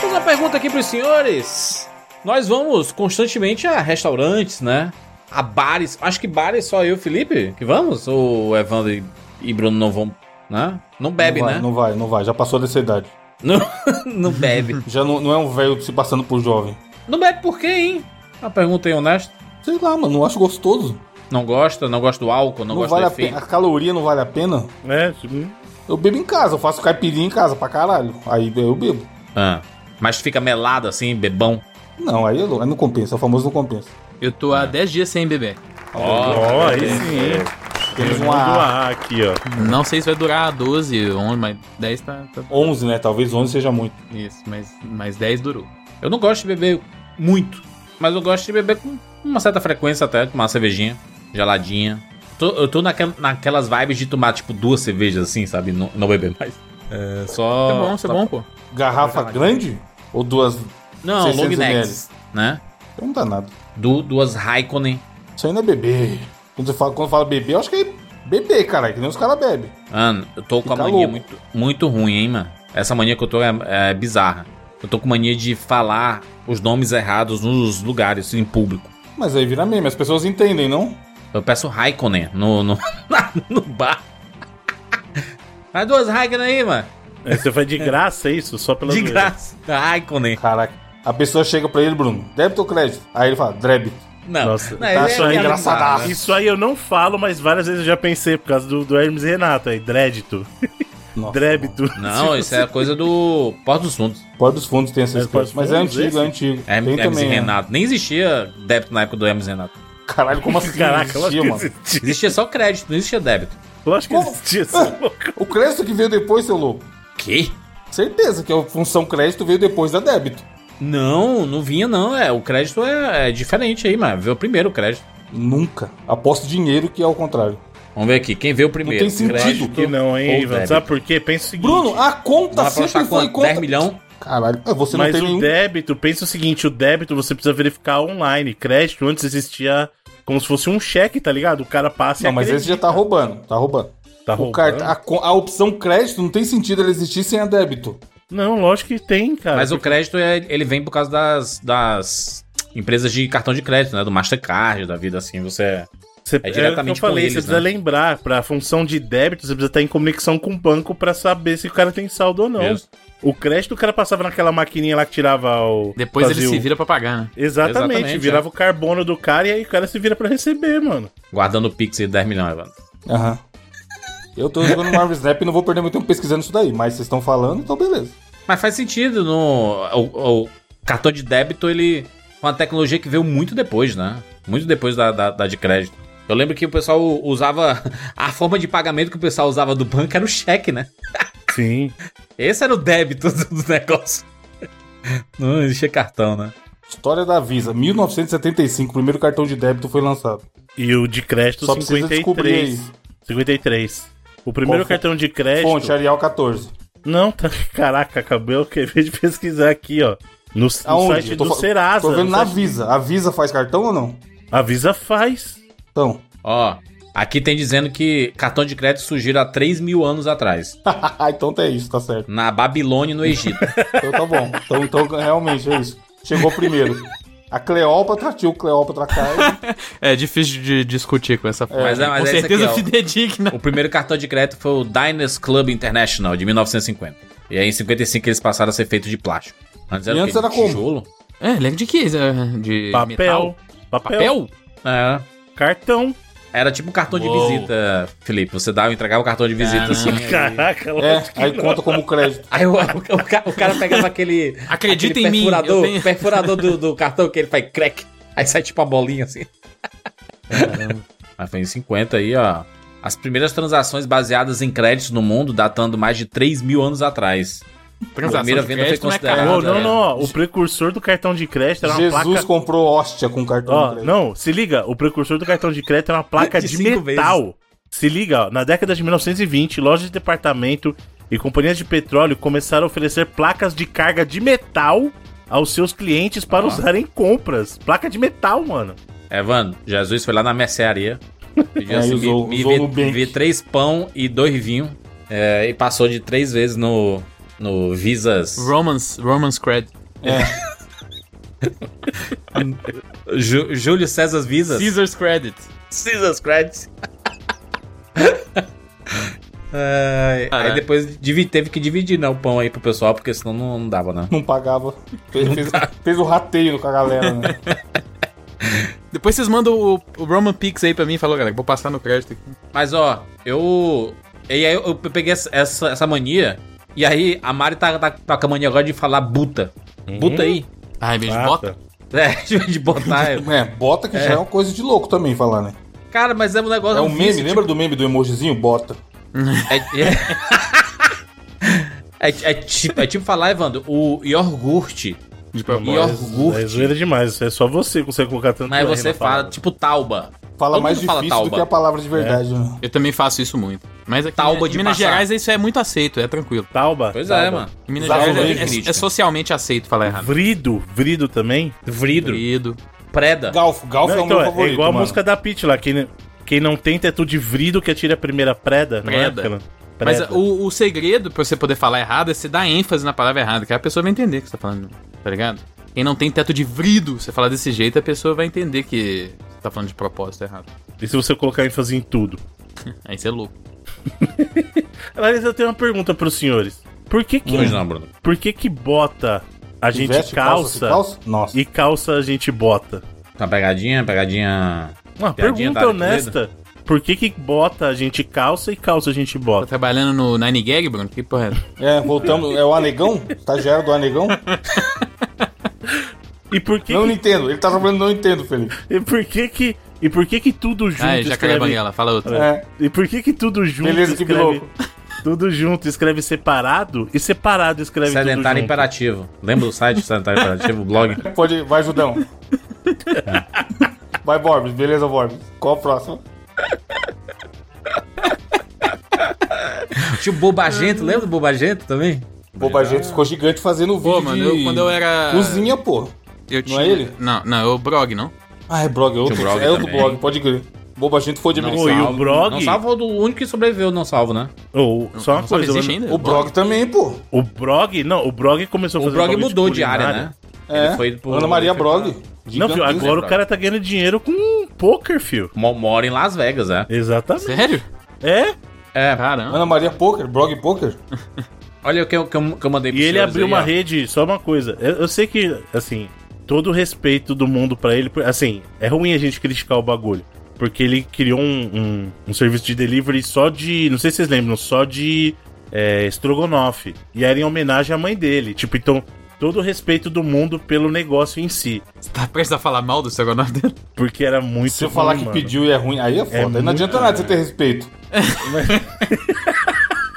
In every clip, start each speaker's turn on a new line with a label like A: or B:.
A: Vamos a pergunta aqui pros senhores. Nós vamos constantemente a restaurantes, né? A bares. Acho que bares só eu e o Felipe que vamos? Ou o Evandro e- e Bruno não vão, né? Não bebe,
B: não vai,
A: né?
B: Não vai, não vai. Já passou dessa idade.
A: Não... não bebe.
B: Já não, não é um velho se passando por jovem.
A: Não bebe por quê, hein? Uma pergunta aí honesta.
B: Sei lá, mano, não acho gostoso.
A: Não gosta? Não gosta do álcool? Não,
B: Não,
A: gosta
B: vale
A: do
B: a pena.
A: efeito?
B: A caloria não vale a pena.
C: É, sim.
B: Eu bebo em casa, eu faço caipirinha em casa pra caralho. Aí eu bebo.
A: Ah, mas fica melado assim, bebão.
B: Não, aí, eu, não- aí não compensa, o famoso não compensa.
D: Eu tô
A: Ah.
D: há 10 dias sem beber.
A: Ó,
C: Ó, aí sim.
B: Temos
C: Temos um
B: uma
C: A aqui, ó.
D: Não sei se vai durar 12, 11, mas 10 tá. tá-
B: 11, né? Talvez 11 seja muito.
D: isso, mas, mas 10 durou.
A: Eu não gosto de beber muito, mas eu gosto de beber com uma certa frequência até, tomar uma cervejinha, geladinha. Tô- eu tô naquel- naquelas vibes de tomar, tipo, duas cervejas assim, sabe? Não, não beber mais. É, só.
D: Isso é bom, isso é
A: só-
D: bom, pô.
B: Garrafa grande? Ou duas.
A: Não,
B: 600
A: long necks, né?
B: Então Não dá nada.
A: Du- duas Raikkonen.
B: Isso aí não é bebê. Quando você fala, quando fala bebê, eu acho que é bebê, cara. Que nem os caras bebem.
A: Mano, eu tô com a
B: Fica
A: mania
B: louco.
A: muito, muito ruim, hein, mano? Essa mania que eu tô é, é bizarra. Eu tô com mania de falar os nomes errados nos lugares, em público.
B: Mas aí vira meme, as pessoas entendem, não?
A: Eu peço Raikkonen no, no, na- no bar. Faz duas Raikkonen aí, mano.
C: É, Você foi de graça isso, só pela
A: De
C: zoeira.
A: graça. Raikkonen.
B: Caraca. A pessoa chega pra ele, Bruno, débito ou crédito? Aí ele fala, débito.
A: Não.
C: Nossa,
A: não,
B: tá
A: ele
B: só
A: ele
B: engraçadaço.
A: bizarro, né?
C: Isso aí eu não falo, mas várias vezes eu já pensei por causa do, do Hermes e Renato aí, drédito.
B: Nossa,
C: Drébito.
A: Não, isso é coisa do Porto dos Fundos.
B: Porta dos Fundos tem essa
C: Mas Porta
B: expressão.
C: dos
B: Mas é antigo,
C: Fundos,
B: é
C: esse?
B: antigo.
A: Herm-
B: tem
A: Hermes e
B: também. né?
A: Renato. Nem existia débito na época do Hermes e Renato.
B: Caralho, como assim?
C: Caraca,
B: não existia,
C: lógico que
B: mano?
C: existia.
A: Existia só crédito, não existia débito.
C: Lógico que existia, seu louco.
B: O crédito que veio depois, seu louco.
A: Que?
B: Certeza que a função crédito veio depois da débito.
A: Não, não vinha não. É, o crédito é, é diferente aí, mano. Vê o primeiro o crédito.
B: Nunca. Aposto dinheiro que é ao contrário.
A: Vamos ver aqui, quem vê o primeiro.
B: tem sentido.
A: Crédito.
C: Que não, hein,
A: Ou
C: Ivan?
A: débito.
C: Sabe por quê? Pensa o seguinte.
B: Bruno, a conta
A: Dá pra
B: sempre
A: achar
B: foi
A: quanto?
B: conta.
A: 10 milhão?
B: Caralho, ah, você não
C: mas
B: tem
C: o
B: nenhum.
C: débito, pensa o seguinte, o débito você precisa verificar online. Crédito antes existia como se fosse um cheque, tá ligado? O cara passa
B: Não, mas esse já
C: acredita.
B: tá roubando. Tá roubando.
C: Tá
B: O
C: roubando?
B: cartão, a, co- a opção crédito não tem sentido ela existir sem a débito.
C: Não, lógico que tem, cara.
A: Mas o
C: Porque-
A: crédito, é- ele vem por causa das, das empresas de cartão de crédito, né? Do Mastercard, da vida assim, você...
C: Você,
A: É diretamente
C: o que
A: com
C: eu falei,
A: eles,
C: você precisa
A: né?
C: lembrar, pra função de débito, você precisa estar em comunicação com o banco pra saber se o cara tem saldo ou não.
A: Isso.
C: O crédito o cara passava naquela maquininha lá que tirava o.
D: Depois
C: fazia
D: ele se
C: o-
D: vira pra pagar, né?
C: Exatamente,
A: Exatamente,
C: virava o carbono do cara e aí o cara se vira pra receber, mano.
A: Guardando o Pix aí de 10 milhões, Evandro.
B: Aham. Eu tô jogando Marvel Snap e não vou perder meu tempo pesquisando isso daí, mas vocês estão falando, então beleza.
A: Mas faz sentido, no, o, o cartão de débito, ele... é Uma tecnologia que veio muito depois, né? Muito depois da, da, da de crédito. Eu lembro que o pessoal usava... A forma de pagamento que o pessoal usava do banco era o cheque, né?
C: Sim.
A: Esse era o débito do negócio. Não existia cartão, né?
B: História da Visa, 1975, o primeiro cartão de débito foi lançado.
C: E o de crédito,
B: Só precisa descobrir
C: 53.
B: aí.
C: 53. O primeiro
B: Qual foi?
C: cartão de crédito.
B: Fonte, é? Arial 14.
C: Não, tá... caraca, acabei eu acabei de pesquisar aqui, ó. No, no
B: Aonde?
C: site
B: Eu tô
C: do
B: fa-
C: Serasa.
B: Tô vendo
C: no
B: na
C: site-
B: Visa. A Visa faz cartão ou não?
C: A Visa faz.
B: Então.
A: Ó, aqui tem dizendo que cartão de crédito surgiu há 3 mil anos atrás.
B: então tá isso, tá certo.
A: Na Babilônia, no Egito.
B: Então tá bom. Então, então realmente é isso. Chegou primeiro. A Cleópatra, tio Cleópatra cai.
D: É difícil de discutir com essa
A: Mas é- mas
D: Com
A: é esse
D: certeza
A: aqui, ó.
D: fidedigna.
A: o primeiro cartão de crédito foi o Diners Club International, de 1950. E aí, em 55, eles passaram a ser feito de plástico. Antes era,
B: E
A: o
B: antes
A: quê?
B: era
A: De
B: como?
A: tijolo?
D: É, ele é de que? De
C: Papel.
D: metal?
C: Papel.
D: Papel?
A: É.
C: Cartão.
A: Era tipo um cartão de
D: Uou.
A: visita, Felipe. Você dava, entregava o cartão de visita,
B: Ah.
D: Caramba.
A: assim.
C: Caraca, lógico
B: É,
C: que
B: aí conta como crédito.
A: Aí o, o, ca- o cara pegava aquele.
D: Acredita
A: aquele
D: em mim,
A: perfurador,
D: eu tenho-
A: perfurador do, do cartão que ele faz crack. Aí sai tipo a bolinha assim. Mas foi em 50 aí, ó. As primeiras transações baseadas em créditos no mundo datando mais de 3 mil anos atrás.
D: Transação
A: Primeira
D: de
A: venda foi
D: crédito não é
A: considerada.
D: caro,
C: Ô,
A: errado,
C: não,
A: é.
C: não, ó, o precursor do cartão de crédito era uma
B: Jesus
C: placa.
B: comprou hóstia com cartão de
C: Ó,
B: crédito.
C: não, se liga, o precursor do cartão de crédito era uma placa
A: De
C: de,
A: cinco
C: metal. Se liga, ó, na década de 1920, lojas de departamento e companhias de petróleo começaram a oferecer placas de carga de metal aos seus clientes para
A: Ó.
C: usarem em compras. Placa de metal, mano.
A: Evandro, Jesus foi lá na mercearia. Pediu
B: É,
A: assim,
B: usou-
A: me, me
B: usou
A: vê-
B: Nubank.
A: me vê três pão e dois vinho. é, e passou de três vezes no, no Visas.
D: Romance, Romance Cred.
A: Ju- Júlio César Visas.
D: Caesar's Credit.
A: Caesar's Credits. Ai, aí
B: Ah, né?
D: Caralho.
A: depois divi- teve que dividir né, o pão aí pro pessoal, porque senão não, não dava, né? não.
B: Não pagava. Fez, fez, fez o rateio com a galera, né?
D: Depois vocês mandam o, o Roman Pix aí pra mim e falou, galera, vou passar no crédito aqui.
A: Mas ó, eu. E aí eu peguei essa- essa, essa mania. E aí a Mari tá, tá, tá com a mania agora de falar buta.
B: É?
A: Buta Hum. aí.
D: Ai, beijo, bota.
A: É, de botar. eu-
B: É, bota que já é uma coisa de louco também falar, né?
A: Cara, mas é um negócio.
B: É um
A: difícil,
B: meme,
C: tipo
B: lembra do meme do emojizinho? Bota.
A: É, é- é- é tipo, é tipo falar, Evandro, o iogurte.
D: De papo.
A: E
C: É
A: iogurte.
C: zoeira demais. É só você que consegue colocar tanto
A: Mas
C: R
A: você
C: na
A: fala,
C: palavra.
A: tipo tauba.
B: Fala
A: Todo
B: mais
A: mundo fala
B: difícil do
A: tauba.
B: que a palavra de
C: É.
B: verdade, né?
D: Eu também faço isso muito. Mas aqui
A: Tauba
D: em
A: de
D: Minas
A: passar.
D: Gerais isso é muito aceito, é tranquilo.
C: Tauba.
A: Pois
C: tauba.
A: é, mano.
D: Em Minas
B: Tauba
D: Gerais
B: é
D: é- é,
A: crítica.
D: é socialmente aceito falar errado.
C: Vrido. Vrido também.
A: Vridro.
D: Querido.
A: Preda.
B: Galfo, Galfo
C: Não,
B: é o
C: então,
B: meu
C: é,
B: favorito.
C: igual a
B: mano.
C: música da Pitty lá. Quem, quem não tenta é tu de vrido que atira a primeira preda. não é,
D: Preda.
C: aquela?
D: Mas
C: Preda.
D: o, o segredo pra você poder falar errado é você dar ênfase na palavra errada, que a pessoa vai entender o que você tá falando, tá ligado? Quem não tem teto de vrido, você falar desse jeito, a pessoa vai entender que você tá falando de propósito errado.
C: E se você colocar ênfase em tudo?
D: Aí você é louco.
C: Aliás, eu tenho uma pergunta pros senhores. Por que que,
A: Pois não, Bruno.
C: por que, que bota a gente
B: Veste, calça,
C: calça,
B: calça? Nossa.
C: e calça a gente bota?
A: Uma pegadinha, pegadinha.
C: Uma
A: Piadinha tá
C: pergunta
A: da
C: honesta. Por que que bota a gente calça e calça a gente
D: Tá
C: bota?
D: trabalhando no Nine Gag, Bruno? Que porra é? essa?
B: É, voltamos. É o Anegão? Estagiário do Anegão?
C: E por que
B: Não
C: que,
B: Nintendo. Ele tá trabalhando no Nintendo, Felipe.
C: e por que que e por que que tudo junto
D: Ah, já caiu a
C: escreve
D: banguela, fala outra.
B: É.
C: E por que que tudo junto
B: Beleza, que
C: escreve
B: louco.
C: tudo junto escreve separado e separado escreve tudo
A: Sedentário
C: junto?
A: Imperativo. Lembra do site Sedentário Imperativo, o blog?
B: Pode, vai, Judão. Vai, Borbs. Beleza, Borbs. Qual a próxima?
A: Tipo
C: Ah.
A: Bobagento, lembra do Bobagento também?
B: Bobagento ficou gigante fazendo vídeo
D: Pô, mano, eu-
B: de
D: quando eu era.
B: cozinha, pô.
D: eu
B: não é ele?
D: Não, não, eu Brog, não.
B: Ah, é blog. É outro,
A: Tinha o blog
B: é outro
A: também.
B: blog, pode crer. Bobagento foi de
A: Não
C: Pô, e o
A: salvo.
C: Brog?
A: Não salvo do único que sobreviveu, não salvo, né?
C: Ou só uma
D: não sabe,
C: coisa,
D: existe
C: eu-
D: ainda?
B: O Brog também, pô.
C: o Brog, não, o Brog começou a
A: O
C: fazer
A: blog
C: bagulho
A: mudou de
C: culinária.
A: área, né?
B: É.
A: Ele foi pro-
B: Ana Maria
A: ele foi
B: Brog.
C: Não, fio,
B: Gigantesco.
C: agora o cara tá ganhando dinheiro com poker, fio.
A: Mo- Mora em Las Vegas, é.
C: Exatamente.
D: Sério?
C: É?
A: É,
D: Caramba.
B: Ana Maria Poker, Brog Poker.
A: olha o que eu, que eu, que eu mandei
C: E ele
A: senhores
C: abriu
A: aí,
C: uma
A: ó.
C: rede, só uma coisa. Eu, eu sei que, assim, todo o respeito do mundo pra ele. por- Assim, é ruim a gente criticar o bagulho. Porque ele criou um, um, um serviço de delivery só de. Não sei se vocês lembram, só de é, estrogonofe. E era em homenagem à mãe dele. Tipo, então, todo o respeito do mundo pelo negócio em si.
D: Você tá prestes a falar mal do seu nome dele?
C: Porque era muito.
B: Se eu falar
C: ruim,
B: que
C: mano.
B: pediu e é ruim, aí é foda. aí
C: muito
B: não adianta nada você ter respeito.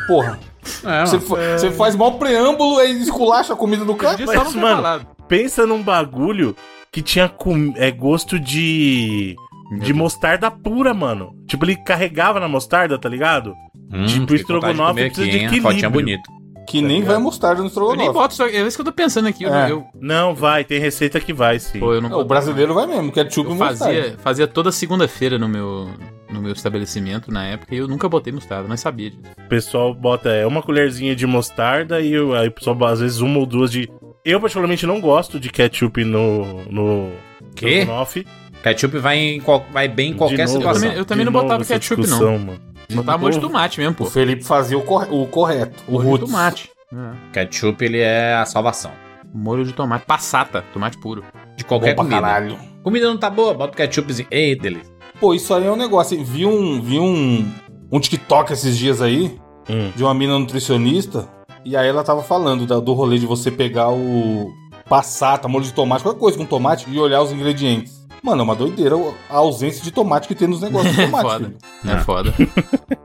B: Porra.
A: É,
C: tipo
B: Você,
A: mano.
B: fa- você faz mal preâmbulo e esculacha a comida do cara.
D: Podia
C: Mas,
D: só não ter
C: mano,
D: falado.
C: Pensa num bagulho que tinha com, é, gosto de. De
D: Meu
C: mostarda pura, mano. Tipo, ele carregava na mostarda, tá ligado?
A: Hum, fiquei com
C: tipo,
A: vontade de
C: estrogonofe
A: comer
C: precisa de
A: hein? Fotinha
C: equilíbrio.
A: bonita.
B: Que nem vai mostarda no
D: Eu nem
B: estrogonofe.
D: boto isso aqui. É isso que eu tô pensando aqui. Eu,
B: É.
D: eu,
C: Não, vai, tem receita que vai, sim.
D: pô, eu não
B: Não, O brasileiro vai mesmo, ketchup e
D: Eu
B: mostarda.
D: fazia, fazia toda segunda-feira no meu, no meu estabelecimento na época e eu nunca botei mostarda, mas sabia disso.
C: O pessoal bota é, uma colherzinha de mostarda e eu- aí o pessoal às vezes uma ou duas de. Eu particularmente não gosto de ketchup no. no.
A: Quê?
C: estrogonofe.
A: Ketchup vai, em qual- vai bem em qualquer
C: De novo, né?
A: situação.
D: também- eu
C: de
D: também não
C: novo
D: botava
C: essa
D: ketchup,
C: discussão, Mano.
D: Botava molho de
C: novo?
D: tomate mesmo, pô.
B: O Felipe fazia o, corre- o correto, o
D: Molho de
B: roots.
D: tomate. É.
A: Ketchup, ele é a salvação.
D: Molho de tomate. Passata. Tomate puro.
A: De
B: Bom pra
A: qualquer comida.
B: caralho.
A: Comida não tá boa, bota o ketchupzinho. Ei, delícia.
B: Pô, isso aí é um negócio. hein? Vi um, vi um, um TikTok esses dias aí,
C: Hum.
B: de uma mina nutricionista, e aí ela tava falando da- do rolê de você pegar o passata, molho de tomate, qualquer coisa com tomate, e olhar os ingredientes. Mano, é uma doideira a ausência de tomate que tem nos negócios de tomate,
D: Foda.
B: filho.
D: É
A: Ah.
D: foda.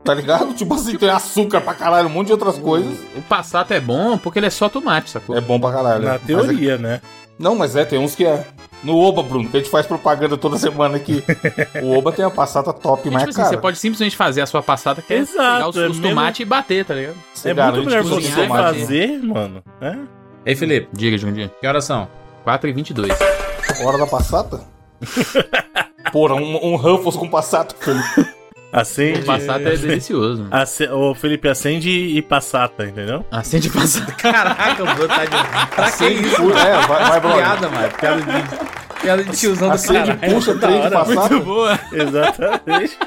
B: Tá ligado? Tipo assim, tem açúcar pra caralho, um monte de outras coisas.
D: O passata é bom porque ele é só tomate, sacou?
B: É bom pra caralho.
C: Na
B: Mas é-
C: teoria, né?
B: Não, mas é, tem uns que é. No Oba, Bruno, que a gente faz propaganda toda semana aqui. o Oba tem a passata top,
D: E,
B: mas é
D: tipo assim,
B: cara.
D: você pode simplesmente fazer a sua passata, que
C: Exato,
D: é pegar os,
C: é
D: os
C: mesmo-
D: tomates e bater, tá ligado?
B: Você
C: é muito
B: garante cozinhar
C: melhor você
D: cozinhar, né?
B: tomate.
C: fazer, mano. É?
A: Ei, Felipe,
D: Diga, Jundinho.
A: que horas são?
D: 4 e 22.
B: Hora da passata? Porra, um, um Ruffles com passata, Felipe.
C: Acende.
D: O passata é delicioso.
C: Ace- O Felipe acende e passata, entendeu?
D: Acende o passata.
A: Caraca, o Bruno tá de. Pra que
B: Acende,
A: isso?
B: puxa, é, vai,
A: Tá
B: vai, brother.
A: Piada, mano. Piada de, piada de tiozão do
B: Acende,
A: caralho.
B: puxa,
A: Da
B: prende,
A: hora.
B: passa.
D: Muito boa,
C: Exatamente.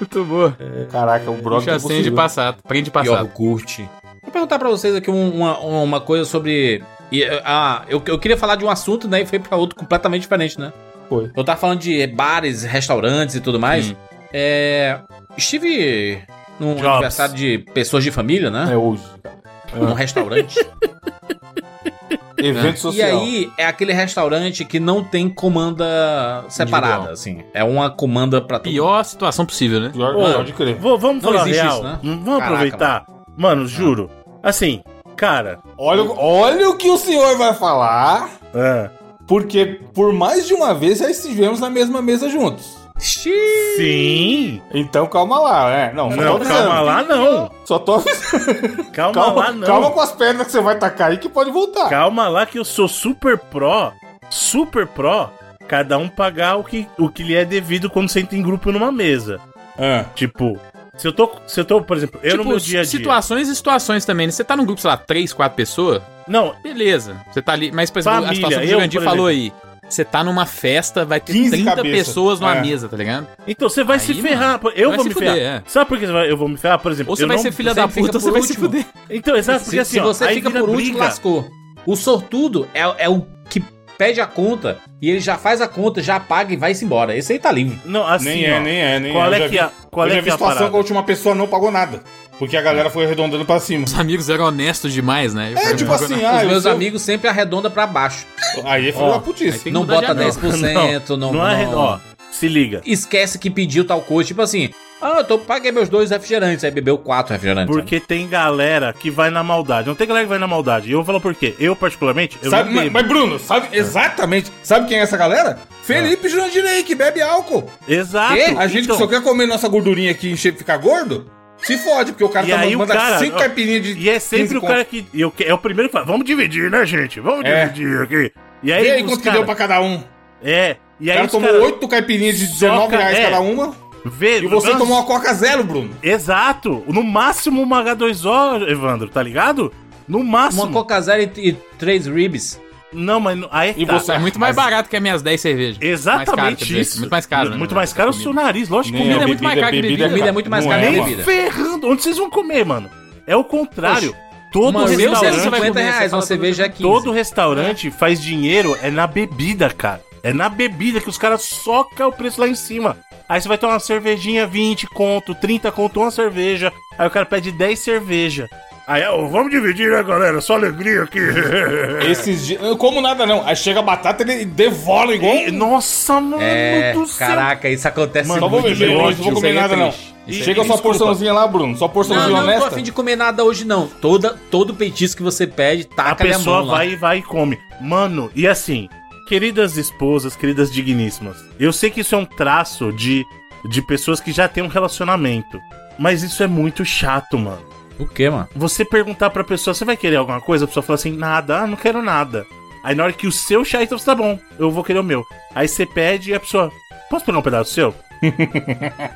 D: muito boa.
B: Caraca, o Brock
D: Puxa, acende
B: conseguiu.
D: passata. Prende passata.
A: iogurte. Vou perguntar pra vocês aqui um- uma, uma coisa sobre. e, ah, eu, eu queria falar de um assunto, né? E foi pra outro completamente diferente, né?
B: Foi.
A: Eu tava falando de bares, restaurantes e tudo mais.
D: Hum.
A: É, estive num
C: Jobs.
A: aniversário de pessoas de família, né?
B: É hoje. cara.
A: Num restaurante.
C: É.
B: Evento
A: e
B: social.
A: aí é aquele restaurante que não tem comanda separada,
D: Individual.
A: assim. É uma comanda pra tudo.
D: Pior situação possível, né?
B: Pior,
C: Ô,
B: pode crer.
C: Vou- vamos
A: Não
C: falar
A: existe
C: real. Hum,
A: isso, né?
C: Vamos
A: Caraca,
C: aproveitar. Mano, juro. Assim, cara.
B: Olha, o- olha o que o senhor vai falar,
C: ah,
B: porque por mais de uma vez já estivemos na mesma mesa juntos.
A: Xiii.
C: sim.
B: Então calma lá, né? Não, só tô
C: Não,
B: avisando.
C: calma lá não.
B: Só tô avisando.
C: Calma,
B: Calma,
C: lá não.
B: calma com as pernas que você vai tacar aí que pode voltar.
C: Calma lá que eu sou super pró, super pró, cada um pagar o que, o que lhe é devido quando senta em grupo numa mesa.
B: Ah,
C: Tipo, se eu tô, se eu tô por exemplo, eu no meu dia a dia...
D: Tipo, situações e situações também. né? Você tá num grupo, sei lá, três, quatro pessoas,
C: Não,
D: beleza. Você tá ali. Mas, por exemplo, a
C: Família,
D: situação que o
C: eu,
D: Jurandir
C: por
D: falou aí. Você tá numa festa, vai ter
B: 15
D: 30
B: cabeça.
D: pessoas numa
B: É.
D: mesa, tá ligado?
C: então você vai
D: Aí,
C: se
D: mano,
C: ferrar, pô, eu
D: vai
C: vou
D: se
C: me
D: fuder,
C: ferrar.
D: é.
C: Sabe por que você vai- eu vou me ferrar? Por exemplo,
D: Ou você
C: eu
D: vai
C: não-
D: ser filha
A: você
D: da
A: fica
D: puta ou você
A: por
D: vai se
A: último.
D: fuder.
C: Então, exato, porque
A: Se,
C: assim,
A: se
C: ó,
A: você
C: aí
A: fica
C: vira
A: por
C: briga.
A: último, lascou. O sortudo é, é o que pede a conta e ele já faz a conta, já paga e vai-se embora. Esse aí tá livre.
C: Não, assim,
B: nem é,
C: ó,
B: nem é, nem
C: qual
B: é. Eu
C: é,
B: já
C: que
B: vi-
C: a, qual
B: eu já
C: é
B: vi
C: que é a
B: situação que a
C: parada?
B: última pessoa não pagou nada. Porque a galera foi arredondando pra cima.
D: Os amigos eram honestos demais, né? Eu
B: É,
D: quero
B: tipo
D: ver.
B: assim, ah,
A: Os
B: eu
A: meus
B: sou-
A: amigos sempre arredonda pra baixo.
B: Aí é filho
C: Ó,
B: da
D: aí
B: putice.
D: tem que
A: não
D: mudar de
A: bota
D: anel.
A: 10%, não,
C: Não é,
A: não-
C: ó, se liga.
A: Esquece que pediu tal coisa. Tipo assim, ah, eu tô, paguei meus dois refrigerantes, aí bebeu quatro refrigerantes.
C: Porque tem galera que vai na maldade. Não tem galera que vai na maldade. E eu vou falar por quê. Eu, particularmente, eu
B: Sabe,
C: não
B: mas,
C: bebo.
B: mas, Bruno, sabe exatamente. Sabe quem é essa galera? Felipe Jurandir aí, que bebe álcool.
C: Exato. Então,
A: Quê?
B: A gente que só quer comer nossa gordurinha aqui e encher e ficar gordo, se fode, porque o cara
C: E
B: tá
C: aí o
B: mandando
C: cara-
B: cinco caipirinhas de.
C: E é sempre
B: 15
C: o cara que. Eu, que- é o primeiro que fala, vamos dividir, né, gente? Vamos
B: É.
C: dividir aqui. E
B: conto.
C: aí,
B: Vê aí
C: os
B: quanto que
C: cara-
B: deu pra cada um.
C: É. E
B: O
C: aí
B: cara
C: os
B: tomou
C: cara-
B: oito caipirinhas de 19
C: Soca-
B: reais
C: é.
B: cada uma.
C: Vê,
B: E você
C: nossa,
B: tomou uma Coca Zero, Bruno.
C: Exato. No máximo uma H2O, Evandro, tá ligado? No máximo.
A: Uma Coca Zero e, e três ribs.
C: Não, mas não- aí
B: E
C: tá.
B: você-
D: É muito mais barato que as minhas 10 cervejas.
C: Exatamente
D: Mais caro, quer dizer,
C: isso.
D: Muito mais caro, né?
C: Muito mais caro é o seu nariz, lógico.
B: Nem
D: Comida
B: a
D: é muito mais cara que bebida.
A: Comida é muito mais
B: Não
A: cara
B: é,
A: que
B: mano.
C: Nem
A: bebida.
C: ferrando. Onde vocês vão comer, mano? É o contrário. Todo
A: Mano, eu sei
C: restaurante,
A: 50
D: comer, você
A: reais,
D: fala
A: uma
D: todo
A: cerveja é 15.
C: todo restaurante faz dinheiro é na bebida, cara. É na bebida que os caras socam o preço lá em cima. Aí você vai ter uma cervejinha 20 conto, 30 conto, uma cerveja. Aí o cara pede 10 cerveja. Aí, ó, vamos dividir, né, galera? Só alegria aqui. É.
B: Esses dias. Eu como nada, não. Aí chega a batata e ele devora igual. um
C: E- nossa, mano
A: É,
C: do céu.
A: caraca, isso acontece
C: Mano,
B: Só vou
A: muito.
B: beber
A: meu.
B: hoje, não vou
A: Isso aí
B: comer
A: é
B: nada, não.
A: triste.
C: Isso aí
B: Chega
C: é
B: sua
C: triste.
B: porçãozinha lá, Bruno. Só porçãozinha
A: Não, não, não tô
B: honesta.
A: afim de comer nada hoje, não. Toda, todo petisco que você pede,
C: A
A: taca a
C: pessoa
A: mão lá.
C: vai e vai e come. Mano, e assim, queridas esposas, queridas digníssimas, eu sei que isso é um traço de, de pessoas que já têm um relacionamento. Mas isso é muito chato, mano.
A: O que, mano?
C: Você perguntar pra pessoa, você vai querer alguma coisa? A pessoa fala assim, nada, ah, não quero nada. Aí na hora que o seu chá, então você tá bom, eu vou querer o meu. Aí você pede e a pessoa, posso pegar um pedaço seu?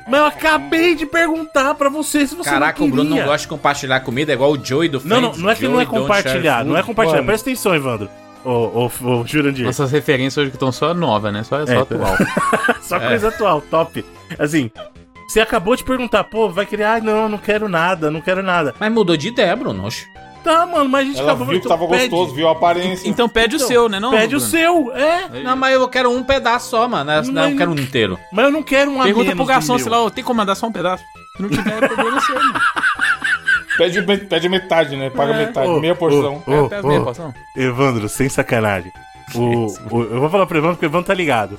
C: Mas eu acabei de perguntar pra você se você
A: Caraca,
C: não
A: o
C: queria.
A: Bruno não gosta de compartilhar comida, é igual o Joey do
C: Não,
A: Friends.
C: não, não é que não é
A: Joey don't
C: compartilhar,
A: share
C: não é
A: food.
C: compartilhar.
B: mano.
C: Presta atenção, Evandro. Ô, ô, ô, Jurandir.
D: Nossas referências hoje que estão só nova, né? Só, só
C: É.
D: atual.
C: Só
A: É.
C: coisa atual, top. Assim, você acabou de perguntar, pô, vai querer, ah, não, não quero nada, não quero nada.
A: Mas mudou de ideia, Bruno. Oxe.
C: Tá, mano, mas a gente
B: Ela
C: acabou
B: viu que
C: então
B: tava
C: pede.
B: gostoso, viu a aparência.
D: Então pede o
C: Então,
D: seu, né? Não,
C: Pede o
D: Bruno?
C: seu, é.
A: Não, mas eu quero um pedaço só, mano. Eu não
C: Mas-
A: quero um inteiro.
C: Mas eu não quero um
D: Pergunta
C: a
D: pro
C: menos
D: garçom,
C: do
D: sei
C: meu.
D: lá, ó, tem como mandar só um pedaço? Se não tiver, é problema seu, mano.
B: Pede, me- pede metade, né? Paga metade,
C: Ô,
B: meia porção.
C: ô,
D: É,
C: ô,
D: até as
C: ô,
D: meia porção.
C: Evandro, sem sacanagem. O, o- eu vou falar pro Evandro porque o Evandro tá ligado.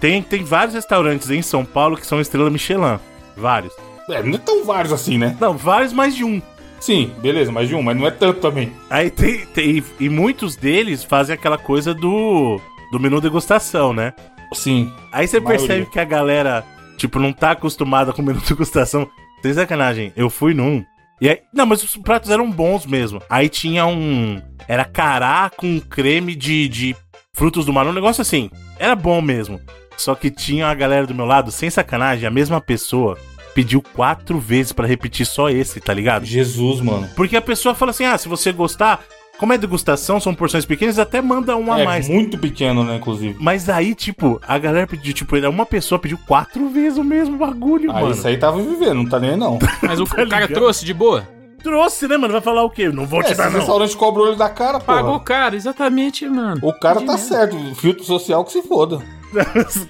C: Tem, tem vários restaurantes em São Paulo que são estrela Michelin. Vários.
B: É, não é tão vários assim, né?
C: Não, vários mais de um.
B: Sim, beleza, mais de um, mas não é tanto também.
C: Aí tem, tem- e muitos deles fazem aquela coisa do do menu degustação, né?
B: Sim.
C: Aí você
B: Maioria.
C: percebe que a galera, tipo, não tá acostumada com menu degustação. Sem sacanagem, eu fui num. E aí, não, mas os pratos eram bons mesmo. Aí tinha um. Era cará com creme de, de frutos do mar, um negócio assim. Era bom mesmo. Só que tinha a galera do meu lado, sem sacanagem, a mesma pessoa pediu quatro vezes pra repetir só esse, tá ligado?
B: Jesus, mano.
C: Porque a pessoa fala assim: ah, se você gostar, como é degustação, são porções pequenas, até manda um a
B: é
C: mais.
B: muito pequeno, né, inclusive.
C: Mas aí, tipo, a galera pediu, tipo, era uma pessoa pediu quatro vezes o mesmo bagulho,
B: Aí
C: mano.
B: isso aí tava vivendo, não tá nem aí não.
D: Mas o, o cara
C: ligado?
D: trouxe de boa?
C: Trouxe, né, mano? Vai falar o quê? Não vou
B: É,
C: te
B: esse
C: dar, não.
B: restaurante cobra o olho da cara, porra.
D: Pagou caro, exatamente, mano.
B: O cara tá
D: Entendi, né?
B: certo, filtro social que se foda.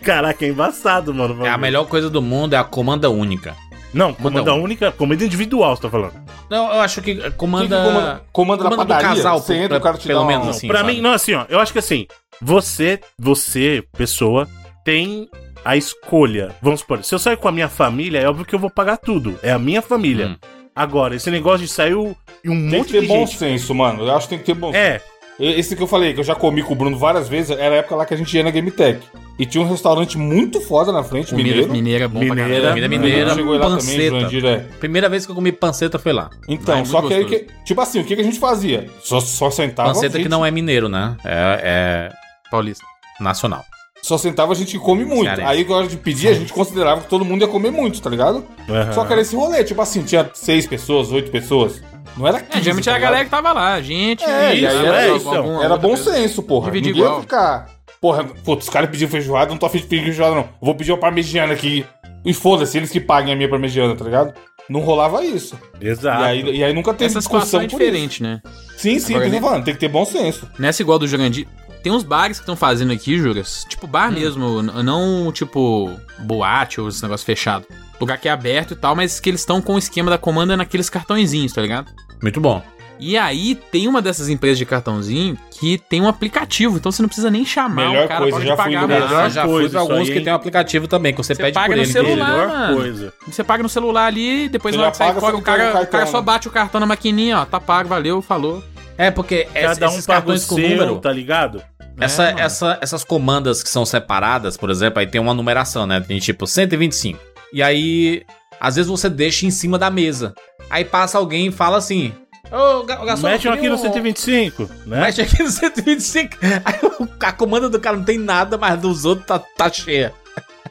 C: Caraca, é embaçado, mano. o
A: É a
C: bagulho.
A: melhor coisa do mundo é a comanda única.
C: Não, comanda
A: Comandão.
C: única, comida individual, você tá falando.
A: Não, eu acho que comanda.
B: Quem que comanda- comanda da
A: do
B: padaria?
A: casal,
B: Você entra,
A: pra-
B: o cara te
A: pelo
B: dá um-
A: menos assim.
C: pra
A: sabe?
C: mim, não, assim, ó, eu acho que assim, você, você, pessoa, tem a escolha. Vamos supor, se eu sair com a minha família, é óbvio que eu vou pagar tudo. É a minha família.
A: Hum.
C: Agora, esse negócio de sair o- e um
B: Tem
C: monte
B: que ter
C: de
B: bom
C: gente.
B: senso, mano. Eu acho que tem que ter bom
C: É,
B: Esse que eu falei, que eu já comi com o Bruno várias vezes, era a época lá que a gente ia na Game Tech. E tinha um restaurante muito foda na frente,
D: Mineira,
B: mineiro.
D: mineira é bom pra
C: Mineira,
D: caramba.
A: Comida
B: O
A: mineira,
B: Bruno chegou aí lá
A: panceta.
B: também, Jurandir, é.
A: Primeira vez que eu comi panceta foi lá.
B: Então,
D: Ah, é
B: só
D: muito
B: que aí,
D: gostoso.
B: que, tipo assim, o que, que a gente fazia? Só, só
C: Tá,
B: sentava.
A: panceta que
B: gente-
A: não é mineiro, né? É,
D: Paulista.
A: é nacional.
B: Só sentava a gente que come muito.
A: Cearense.
B: Aí, na hora de pedir, a gente considerava que todo mundo ia comer muito, tá ligado?
C: Aham.
B: Só que era esse rolê, tipo assim, tinha seis pessoas, oito pessoas. Não era 15,
D: É, geralmente era
B: tá
D: a
B: ligado?
D: galera que tava lá, gente.
B: É,
C: e aí
D: alguma-
C: era
D: alguma
C: isso, então.
D: outra
B: Era bom
D: coisa.
B: senso, porra.
D: Dividir
B: Ninguém
D: igual.
B: ia ficar. Porra, putz, os caras pediram feijoada, não tô afim de pedir feijoada, não. Vou pedir uma parmegiana aqui. E foda-se, eles que paguem a minha parmegiana, tá ligado? Não rolava isso.
C: Exato.
B: E, aí, e aí nunca teve
D: Tá. Essa situação é
B: por isso.
D: diferente, né?
B: Sim, sim,
D: Agora,
B: tô falando, tem que ter bom senso.
D: Nessa igual do Jurandir. Tem uns bares que estão fazendo aqui, Juras. Tipo bar
B: Hum.
D: mesmo, n- não tipo boate ou esse negócio fechado. Lugar que é aberto e tal, mas que eles estão com o esquema da comanda naqueles cartõezinhos, tá ligado?
A: Muito bom.
D: E aí tem uma dessas empresas de cartãozinho que tem um aplicativo, então você não precisa nem chamar
B: Melhor
D: o cara,
B: coisa,
D: pode
B: já fui
D: pagar
B: no
D: lá.
C: melhor
A: Eu já fui
C: coisa
A: pra
C: isso
A: alguns
C: aí,
A: que
C: hein?
A: tem um aplicativo também, que você,
D: Você
A: pede
D: paga
A: por
D: no
A: ele.
D: celular.
A: inclusive.
C: Melhor
D: mano.
C: coisa.
D: Você paga no celular ali, depois
B: Você
D: na hora
B: já
D: que sai
B: paga,
D: fora,
B: você
D: o cara,
C: um
B: pega o
D: o cara só
C: né?
B: cartão.
D: bate o cartão na maquininha, ó, tá pago, valeu, falou.
A: É, porque es-
C: Cada um
A: esses
C: paga o
A: cartões com
C: seu,
A: número.
C: tá ligado?
A: Essa,
D: É, mano.
A: essa- essas comandas que são separadas, por exemplo, aí tem uma numeração, né? Tem tipo 125. E aí, às vezes você deixa em cima da mesa. Aí passa alguém e fala assim: Ô, ga- garçom, eu
C: Mete um
A: queria
C: aqui no
A: um-
C: 125, né?
A: Mexe aqui no 125. Aí o- a comanda do cara não tem nada, mas dos outros tá, tá cheia.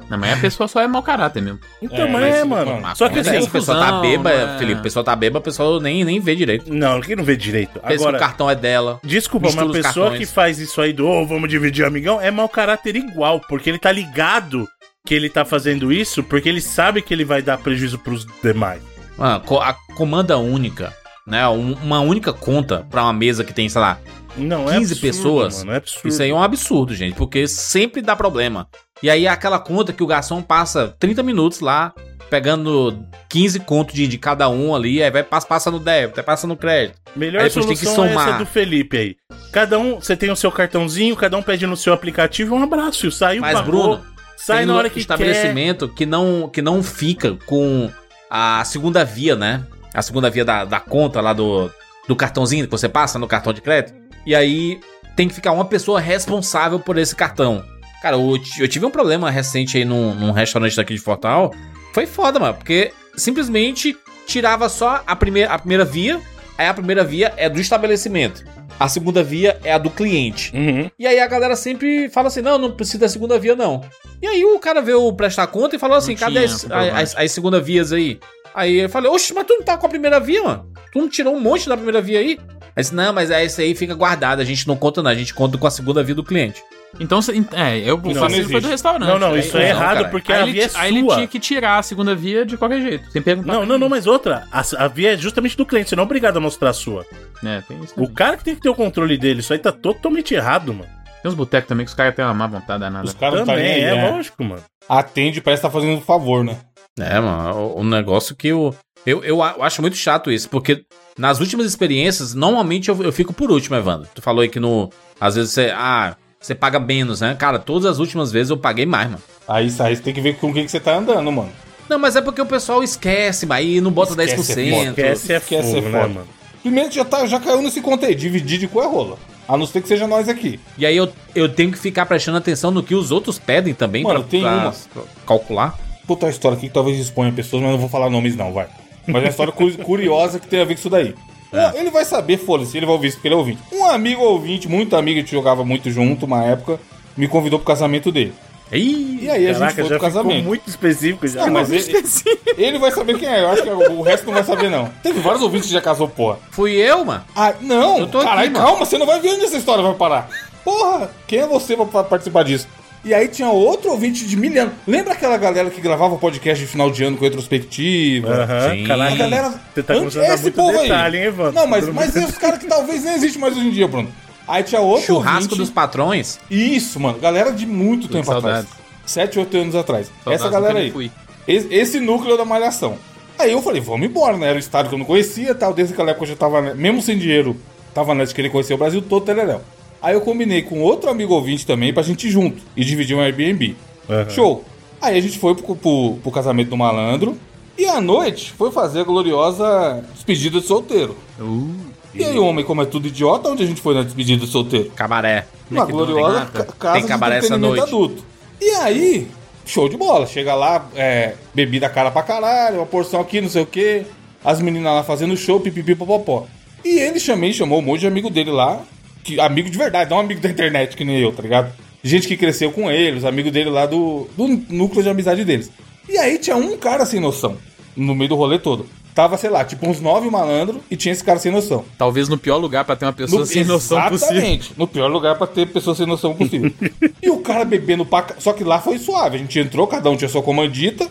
D: Não, mas a pessoa só é mau caráter mesmo.
C: Então,
B: É,
C: mas
B: mas-
C: é, mano.
B: mano,
C: Só que
A: Mas aí,
C: assim,
A: o pessoal tá
D: confusão,
A: bêbado,
D: né?
A: Felipe. O pessoal tá bêbado, o pessoal nem, nem vê direito.
C: não, quem não vê direito.
A: Pensa que o
C: Agora,
A: cartão é dela.
C: Desculpa,
A: Mistura
C: uma
A: os
C: pessoa
A: cartões.
C: que faz isso aí do "Ô, vamos dividir, amigão, é mau caráter igual, porque ele tá ligado que ele tá fazendo isso, porque ele sabe que ele vai dar prejuízo pros demais.
A: Mano, co- a comanda única, né? Um- Uma única conta pra uma mesa que tem, sei lá,
C: Não, é
A: 15
C: absurdo,
A: pessoas?
C: Mano, é absurdo.
A: Isso aí é um absurdo, gente, porque sempre dá problema. E aí é aquela conta que o garçom passa 30 minutos lá, pegando 15 contos de, de cada um ali, aí vai, passa, passa no débito, aí passa no crédito.
C: Melhor
A: aí depois
C: solução
A: tem que
C: é essa
A: somar.
C: do Felipe aí. Cada um, você tem o seu cartãozinho, cada um pede no seu aplicativo um abraço, saiu,
A: Mas,
C: pagou,
A: Bruno,
C: sai
A: tem
C: na
A: um
C: hora que quer.
A: estabelecimento que não que não fica com a segunda via, né? A segunda via da, da conta lá do, do cartãozinho que você passa no cartão de crédito. E aí tem que ficar uma pessoa responsável por esse cartão. Cara, eu, ti- eu tive um problema recente aí num, num restaurante daqui de Fortal. Foi foda, mano, porque simplesmente tirava só a primeira, a primeira via. Aí a primeira via é do estabelecimento. A segunda via é a do cliente.
C: Uhum.
A: E aí a galera sempre fala assim: não, não precisa da segunda via, não. E aí o cara veio prestar conta e falou assim:
D: Não
A: cadê
D: tinha,
A: as,
D: comprovante.
A: as- as segunda vias aí? Aí eu falei, oxe, mas tu não tá com a primeira via, mano? Tu não tirou um monte da primeira via aí? Aí disse, não, mas é isso aí fica guardado, a gente não conta, não, a gente conta com a segunda via do cliente.
D: Então, cê- é, eu o
B: não
D: vacilo foi
B: existe.
D: do
A: né?
D: restaurante.
C: Não, não, isso é
A: não,
C: errado
A: cara.
C: porque
D: Aí,
C: a
D: ele,
C: via é
D: ti- aí ele tinha
C: sua.
D: que tirar a segunda via de qualquer jeito, sem perguntar.
C: Não, não, não, mas outra, a, a via é justamente do cliente, você não é obrigado a mostrar a sua.
D: É, tem isso
C: O
D: também.
C: cara que tem que ter o controle dele, isso aí tá totalmente errado, mano.
D: Tem uns botecos também que os caras têm uma má vontade danada.
B: Os caras não tá nem aí,
C: é,
B: né?
C: lógico, mano.
B: Atende, parece que tá fazendo um favor, né?
A: É, mano, um negócio que eu, eu, eu a- eu acho muito chato isso, porque nas últimas experiências, normalmente eu, eu fico por último, Evandro. Tu falou aí que no. Às vezes você. Ah, você paga menos, né? Cara, todas as últimas vezes eu paguei mais, mano.
B: Aí, aí você tem que ver com o que, que você tá andando, mano.
A: Não, mas é porque o pessoal esquece, mas aí não bota
B: Esquece,
A: 10%.
B: bota.
C: Esquece é
B: Esquece
C: fogo,
B: é
C: né,
B: foda.
C: mano?
B: Primeiro já, tá, já caiu nesse conto aí, dividir de cu é rola. A não ser que seja nós aqui.
A: E aí eu, eu tenho que ficar prestando atenção no que os outros pedem também
B: Mano, tem uma.
A: calcular.
B: Puta história aqui que talvez exponha pessoas, mas não vou falar nomes não, vai. Mas é uma história cu- curiosa que tem a ver com isso daí.
C: É.
B: Um- Ele vai saber, foda-se, ele vai ouvir isso, porque ele é ouvinte. Um amigo ouvinte, muito amigo, a gente jogava muito junto uma época, me convidou pro casamento dele.
A: Ih,
B: E aí a gente foi
C: Caraca,
B: pro
C: já ficou
B: casamento.
C: muito específico já.
B: Não, mas ele, ele vai saber quem é. Eu acho que o resto não vai saber, não. Teve vários ouvintes que já casou, porra.
A: fui eu, mano?
B: Ah, não!
A: Eu tô aqui,
B: Caralho,
A: mano.
B: calma, você não vai ver onde essa história vai parar. Porra, quem é você pra pa- participar disso? E aí tinha outro ouvinte de milhão. Lembra aquela galera que gravava podcast de final de ano com retrospectiva?
C: Aham,
A: Sim.
C: caraca.
B: A galera.
C: Você tá
B: Antes-
C: começando a dar muito detalhe, hein, Evandro?
B: Não, mas,
C: Pelo
B: mas
C: menos-
B: é os caras que talvez nem existem mais hoje em dia, Bruno. Aí tinha outro
A: Churrasco
B: ouvinte-
A: dos patrões?
B: Isso, mano. Galera de muito tempo
D: saudades.
B: atrás. Sete, oito anos atrás. Essa
D: Saudades,
B: galera
D: nunca nem
B: aí.
D: fui.
B: Esse, esse núcleo da malhação. Aí eu falei, vamos embora, né? Era o estado que eu não conhecia tal. Desde aquela época eu já tava, né, mesmo sem dinheiro, tava na de querer conhecer o Brasil todo, teleléu. Aí eu combinei com outro amigo ouvinte também pra gente ir junto e dividir um Airbnb.
C: Aham.
B: Show. Aí a gente foi pro, pro- pro casamento do malandro e à noite foi fazer a gloriosa despedida de solteiro.
D: Uh,
B: E aí, o homem, como é tudo idiota, onde a gente foi na despedida de solteiro?
A: Cabaré. é
B: Uma gloriosa
D: nada.
B: ca- casa
A: Tem cabaré essa noite.
B: adulto. E aí, show de bola. Chega lá, é, bebida cara pra caralho, uma porção aqui, não sei o quê. As meninas lá fazendo show, pipipi, popopó. E ele chamei, chamou um monte de amigo dele lá. Que, amigo de verdade, não amigo da internet que nem eu, tá ligado? Gente que cresceu com ele, os amigos dele lá do, do núcleo de amizade deles. E aí tinha um cara sem noção, no meio do rolê todo. Tava, sei lá, tipo uns nove malandros e tinha esse cara sem noção.
D: talvez no pior lugar pra ter uma pessoa
B: No-
D: sem noção possível.
B: Exatamente. No pior lugar pra ter pessoas sem noção possível. e o cara bebendo pra. ca- Só que lá foi suave. A gente entrou, cada um tinha sua comandita.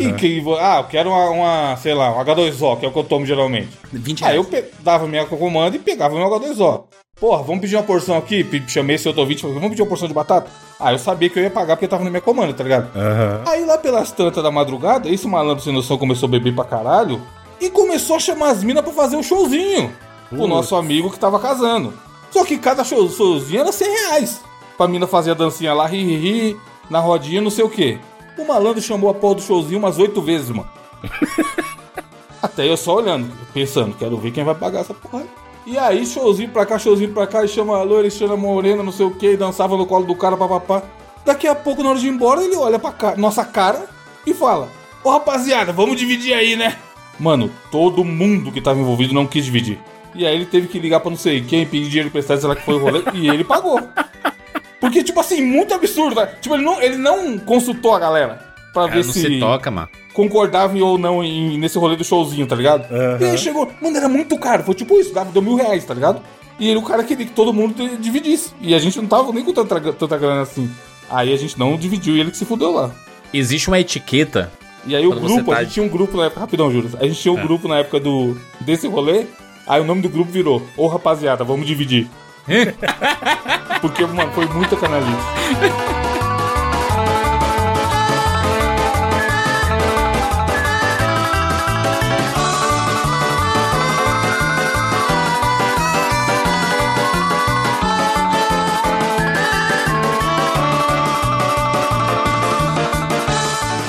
B: E que. Ah, eu quero uma, uma, sei lá, um H2O, que é o que eu tomo geralmente.
D: 20
B: Aí
D: reais.
B: eu pe- dava minha comanda e pegava meu H2O. Porra, vamos pedir uma porção aqui? Pe- Chamei esse outro ouvinte, falei, vamos pedir uma porção de batata? Ah, eu sabia que eu ia pagar porque tava na minha comanda, tá ligado?
C: Aham.
B: Aí lá pelas tantas da madrugada, esse malandro sem noção começou a beber pra caralho e começou a chamar as minas pra fazer um showzinho pro
C: Putz.
B: nosso amigo que tava casando. Só que cada show- showzinho era 100 reais pra mina fazer a dancinha lá, ri, ri, ri, na rodinha, não sei o quê. O malandro chamou a porra do showzinho umas oito vezes, mano. Até eu só olhando, pensando, quero ver quem vai pagar essa porra. aí. E aí, showzinho pra cá, showzinho pra cá, e chama a loira, e chama a morena, não sei o que, dançava no colo do cara, papapá. Daqui a pouco, na hora de ir embora, ele olha pra ca- nossa cara e fala: Ô rapaziada, vamos dividir aí, né? Mano, todo mundo que tava envolvido não quis dividir. E aí ele teve que ligar pra não sei quem, pedir dinheiro emprestado, sei lá que foi o rolê, e ele pagou. Porque, tipo assim, muito absurdo, né? Tipo, ele não, ele não consultou a galera pra
A: Cara,
B: ver
A: É, Ah, não
B: se
A: se toca, mano.
B: concordavam ou não em- nesse rolê do showzinho, tá ligado?
C: Aham.
B: E aí chegou, mano, era muito caro, foi tipo isso, dava, deu mil reais, tá ligado? E ele, o cara queria que todo mundo te- dividisse. E a gente não tava nem com tanta, gra- tanta grana assim. Aí a gente não dividiu e ele que se fudeu lá.
A: Existe uma etiqueta.
B: E aí o
A: Quando você
B: grupo,
A: tá-
B: a gente tinha um grupo na época, rapidão, Júlio. A gente tinha um grupo na época do desse rolê, aí o nome do grupo virou, ô rapaziada, vamos dividir. Porque, mano, foi muita canalice.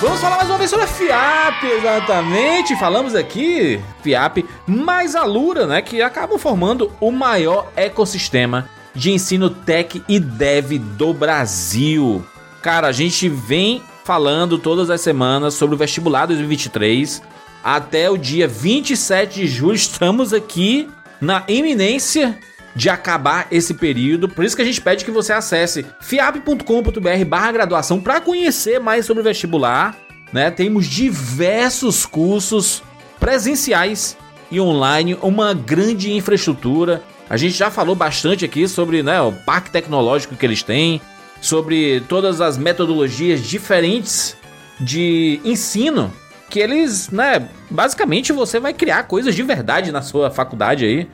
A: Vamos falar mais uma vez sobre a FIAP, exatamente. Falamos aqui, FIAP, mais a Lura, né? Que acabam formando o maior ecossistema de ensino tech e dev do Brasil. Cara, a gente vem falando todas as semanas sobre o vestibular 2023. Até o dia 27 de julho, estamos aqui na iminência de acabar esse período. Por isso que a gente pede que você acesse fiap.com.br barra graduação para conhecer mais sobre o vestibular. Né? Temos diversos cursos presenciais e online, uma grande infraestrutura. A gente já falou bastante aqui sobre né, o parque tecnológico que eles têm, sobre todas as metodologias diferentes de ensino que eles, né, basicamente você vai criar coisas de verdade na sua faculdade aí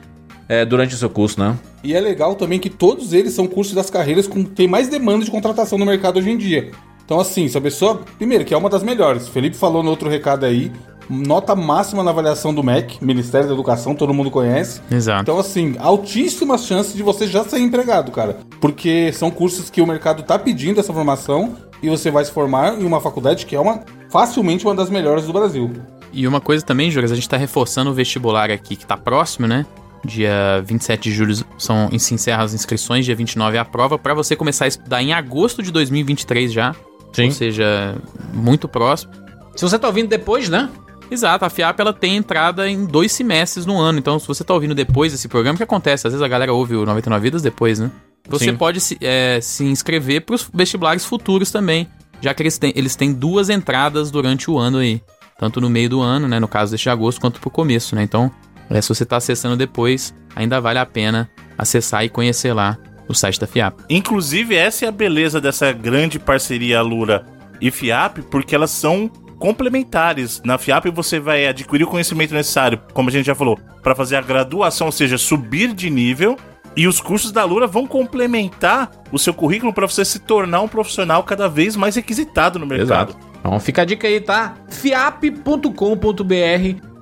A: é, durante o seu curso, né?
B: E é legal também que todos eles são cursos das carreiras com tem mais demanda de contratação no mercado hoje em dia. Então, assim, se a pessoa. Primeiro, que é uma das melhores. O Felipe falou no outro recado aí. Nota máxima na avaliação do MEC, Ministério da Educação, todo mundo conhece.
D: Exato.
B: Então, assim, altíssimas chances de você já ser empregado, cara. Porque são cursos que o mercado tá pedindo essa formação e você vai se formar em uma faculdade que é uma facilmente uma das melhores do Brasil.
D: E uma coisa também, Juras, a gente tá reforçando o vestibular aqui que tá próximo, né? Dia 27 de julho são, se encerram as inscrições, dia 29 é a prova, pra você começar a estudar em agosto de 2023 já.
A: Sim.
D: Ou seja, muito próximo.
A: Se você tá ouvindo depois, né?
D: Exato, a FIAP ela tem entrada em dois semestres no ano, então se você tá ouvindo depois desse programa, o que acontece? Às vezes a galera ouve o 99 Vidas depois, né? Você
A: Sim.
D: pode se, é, se inscrever para os vestibulares futuros também, já que eles têm, eles têm duas entradas durante o ano aí. Tanto no meio do ano, né? No caso deste de agosto, quanto pro começo, né? Então, é, se você tá acessando depois, ainda vale a pena acessar e conhecer lá o site da FIAP.
C: Inclusive, essa é a beleza dessa grande parceria Lura e FIAP, porque elas são complementares. Na FIAP você vai adquirir o conhecimento necessário, como a gente já falou, para fazer a graduação, ou seja, subir de nível, e os cursos da Lura vão complementar o seu currículo para você se tornar um profissional cada vez mais requisitado no mercado.
A: Exato. Então fica a dica aí, tá? fiap.com.br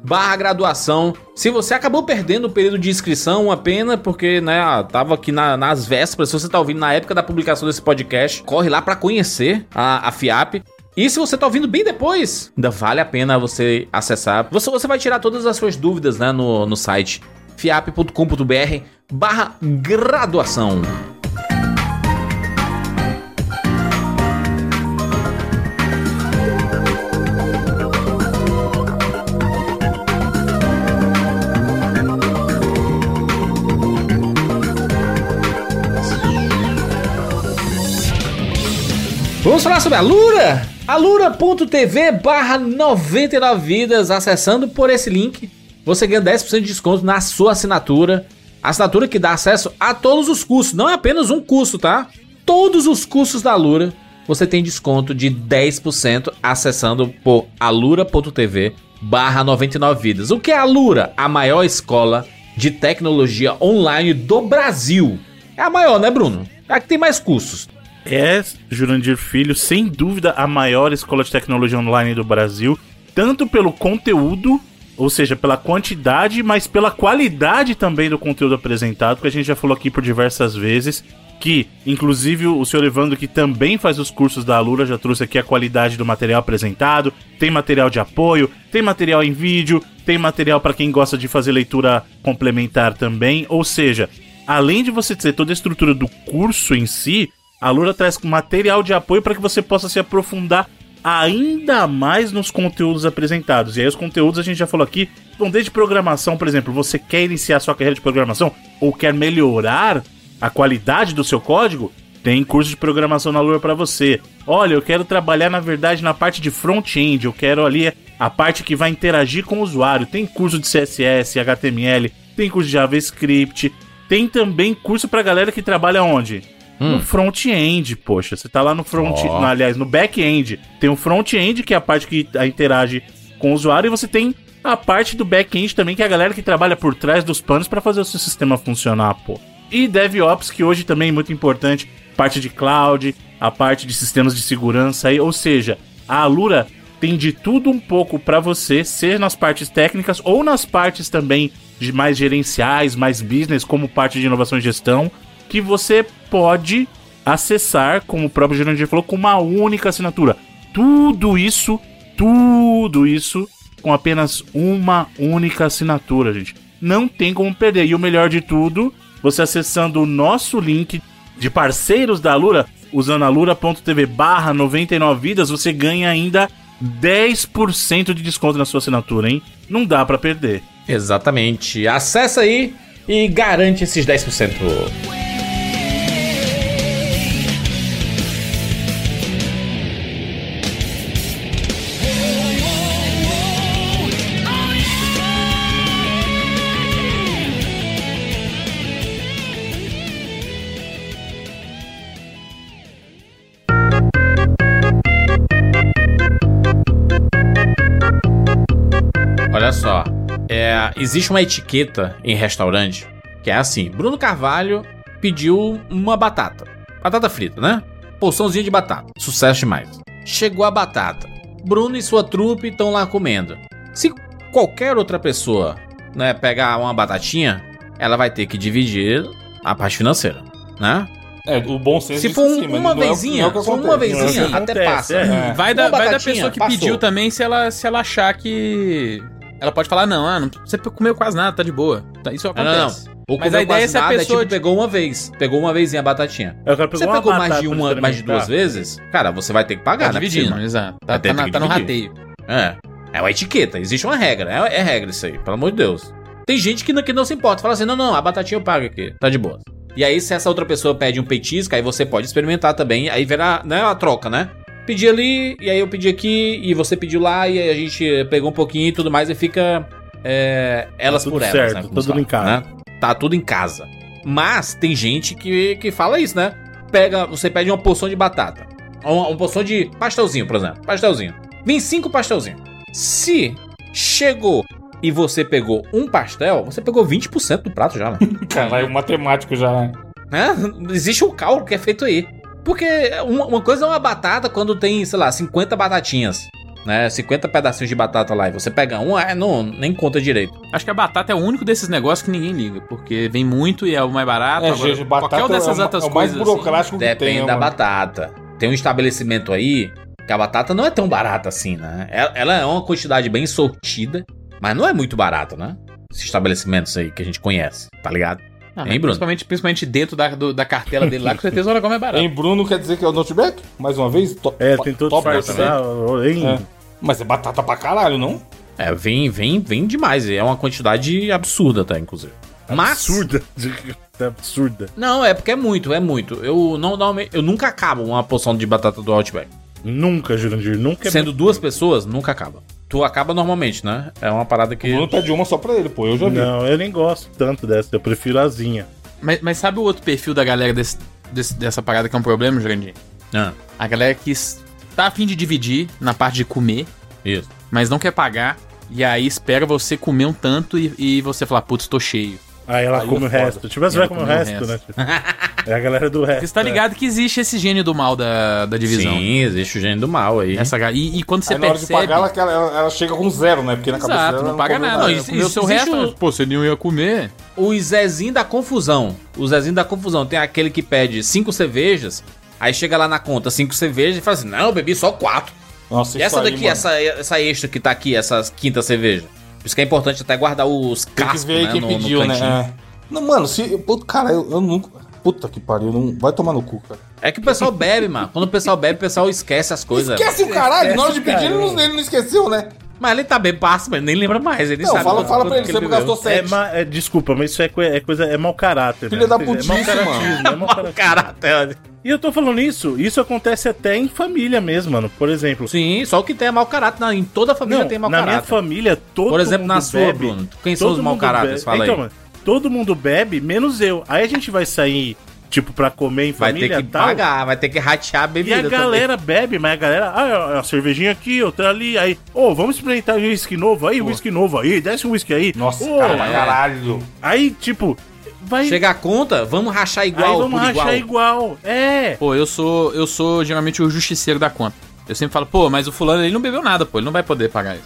A: barra graduação. Se você acabou perdendo o período de inscrição, uma pena, porque, né, ah, tava aqui na- nas vésperas. Se você tá ouvindo na época da publicação desse podcast, corre lá pra conhecer a, a FIAP. E se você tá ouvindo bem depois, ainda vale a pena você acessar. Você, você vai tirar todas as suas dúvidas, né, no, no site fiap.com.br barra graduação. Vamos falar sobre a Lura? Alura.tv barra 99 vidas. Acessando por esse link, você ganha 10% de desconto na sua assinatura. Assinatura que dá acesso a todos os cursos, não é apenas um curso, tá? Todos os cursos da Lura, você tem desconto de 10% acessando por alura.tv barra 99 vidas. O que é a Lura? A maior escola de tecnologia online do Brasil. É a maior, né, Bruno? É a que tem mais cursos.
C: É, Jurandir Filho, sem dúvida a maior escola de tecnologia online do Brasil, tanto pelo conteúdo, ou seja, pela quantidade, mas pela qualidade também do conteúdo apresentado, que a gente já falou aqui por diversas vezes, que inclusive o senhor Evandro, que também faz os cursos da Alura, já trouxe aqui a qualidade do material apresentado, tem material de apoio, tem material em vídeo, tem material para quem gosta de fazer leitura complementar também, ou seja, além de você ter toda a estrutura do curso em si, a Lura traz material de apoio para que você possa se aprofundar ainda mais nos conteúdos apresentados. E aí os conteúdos a gente já falou aqui, vão desde programação, por exemplo, você quer iniciar sua carreira de programação ou quer melhorar a qualidade do seu código? Tem curso de programação na Lura para você. Olha, eu quero trabalhar na verdade na parte de front-end, eu quero ali a parte que vai interagir com o usuário. Tem curso de CSS, HTML, tem curso de JavaScript, tem também curso pra galera que trabalha onde? No front-end, poxa. Você tá lá no front,
A: Ó.
C: no- aliás, no back-end. Tem o front-end, que é a parte que a- interage com o usuário, e você tem a parte do back-end também, que é a galera que trabalha por trás dos panos pra fazer o seu sistema funcionar, pô. E DevOps, que hoje também é muito importante, parte de cloud, a parte de sistemas de segurança aí, ou seja, a Alura tem de tudo um pouco pra você, seja nas partes técnicas ou nas partes também de mais gerenciais, mais business, como parte de inovação e gestão, que você pode acessar, como o próprio Jurandir falou, com uma única assinatura. Tudo isso, tudo isso com apenas uma única assinatura, gente. Não tem como perder. E o melhor de tudo, você acessando o nosso link de parceiros da Lura, usando a lura.tv barra 99 vidas, você ganha ainda 10% de desconto na sua assinatura, hein? Não dá pra perder.
A: Exatamente. Acessa aí e garante esses 10%. Olha só, é, existe uma etiqueta em restaurante que é assim: Bruno Carvalho pediu uma batata. Batata frita, né? Porçãozinha de batata. Sucesso demais. Chegou a batata. Bruno e sua trupe estão lá comendo. Se qualquer outra pessoa né, pegar uma batatinha, ela vai ter que dividir a parte financeira, né?
B: É, o bom senso
A: Se
B: diz
A: for
B: que sim,
A: um-
B: mas
A: uma
B: não é o-
A: vezinha,
B: não é o que
A: se for uma
B: acontece, não é o que
A: vezinha,
C: acontece,
A: até passa.
C: é.
B: É.
D: Vai da,
A: Uma
D: vai da
A: batatinha,
D: pessoa que
A: passou.
D: pediu tá? também se ela, se ela achar que. Ela pode falar, não, ah, não- você comeu quase nada, tá de boa. Tá, Isso
A: não,
D: acontece.
A: Ou
D: Mas
A: comer
D: a ideia
A: quase
D: é se a
A: nada,
D: pessoa
A: tipo,
D: de-
A: pegou uma vez, pegou uma vezinha a batatinha.
C: Eu quero
A: Você pegou mais de uma, mais de duas vezes, cara, você vai ter que pagar,
D: Tá
A: né? por
D: dividindo,
A: cima.
D: exato. Tá,
A: Vai ter
D: tá, na-
A: que
D: tá no
A: dividir.
D: rateio.
A: É. É uma etiqueta, existe uma regra. É, é regra isso aí, pelo amor de Deus. Tem gente que não, que não se importa, fala assim: não, não, a batatinha eu pago aqui, tá de boa. E aí, se essa outra pessoa pede um petisco, aí você pode experimentar também. Aí verá, né? A troca, né? Pedi ali, e aí eu pedi aqui, e você pediu lá, e aí a gente pegou um pouquinho e tudo mais, e fica é, elas
C: Tá tudo
A: por elas.
C: certo,
A: né, como
C: tudo
A: se fala,
C: em casa.
A: né? Tá tudo em casa. Mas tem gente que, que fala isso, né? Pega, você pede uma porção de batata. Uma, uma porção de pastelzinho, por exemplo. Pastelzinho. 25 pastelzinhos. Se chegou e você pegou um pastel, você pegou 20% do prato já, né?
B: Caralho, Tá, um matemático já. né?
A: né? Existe um cálculo que é feito aí. Porque uma, uma coisa é uma batata quando tem, sei lá, 50 batatinhas. Né? 50 pedacinhos de batata lá e você pega um, é, não, nem conta direito.
D: Acho que a batata é o único desses negócios que ninguém liga, porque vem muito e é o mais barato.
B: É,
D: agora,
B: gente, batata
D: qualquer dessas
B: é, o-
D: outras
B: é o mais
D: coisas. assim,
B: burocrático que
A: Depende
B: tem. né,
A: da
B: mano?
A: batata. Tem um estabelecimento aí que a batata não é tão barata assim, né? Ela, ela é uma quantidade bem sortida, mas não é muito barato, né? Esses estabelecimentos aí que a gente conhece, tá ligado?
D: Ah,
A: Hein, Bruno?
D: principalmente, principalmente dentro da, do- da cartela dele lá, com certeza o negócio é mais barato.
B: Em Bruno quer dizer que é o notebook? Mais uma vez? To-
C: É,
B: to-
C: tentou
B: top
C: disfarçar, hein?
B: É. Mas é batata pra caralho, não?
A: É, vem, vem, vem demais. É uma quantidade absurda, tá? Inclusive. Mas-
C: Absurda. É Absurda.
A: Não, é porque é muito, é muito. Eu não normalmente- eu nunca acabo uma porção de batata do Outback.
C: Nunca, Jurandir, nunca. é
A: Sendo duas pessoas, nunca acaba. Tu acaba normalmente, né? É uma parada
B: O Bruno
A: que
B: pede uma só pra ele, pô. Eu já vi.
C: Não, eu nem gosto tanto dessa. Eu prefiro asinha.
D: Mas, mas sabe o outro perfil da galera desse, desse- dessa parada que é um problema, Jurandir?
A: Ah,
D: A galera que s- tá afim de dividir na parte de comer,
A: isso.
D: mas não quer pagar, e aí espera você comer um tanto e, e você falar, putz, tô cheio.
C: Aí ela
B: Aí
C: come
B: é
C: o
B: foda.
C: resto. Tipo, você
D: Ela
C: vai comer o resto, né? Tipo, É a galera do resto.
D: Porque você tá
C: né?
D: ligado que existe esse gênio do mal da, da divisão.
A: Sim, existe o gênio do mal aí.
D: Essa, ga- e, e quando você
B: Aí na hora de
D: percebe...
B: pagar, ela, ela- ela chega com zero, né? Porque na cabeça
D: Exato,
B: dela
D: não paga
B: comeu
D: nada. Não,
A: isso-
D: comeu o seu
A: existe
D: resto,
A: o-
D: mas, pô, você não ia comer.
A: O Zezinho da confusão. O Zezinho da confusão. Tem aquele que pede cinco cervejas, aí chega lá na conta cinco cervejas e fala assim, não, eu bebi só quatro.
B: Nossa,
A: E
B: isso
A: essa
B: aí,
A: daqui,
B: mano.
A: essa, essa extra que tá aqui, essa quinta cerveja. Por isso que é importante até guardar os
B: Tem que
A: cascos,
B: ver aí
A: né,
B: quem
A: no- no
B: pediu, né?
A: cantinho.
B: É. Não, mano, se. Puta, cara, eu, eu nunca. Puta que pariu, não. Vai tomar no cu, cara.
A: É que o pessoal bebe, mano. Quando o pessoal bebe, o pessoal esquece as coisas.
B: Esquece o caralho, na hora de pedir ele não, ele não esqueceu, né?
A: Mas ele tá bem passo, ele nem lembra mais. Ele
B: Não,
A: sabe
B: fala,
A: tudo
B: fala pra ele,
A: que
B: você
A: bebeu.
B: gastou
C: É,
B: sete.
C: ma- é, desculpa, mas isso é, coi- é coisa. É mau caráter.
B: Filha da
C: Ou seja,
B: putíssima.
C: É mau caratismo. É mau
A: Mau
C: caratismo.
A: caráter.
C: E eu tô falando isso, isso acontece até em família mesmo, mano. Por exemplo.
A: Sim, só o que tem é mau caráter. na- em toda a família
C: Não,
A: tem mau
C: na minha
A: caráter.
C: família, todo
A: Por exemplo,
C: mundo
A: na sua,
C: bebe,
A: Bruno. Quem são
C: todo
A: os mau
C: mundo
A: caráteres?
C: bebe-
A: Fala aí.
C: Então, mano, todo mundo bebe, menos eu. Aí a gente vai sair, tipo, pra comer em
A: Vai
C: família
A: ter que
C: e tal.
A: pagar, vai ter que ratear a
C: E
A: bebida.
C: a galera bebe, mas a galera, ah, é uma cervejinha aqui, outra ali, aí, ô, vamos experimentar uísque novo aí, uísque novo aí, desce um uísque aí.
B: Nossa,
C: Ô,
B: cara, pra caralho.
C: Aí, tipo, vai.
A: também. Chega a conta, vamos rachar
C: aí
A: igual.
C: vamos
A: por
C: rachar
A: igual.
C: igual. É.
D: Pô, eu sou, eu sou geralmente o justiceiro da conta. Eu sempre falo, pô, mas o fulano ele não bebeu nada, pô, ele não vai poder pagar isso.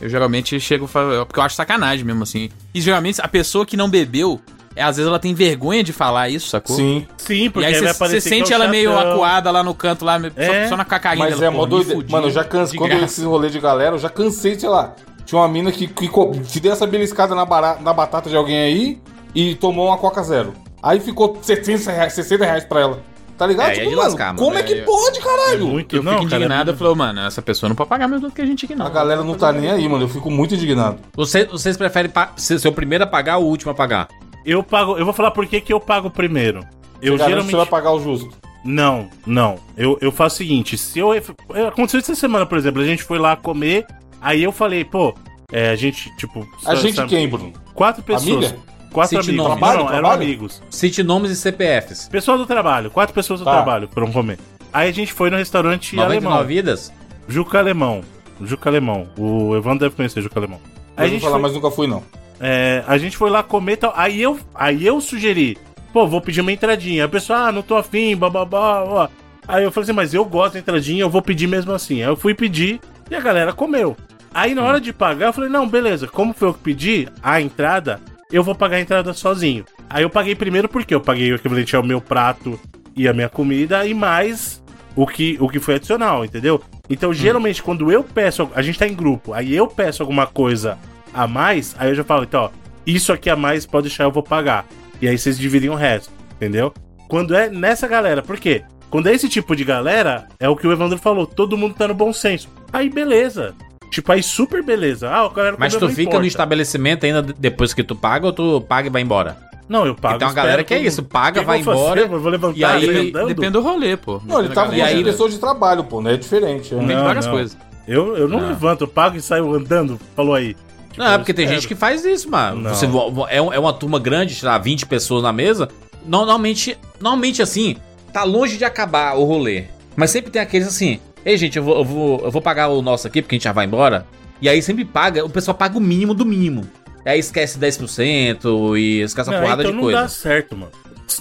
D: Eu geralmente chego, e falo- é porque eu acho sacanagem mesmo assim. E geralmente a pessoa que não bebeu, é, às vezes ela tem vergonha de falar isso, sacou?
B: Sim.
C: Sim,
D: E
C: porque
D: aí
C: aí vai
D: você
C: parecer que é o
D: sente ela meio
C: chatão.
D: acuada lá no canto, lá,
C: É.
D: só, só na cacarinha
B: Mas
D: dela,
B: é,
D: pô,
B: mó
D: me
B: doideira.
D: fudi
B: Mano, eu já
D: de
B: cansei. Quando eu
D: graça.
B: esses rolê de galera, eu já cansei, sei lá. Tinha uma mina que, que co- que deu essa beliscada na, bara- na batata de alguém aí e tomou uma Coca Zero. Aí ficou 60 reais, 60 reais pra ela. Tá ligado?
A: É, aí é de lascar, mano.
B: como é
A: É,
B: que
A: é-
B: pode, caralho?
C: Muito,
D: Eu
C: não,
D: fico
C: cara,
D: indignado,
C: é
D: eu falei, mano, essa pessoa não pode pagar mesmo do que a gente aqui não.
B: A galera não tá nem aí, mano. Eu fico muito indignado.
A: Você- vocês preferem pa- ser, ser o primeiro a pagar ou o último a pagar?
C: Eu pago, eu vou falar por que que eu pago primeiro. Eu
B: Eu garanto que
C: geralmente
B: você vai pagar o justo.
C: não, não. Eu, eu faço o seguinte, se eu é, aconteceu essa semana, por exemplo, a gente foi lá comer, aí eu falei, pô, é, a gente tipo
B: A
C: sabe-
B: gente
C: sabe,
B: quem, Bruno?
C: Quatro pessoas.
B: Família?
C: Quatro
A: Sente
C: amigos.
A: nome.
C: Não,
B: Trabalho,
C: eram
B: trabalho?
C: amigos.
A: Cite nomes e CPFs.
C: Pessoal do trabalho, quatro pessoas do
B: Tá.
C: trabalho foram comer. Aí a gente foi no restaurante
A: 99
C: alemão,
A: vidas?
C: Juca Alemão. Juca Alemão. O Evandro deve conhecer Juca Alemão.
B: Eu
C: Aí a
B: vou
C: gente
B: falar,
C: foi-
B: mas nunca fui, não.
C: É, a gente foi lá comer e tal. Aí eu, aí eu sugeri, pô, vou pedir uma entradinha. A pessoa, ah, não tô afim, bababá, ó. Aí eu falei assim, mas eu gosto da entradinha, eu vou pedir mesmo assim. Aí eu fui pedir e a galera comeu. Aí na hora de pagar, eu falei, não, beleza, como foi eu que pedi a entrada, eu vou pagar a entrada sozinho. Aí eu paguei primeiro porque eu paguei o equivalente ao meu prato e a minha comida e mais o que, o que foi adicional, entendeu?
A: Hum.
C: Então, geralmente, quando eu peço, a gente tá em grupo, aí eu peço alguma coisa a mais, aí eu já falo, então, ó, isso aqui a mais pode deixar, eu vou pagar. E aí vocês dividem o resto, entendeu? Quando é nessa galera, por quê? Quando é esse tipo de galera, é o que o Evandro falou, todo mundo tá no bom senso. Aí beleza. Tipo, aí super beleza. Ah, o galera
A: Mas tu
C: comeu, não
A: fica no
C: importa.
A: estabelecimento ainda de- depois que tu paga ou tu paga e vai embora?
C: Não, eu pago.
A: tem uma
C: espero
A: galera que é
C: todo
A: isso,
C: mundo.
A: paga,
C: O que
A: vai
C: eu vou fazer?
A: embora,
C: Eu vou levantar
A: e aí-
C: sair
A: Ele-
C: andando?
D: Depende do rolê, pô.
B: tá Não, ele tá tava
A: E aí-
B: com pessoas de trabalho, pô, né? É diferente. É.
D: Depende de
C: Não,
D: várias
C: não.
D: coisas.
C: Eu, eu não,
A: Não.
C: levanto, eu pago e saio andando. Falou aí. Tipo,
A: não, é porque
C: eu
A: tem
C: espero.
A: gente que faz isso, mano.
C: Não.
A: Você vo- vo- é, um- é uma turma grande, sei lá, 20 pessoas na mesa. Normalmente, normalmente assim, tá longe de acabar o rolê. Mas sempre tem aqueles assim, ei gente, eu vou, eu vou, eu vou pagar o nosso aqui porque a gente já vai embora. E aí sempre paga, o pessoal paga o mínimo do mínimo. Aí esquece 10% e esquece uma
C: Não,
A: porrada
C: então
A: de
C: não
A: coisa.
C: dá certo, mano.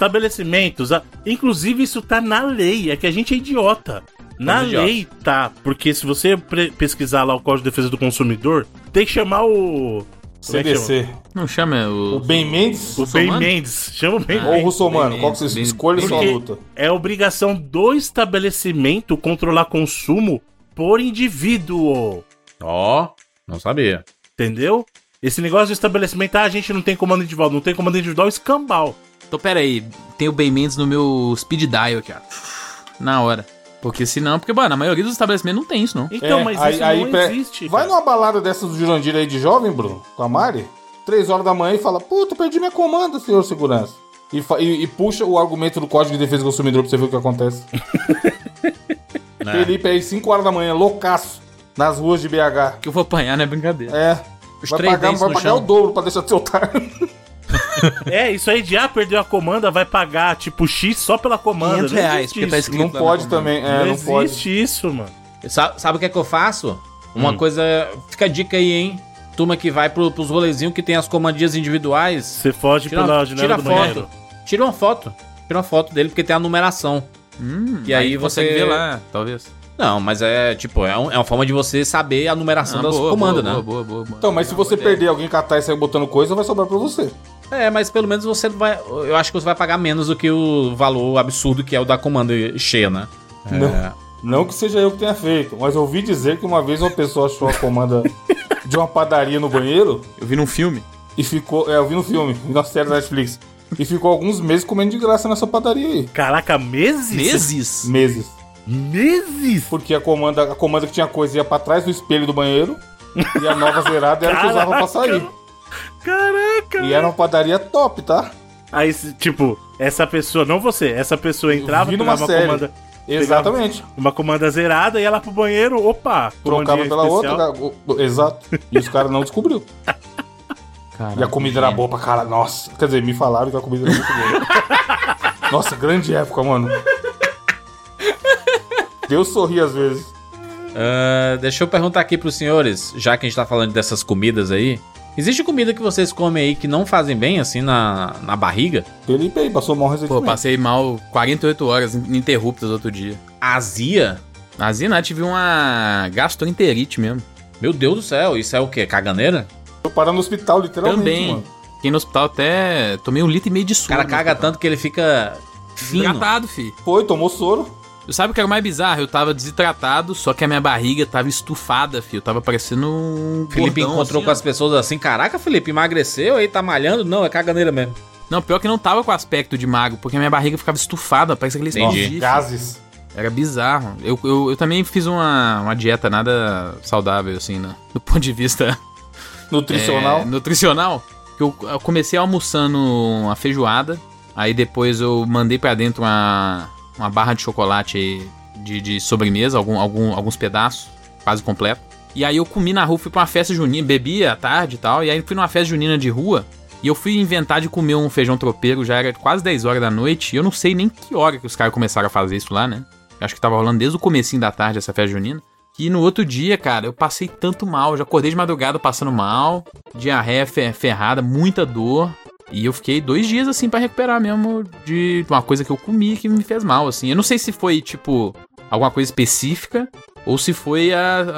C: Estabelecimentos, a- inclusive isso tá na lei, é que a gente é idiota. Na
A: Somos
C: lei tá, porque se você pre- pesquisar lá o Código de Defesa do Consumidor, tem que chamar o. Como é que
B: CDC.
D: Não chama
B: O
D: o.
B: Ben Mendes
C: O Ben
D: Russomano?
C: Mendes. Chama o Ben
D: Ah,
B: ou o
C: Mendes.
B: Russomano?
D: Ben
B: Qual que
D: Mendes,
B: você
D: Ben-
B: escolhe sua
C: Porque-
B: luta?
C: É obrigação do estabelecimento controlar consumo por indivíduo.
A: Ó, não sabia.
C: Entendeu? Esse negócio de estabelecimento, ah, a gente não tem comando individual, não tem comando individual, escambau.
D: Então, pera aí. Tem o Ben Mendes no meu speed dial aqui, ó. Na hora. Porque se não, porque, mano, a maioria dos estabelecimentos não tem isso, não.
C: Então,
B: É,
C: mas
B: aí-
C: isso
B: aí
C: não
B: pe-
C: existe.
B: Vai
C: cara.
B: numa balada dessa do Jurandir aí de jovem, Bruno, com a Mari, três horas da manhã e fala, puta, perdi minha comanda, senhor segurança. E, fa- e- e puxa o argumento do Código de Defesa do Consumidor pra você ver o que acontece.
A: Né?
B: Felipe aí, 5 horas da manhã, loucaço, nas ruas de BH.
D: Que eu vou apanhar, não é brincadeira.
B: É.
A: Os
B: vai
A: três
B: pagar,
A: dentes
B: vai
A: no
B: pagar
A: chão.
B: o dobro pra deixar de ser otário.
C: É, isso aí de ah, perdeu a comanda, vai pagar tipo X só pela comanda.
D: 500
C: Não
D: reais,
C: existe
D: porque tá
C: isso.
D: escrito
B: Não
D: lá
B: pode
D: na-
B: também, é,
C: não,
B: não pode.
C: existe isso, mano.
A: Sa- Sabe, o que é que eu faço?
D: Hum.
A: Uma coisa. Fica a dica aí, hein? Turma que vai pro, pros rolezinhos que tem as comandias individuais.
C: Você foge
A: Tira,
C: pela
A: tira
C: janela
A: a
C: do
A: foto.
C: banheiro.
A: Tira uma foto. Tira uma foto dele porque tem a numeração.
D: Hum,
A: E aí
D: tu
A: você-
D: consegue ver lá, talvez.
A: Não, mas é tipo, é, um- é uma forma de você saber a numeração
D: Ah,
A: das
D: boa,
A: comandas,
D: boa,
A: né?
D: Boa, boa, boa, boa.
B: Então, mas se você perder alguém catar e sair botando coisa, vai sobrar pra você.
A: É, mas pelo menos você vai. Eu acho que você vai pagar menos do que o valor absurdo que é o da comanda cheia, né?
B: Não.
A: É,
B: Não que seja eu que tenha feito, mas eu ouvi dizer que uma vez uma pessoa achou a comanda de uma padaria no banheiro
D: Eu vi num filme.
B: e ficou. É, eu vi no filme, vi na série da Netflix. E ficou alguns meses comendo de graça nessa padaria aí.
C: Caraca, meses?
D: Meses?
B: Meses.
C: Meses?
B: Porque a comanda, a comanda que tinha coisa ia pra trás do espelho do banheiro e a nova zerada era a que usava pra sair.
C: Caraca!
B: E era uma padaria top, tá?
C: Aí, se- tipo, essa pessoa, não você, essa pessoa entrava,
B: vi
C: pegava
B: numa
C: uma
B: série.
C: comanda,
B: Exatamente.
C: uma comanda zerada, ia lá pro banheiro, opa,
B: Trocava
C: comandinha
B: pela outra. né?
C: especial.
B: cara. O- o- Exato. E os caras não descobriu.
D: Caraca,
B: E a comida era
D: gente.
B: boa pra caralho. Nossa, quer dizer, me falaram que a comida era muito boa. Nossa, grande época, mano. Deus sorri às vezes.
A: Ah, deixa eu perguntar aqui pros senhores, já que a gente tá falando dessas comidas aí. Existe comida que vocês comem aí que não fazem bem, assim, na, na barriga?
B: Felipe aí, passou mal
D: Pô,
B: recentemente.
D: passei mal 48 horas in- ininterruptas outro dia.
A: Azia?
D: Na Zina, tive uma gastroenterite mesmo.
A: Meu Deus do céu, isso é o quê? Caganeira?
B: Tô parando no hospital, literalmente,
D: Também.
B: mano.
D: Fiquei no hospital até. Tomei um litro e meio de
A: O
D: suco.
A: cara caga tanto que ele fica fino.
D: Desidratado, fi.
B: Foi, tomou soro.
D: Eu Sabe o que era mais bizarro? Eu tava desidratado, só que a minha barriga tava estufada, fi. Eu tava parecendo um.
A: Felipe
D: gordão,
A: encontrou
D: assim,
A: com
D: ó.
A: as pessoas assim, caraca, Felipe, emagreceu aí, tá malhando? Não, é caganeira mesmo.
D: Não, pior que não tava com aspecto de mago, porque a minha barriga ficava estufada, parece que ele
A: Entendi.
D: explodia, fi.
B: Gases.
D: Era bizarro. Eu, eu, eu também fiz uma, uma dieta nada saudável, assim, né? Do ponto de vista
B: Nutricional.
D: É, nutricional. Que eu, eu comecei almoçando uma feijoada, aí depois eu mandei pra dentro uma, uma barra de chocolate de, de sobremesa, algum, algum- alguns pedaços, quase completo. E aí eu comi na rua, fui pra uma festa junina, bebi à tarde e tal, e aí fui numa festa junina de rua, e eu fui inventar de comer um feijão tropeiro, já era quase 10 horas da noite, e eu não sei nem que hora que os caras começaram a fazer isso lá, né? Acho que tava rolando desde o comecinho da tarde essa festa junina. E no outro dia, cara, eu passei tanto mal, já acordei de madrugada passando mal, diarreia fe- ferrada, muita dor. E eu fiquei dois dias assim pra recuperar mesmo de uma coisa que eu comi que me fez mal, assim. Eu não sei se foi, tipo, alguma coisa específica ou se foi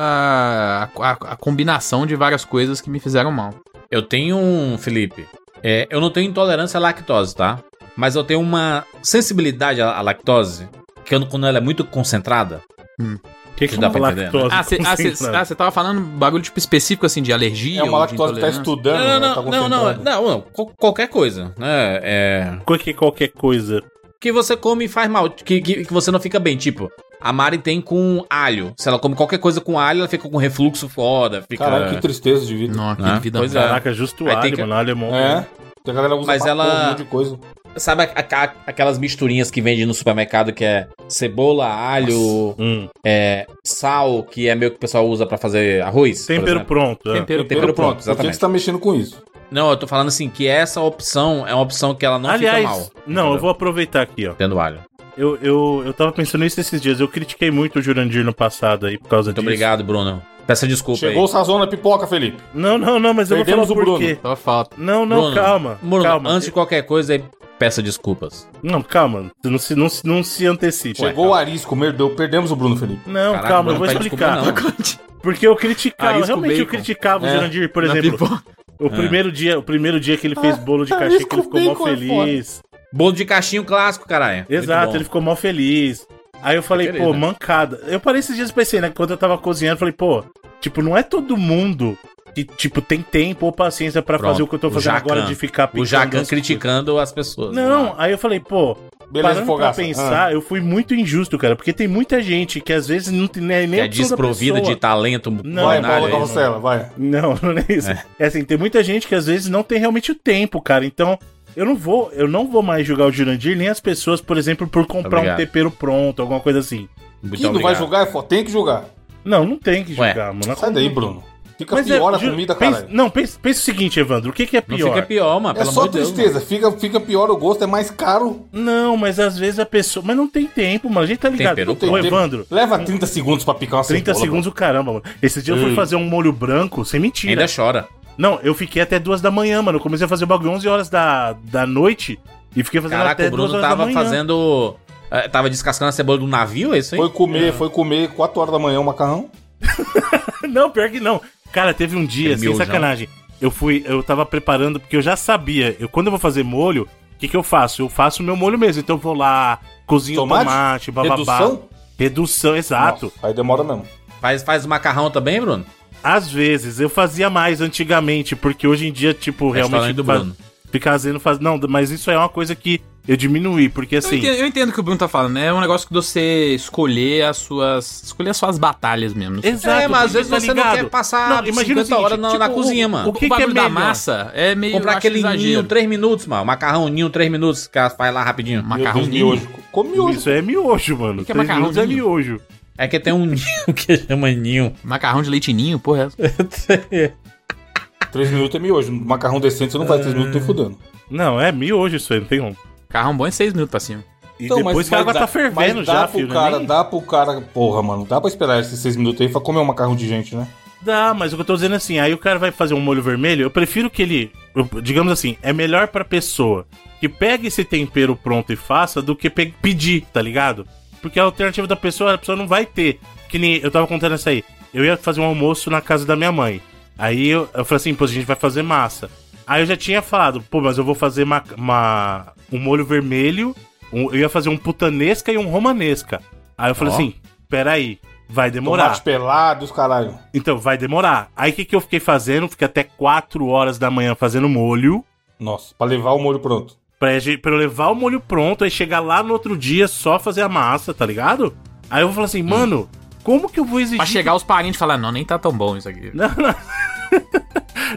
D: a, a, a, a combinação de várias coisas que me fizeram mal.
A: Eu tenho um, Felipe. é, eu não tenho intolerância à lactose, tá? Mas eu tenho uma sensibilidade à, à lactose, que eu- quando ela é muito concentrada.
C: O que, que
A: dá
C: uma
A: pra entender, né?
C: lactose
D: Ah, você
C: concentrada?
D: tava falando bagulho tipo específico, assim, de alergia?
B: É uma
D: ou de
B: lactose que tá
D: intolerância?
B: estudando,
A: não, não,
B: né? tá
A: não, não,
B: concentrada.
A: não, não, qual- qualquer coisa, né? É,
C: Qual que é qualquer coisa.
A: que você come e faz mal, que, que, que você não fica bem. Tipo, a Mari tem com alho. Se ela come qualquer coisa com alho, ela fica com refluxo foda. Fica...
B: Caralho, que tristeza de vida.
D: Não, aquele
A: Né?
D: vida
A: Pois é.
D: ruim.
C: Caraca, justo
A: Aí tem
C: alho,
A: que-
C: mano. Alho é bom.
B: É. A galera usa
A: Mas
B: pra
A: ela-
B: porra, um monte de coisa.
A: Sabe a- a- aquelas misturinhas que vende no supermercado que é cebola, alho,
C: Hum.
A: sal, que é meio que o pessoal usa pra fazer arroz? por
C: Tempero
A: exemplo?
C: pronto. é.
D: Tempero,
A: Tempero
D: pronto.
A: pronto,
B: Por que que
A: exatamente.
B: você tá mexendo com isso?
A: Não, eu tô falando assim, que essa opção é uma opção que ela não
C: Aliás,
A: fica mal.
C: não, eu
A: entendeu?
C: vou aproveitar aqui, ó.
A: Tendo alho.
C: Eu, eu, eu tava pensando nisso esses dias. Eu critiquei muito o Jurandir no passado aí por causa
A: Muito
C: disso.
A: obrigado, Bruno. Peça desculpa
B: Chegou o
A: aí.
B: sazão na pipoca, Felipe.
C: Não, não, não, mas eu
B: Perdemos
C: vou falar
B: o
C: por
B: Bruno.
A: é.
C: quê.
D: Só falta.
C: Não, não,
A: Bruno,
C: calma.
A: Bruno,
C: calma.
A: antes de qualquer coisa, aí, peça desculpas.
C: Não, calma. Não se, não, se, não se antecipe.
A: tá.
B: Chegou o Arisco, merdeu, perdemos o Bruno, Felipe.
C: Não,
A: Caraca,
C: calma, eu
A: tá não Ah,
C: vou
A: pede
C: explicar.
A: desculpa,
C: Porque eu criticava,
D: Arisco
C: realmente eu
D: bacon.
C: criticava o
B: É.
C: Jurandir, por
D: Na
C: exemplo.
D: pipoca.
A: É.
C: O primeiro dia, o primeiro dia que ele fez bolo de cachê, que
B: arisco
C: ele ficou mal
B: bacon é foda.
C: feliz.
A: Bolo de caixinho clássico, caralho. Muito
C: Exato,
A: bom. né?
C: ele ficou mal feliz. Aí eu falei,
A: Querido.
C: pô, mancada. Eu parei esses dias e pensei, né? Quando eu tava cozinhando, eu falei, pô, tipo, não é todo mundo que, tipo, tem tempo ou paciência pra
A: Pronto,
C: fazer o que eu tô
A: o
C: fazendo agora
A: Jacan.
C: de ficar
A: O
C: as
A: Jacan
C: coisas.
A: criticando as pessoas. né?
C: Não, aí eu falei, pô,
B: Beleza, Ah.
C: parando pra
B: fogaça.
C: pensar, eu fui muito injusto, cara, porque tem muita gente que às vezes não tem nem
A: Que
C: nem
A: é
C: opção da
A: desprovida
C: pessoa.
A: de talento
C: Não, é
B: vai,
A: culinário
B: Paula
A: aí, né?
B: Carrossela, vai.
C: Não, não é isso. É. assim, tem muita gente que às vezes não tem realmente o tempo, cara. Então, eu não vou, eu não vou mais julgar o Jurandir nem as pessoas, por exemplo, por comprar
A: Obrigado.
C: um tempero pronto, alguma coisa assim.
A: Muito
B: que não vai
A: obrigado.
B: julgar? é foda. Tem que julgar.
C: Não, não tem que
A: Ué,
C: julgar, mano.
B: Sai daí, Bruno. Fica
C: Mas é,
B: pior a
C: ju-
B: comida,
C: pensa-
B: caralho.
C: Não, pensa, pensa o seguinte, Evandro, o que, que é
A: Não
C: pior? Não,
A: fica pior, mano.
B: É
A: Pelo
B: só
A: amor de Deus,
B: tristeza. fica, fica pior o gosto, é mais caro.
C: mas às vezes a pessoa. Mas não tem tempo, mano. A gente tá ligado.
A: Tempero
C: Ô,
B: Tem-
C: Evandro.
B: Leva 30 segundos pra picar uma
C: 30
B: cebola,
C: segundos, o caramba, mano. Esse dia eu fui
B: Ei.
C: fazer um molho branco, sem
A: mano.
C: mentira.
A: Hum. Ainda chora.
C: Não, eu fiquei até duas da manhã, mano. Eu comecei a fazer o bagulho 11 horas da, da noite e fiquei fazendo
A: Caraca,
C: até
A: o Bruno
C: duas horas da
A: tava
C: manhã.
A: fazendo. eh, Tava descascando a cebola do navio, é isso aí?
B: Foi comer, foi comer 4 horas da manhã o macarrão.
C: Não, pior que não. Cara, teve um dia,
A: Aquele
C: sem
A: miojão.
C: sacanagem. Eu fui, eu tava preparando, porque eu já sabia. Eu, quando eu vou fazer molho, o que, que eu faço? Eu faço o meu molho mesmo. Então eu vou lá, cozinho
B: Tomate?
C: tomate, tomate bababá.
B: Redução?
C: Redução, exato.
B: Nossa, aí demora mesmo.
A: Faz, faz macarrão também, Bruno?
C: Às vezes, eu fazia mais antigamente, porque hoje em dia, tipo, realmente.
A: Restaurante do
C: fa-
A: Bruno.
C: Ficar fazendo, faz... não, mas isso aí é uma coisa que eu diminuí, porque
D: Eu,
C: assim.
D: entendo, eu entendo o que o Bruno tá falando, né? É um negócio que você escolher as suas. escolher as suas batalhas mesmo.
C: Exato,
A: é, mas às
C: porque
A: vezes
C: tá
A: você não
C: ligado?
A: quer passar
C: Não, imagina o
A: 50 horas
C: seguinte,
A: na, na
C: tipo,
A: cozinha, mano.
C: o que que
D: bagulho
C: é
D: da
C: melhor?
D: massa é meio. eu
A: Comprar
D: acho
A: aquele ninho
D: exagero.
A: 3 minutos, mano. Macarrão ninho 3 minutos, que ela faz lá rapidinho.
D: Macarrão
B: Meu Deus, miojo. Come miojo.
C: Isso é miojo, mano.
D: O que é
C: Três
D: macarrão
C: minutos é
D: ninho?
C: miojo.
A: É que tem um ninho que chama ninho.
D: Macarrão de leite ninho, porra. é-
B: 3 minutos é miojo. Macarrão decente você não faz 3 minutos nem fudendo.
C: Não, é miojo isso aí, não tem como.
D: Macarrão bom é 6 minutos pra cima.
C: E depois que a água
B: dá-
C: tá fervendo
B: Então, mas dá
C: já,
B: pro
C: filho. né?
B: cara,
C: Nem-
B: Dá pro cara... Porra, mano, dá pra esperar esses 6 minutos aí pra comer um macarrão de gente, né?
C: Dá, mas o que eu tô dizendo é assim, aí o cara vai fazer um molho vermelho, eu prefiro que ele, eu- digamos assim, é melhor pra pessoa que pegue esse tempero pronto e faça do que pe- pedir, tá ligado? Porque a alternativa da pessoa, a pessoa não vai ter. Que nem, eu tava contando isso aí, eu ia fazer um almoço na casa da minha mãe. Aí eu, eu falei assim, pô, a gente vai fazer massa. Aí eu já tinha falado, pô, mas eu vou fazer uma, uma- um molho vermelho, um- eu ia fazer um putanesca e um romanesca. Aí eu falei
A: Ó.
C: assim, peraí, vai demorar.
B: Tomate pelado, os caralho.
C: Então, vai demorar. Aí o que, que eu fiquei fazendo? Fiquei até 4 horas da manhã fazendo molho.
B: Nossa, pra levar o molho pronto.
C: Pra, ge- pra eu levar o molho pronto, aí chegar lá no outro dia só fazer a massa, tá ligado? Aí eu vou falar assim, mano, como que eu vou exigir.
D: Hum. Pra chegar os parentes e falar, não, nem tá tão bom isso aqui.
C: Não, não.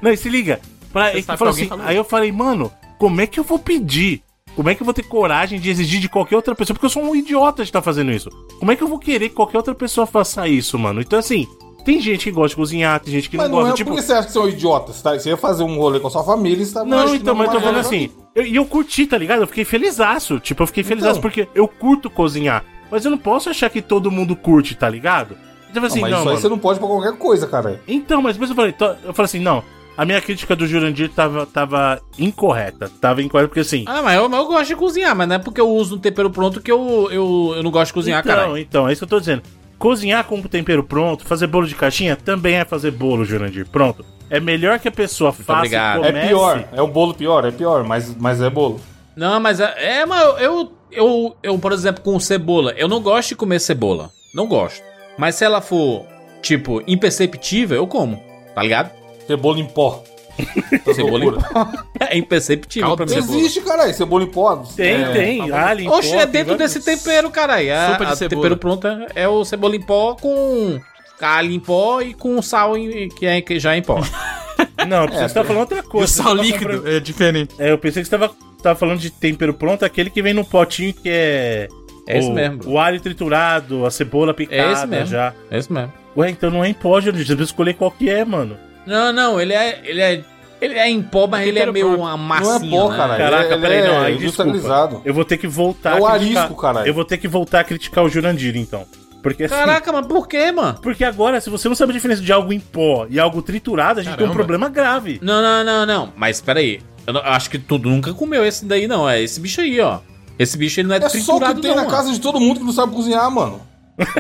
C: não, e se liga. Pra,
D: Você
C: é que
D: sabe
C: falou
D: que alguém
C: assim,
D: falou.
C: aí eu falei, mano, como é que eu vou pedir? Como é que eu vou ter coragem de exigir de qualquer outra pessoa? Porque eu sou um idiota de estar fazendo isso. Como é que eu vou querer que qualquer outra pessoa faça isso, mano? Então, assim, tem gente que gosta de cozinhar, tem gente que
B: Mas
C: não
B: não,
C: gosta.
B: é...
C: tipo,
B: Por que você acha que você é um idiota? Você, tá- você ia fazer um rolê com a sua família e você tá...
C: Não, então, mas eu tô falando
B: Mas-
C: assim. eu- E eu, curti, tá ligado? Eu fiquei felizaço. Tipo, eu fiquei felizaço porque eu curto cozinhar. Mas eu não posso achar que todo mundo curte, tá ligado? Então, assim,
B: mas
C: não,
B: isso aí
C: mano.
B: você não pode pra qualquer coisa, cara.
C: Então, mas depois eu falei, tô- eu falei assim, não. A minha crítica do Jurandir tava, tava incorreta. Tava incorreta, porque assim.
A: Ah, mas eu, mas eu gosto de cozinhar, mas não é porque eu uso um tempero pronto que eu, eu, eu não gosto de cozinhar,
C: então,
A: cara.
C: então, é isso que eu tô dizendo. Cozinhar com o tempero pronto, fazer bolo de caixinha, também é fazer bolo, Jurandir. Pronto. É melhor que a pessoa faça
A: obrigado.
C: e comece.
B: É pior, é um bolo pior, é pior, mas, mas é bolo.
A: Não, mas é, é mas eu, eu, eu, por exemplo, com cebola, eu não gosto de comer cebola. Não gosto. Mas se ela for, tipo, imperceptível, eu como. Tá ligado?
B: Cebola em pó. Essas
A: Cebola em
B: loucuras.
A: É imperceptível
D: Caldo
A: pra
D: de
A: mim.
D: cebola.
B: Existe, caralho, cebola em pó.
C: Tem,
B: É.
C: tem. Alien,
A: Oxe,
C: pó,
A: é
C: tem
A: dentro
C: vários-
A: desse tempero, caralho. É,
D: Sopa de
A: a-
D: cebola.
A: tempero pronto é- é o cebola em pó com alho em pó e com sal em- que, é, que já é em pó.
C: Não, você tá falando outra
D: E o
C: coisa.
D: sal
C: Você tá
D: líquido
C: comprando-
D: é diferente.
C: É, eu pensei que você tava, tava falando de tempero pronto, é aquele que vem no potinho que é.
A: É esse
C: o,
A: mesmo.
C: O alho triturado, a cebola picada
A: É esse mesmo.
C: já.
A: É isso mesmo.
C: Ué, então não é em pó, Júlio. Você precisa escolher qual que é, mano.
A: Não, não, ele é. Ele é, ele é em pó, mas ele é
D: Tempero
A: meio
D: pronto.
A: uma
B: Não é
A: massinha.
B: pó,
A: né?
B: caralho.
C: Caraca,
B: Ele- ele
C: peraí, não.
B: é
C: Aí, desculpa.
B: industrializado.
C: Eu vou ter que voltar
B: É o
C: a criticar-
B: arisco, caralho.
C: Eu vou ter que voltar a criticar o Jurandir, então. Porque assim.
A: Caraca, mas por quê, mano?
C: Porque agora, se você não sabe a diferença de algo em pó e algo triturado, a gente tem um
D: Caramba.
C: problema grave.
A: Não, não, não, não. Mas peraí. Eu não- acho que tu nunca comeu esse daí, não. É esse bicho aí, ó. Esse bicho ele não é,
B: É só o
A: triturado,
B: que tem
A: não,
B: na
A: mano.
B: casa de todo mundo que não sabe cozinhar, mano.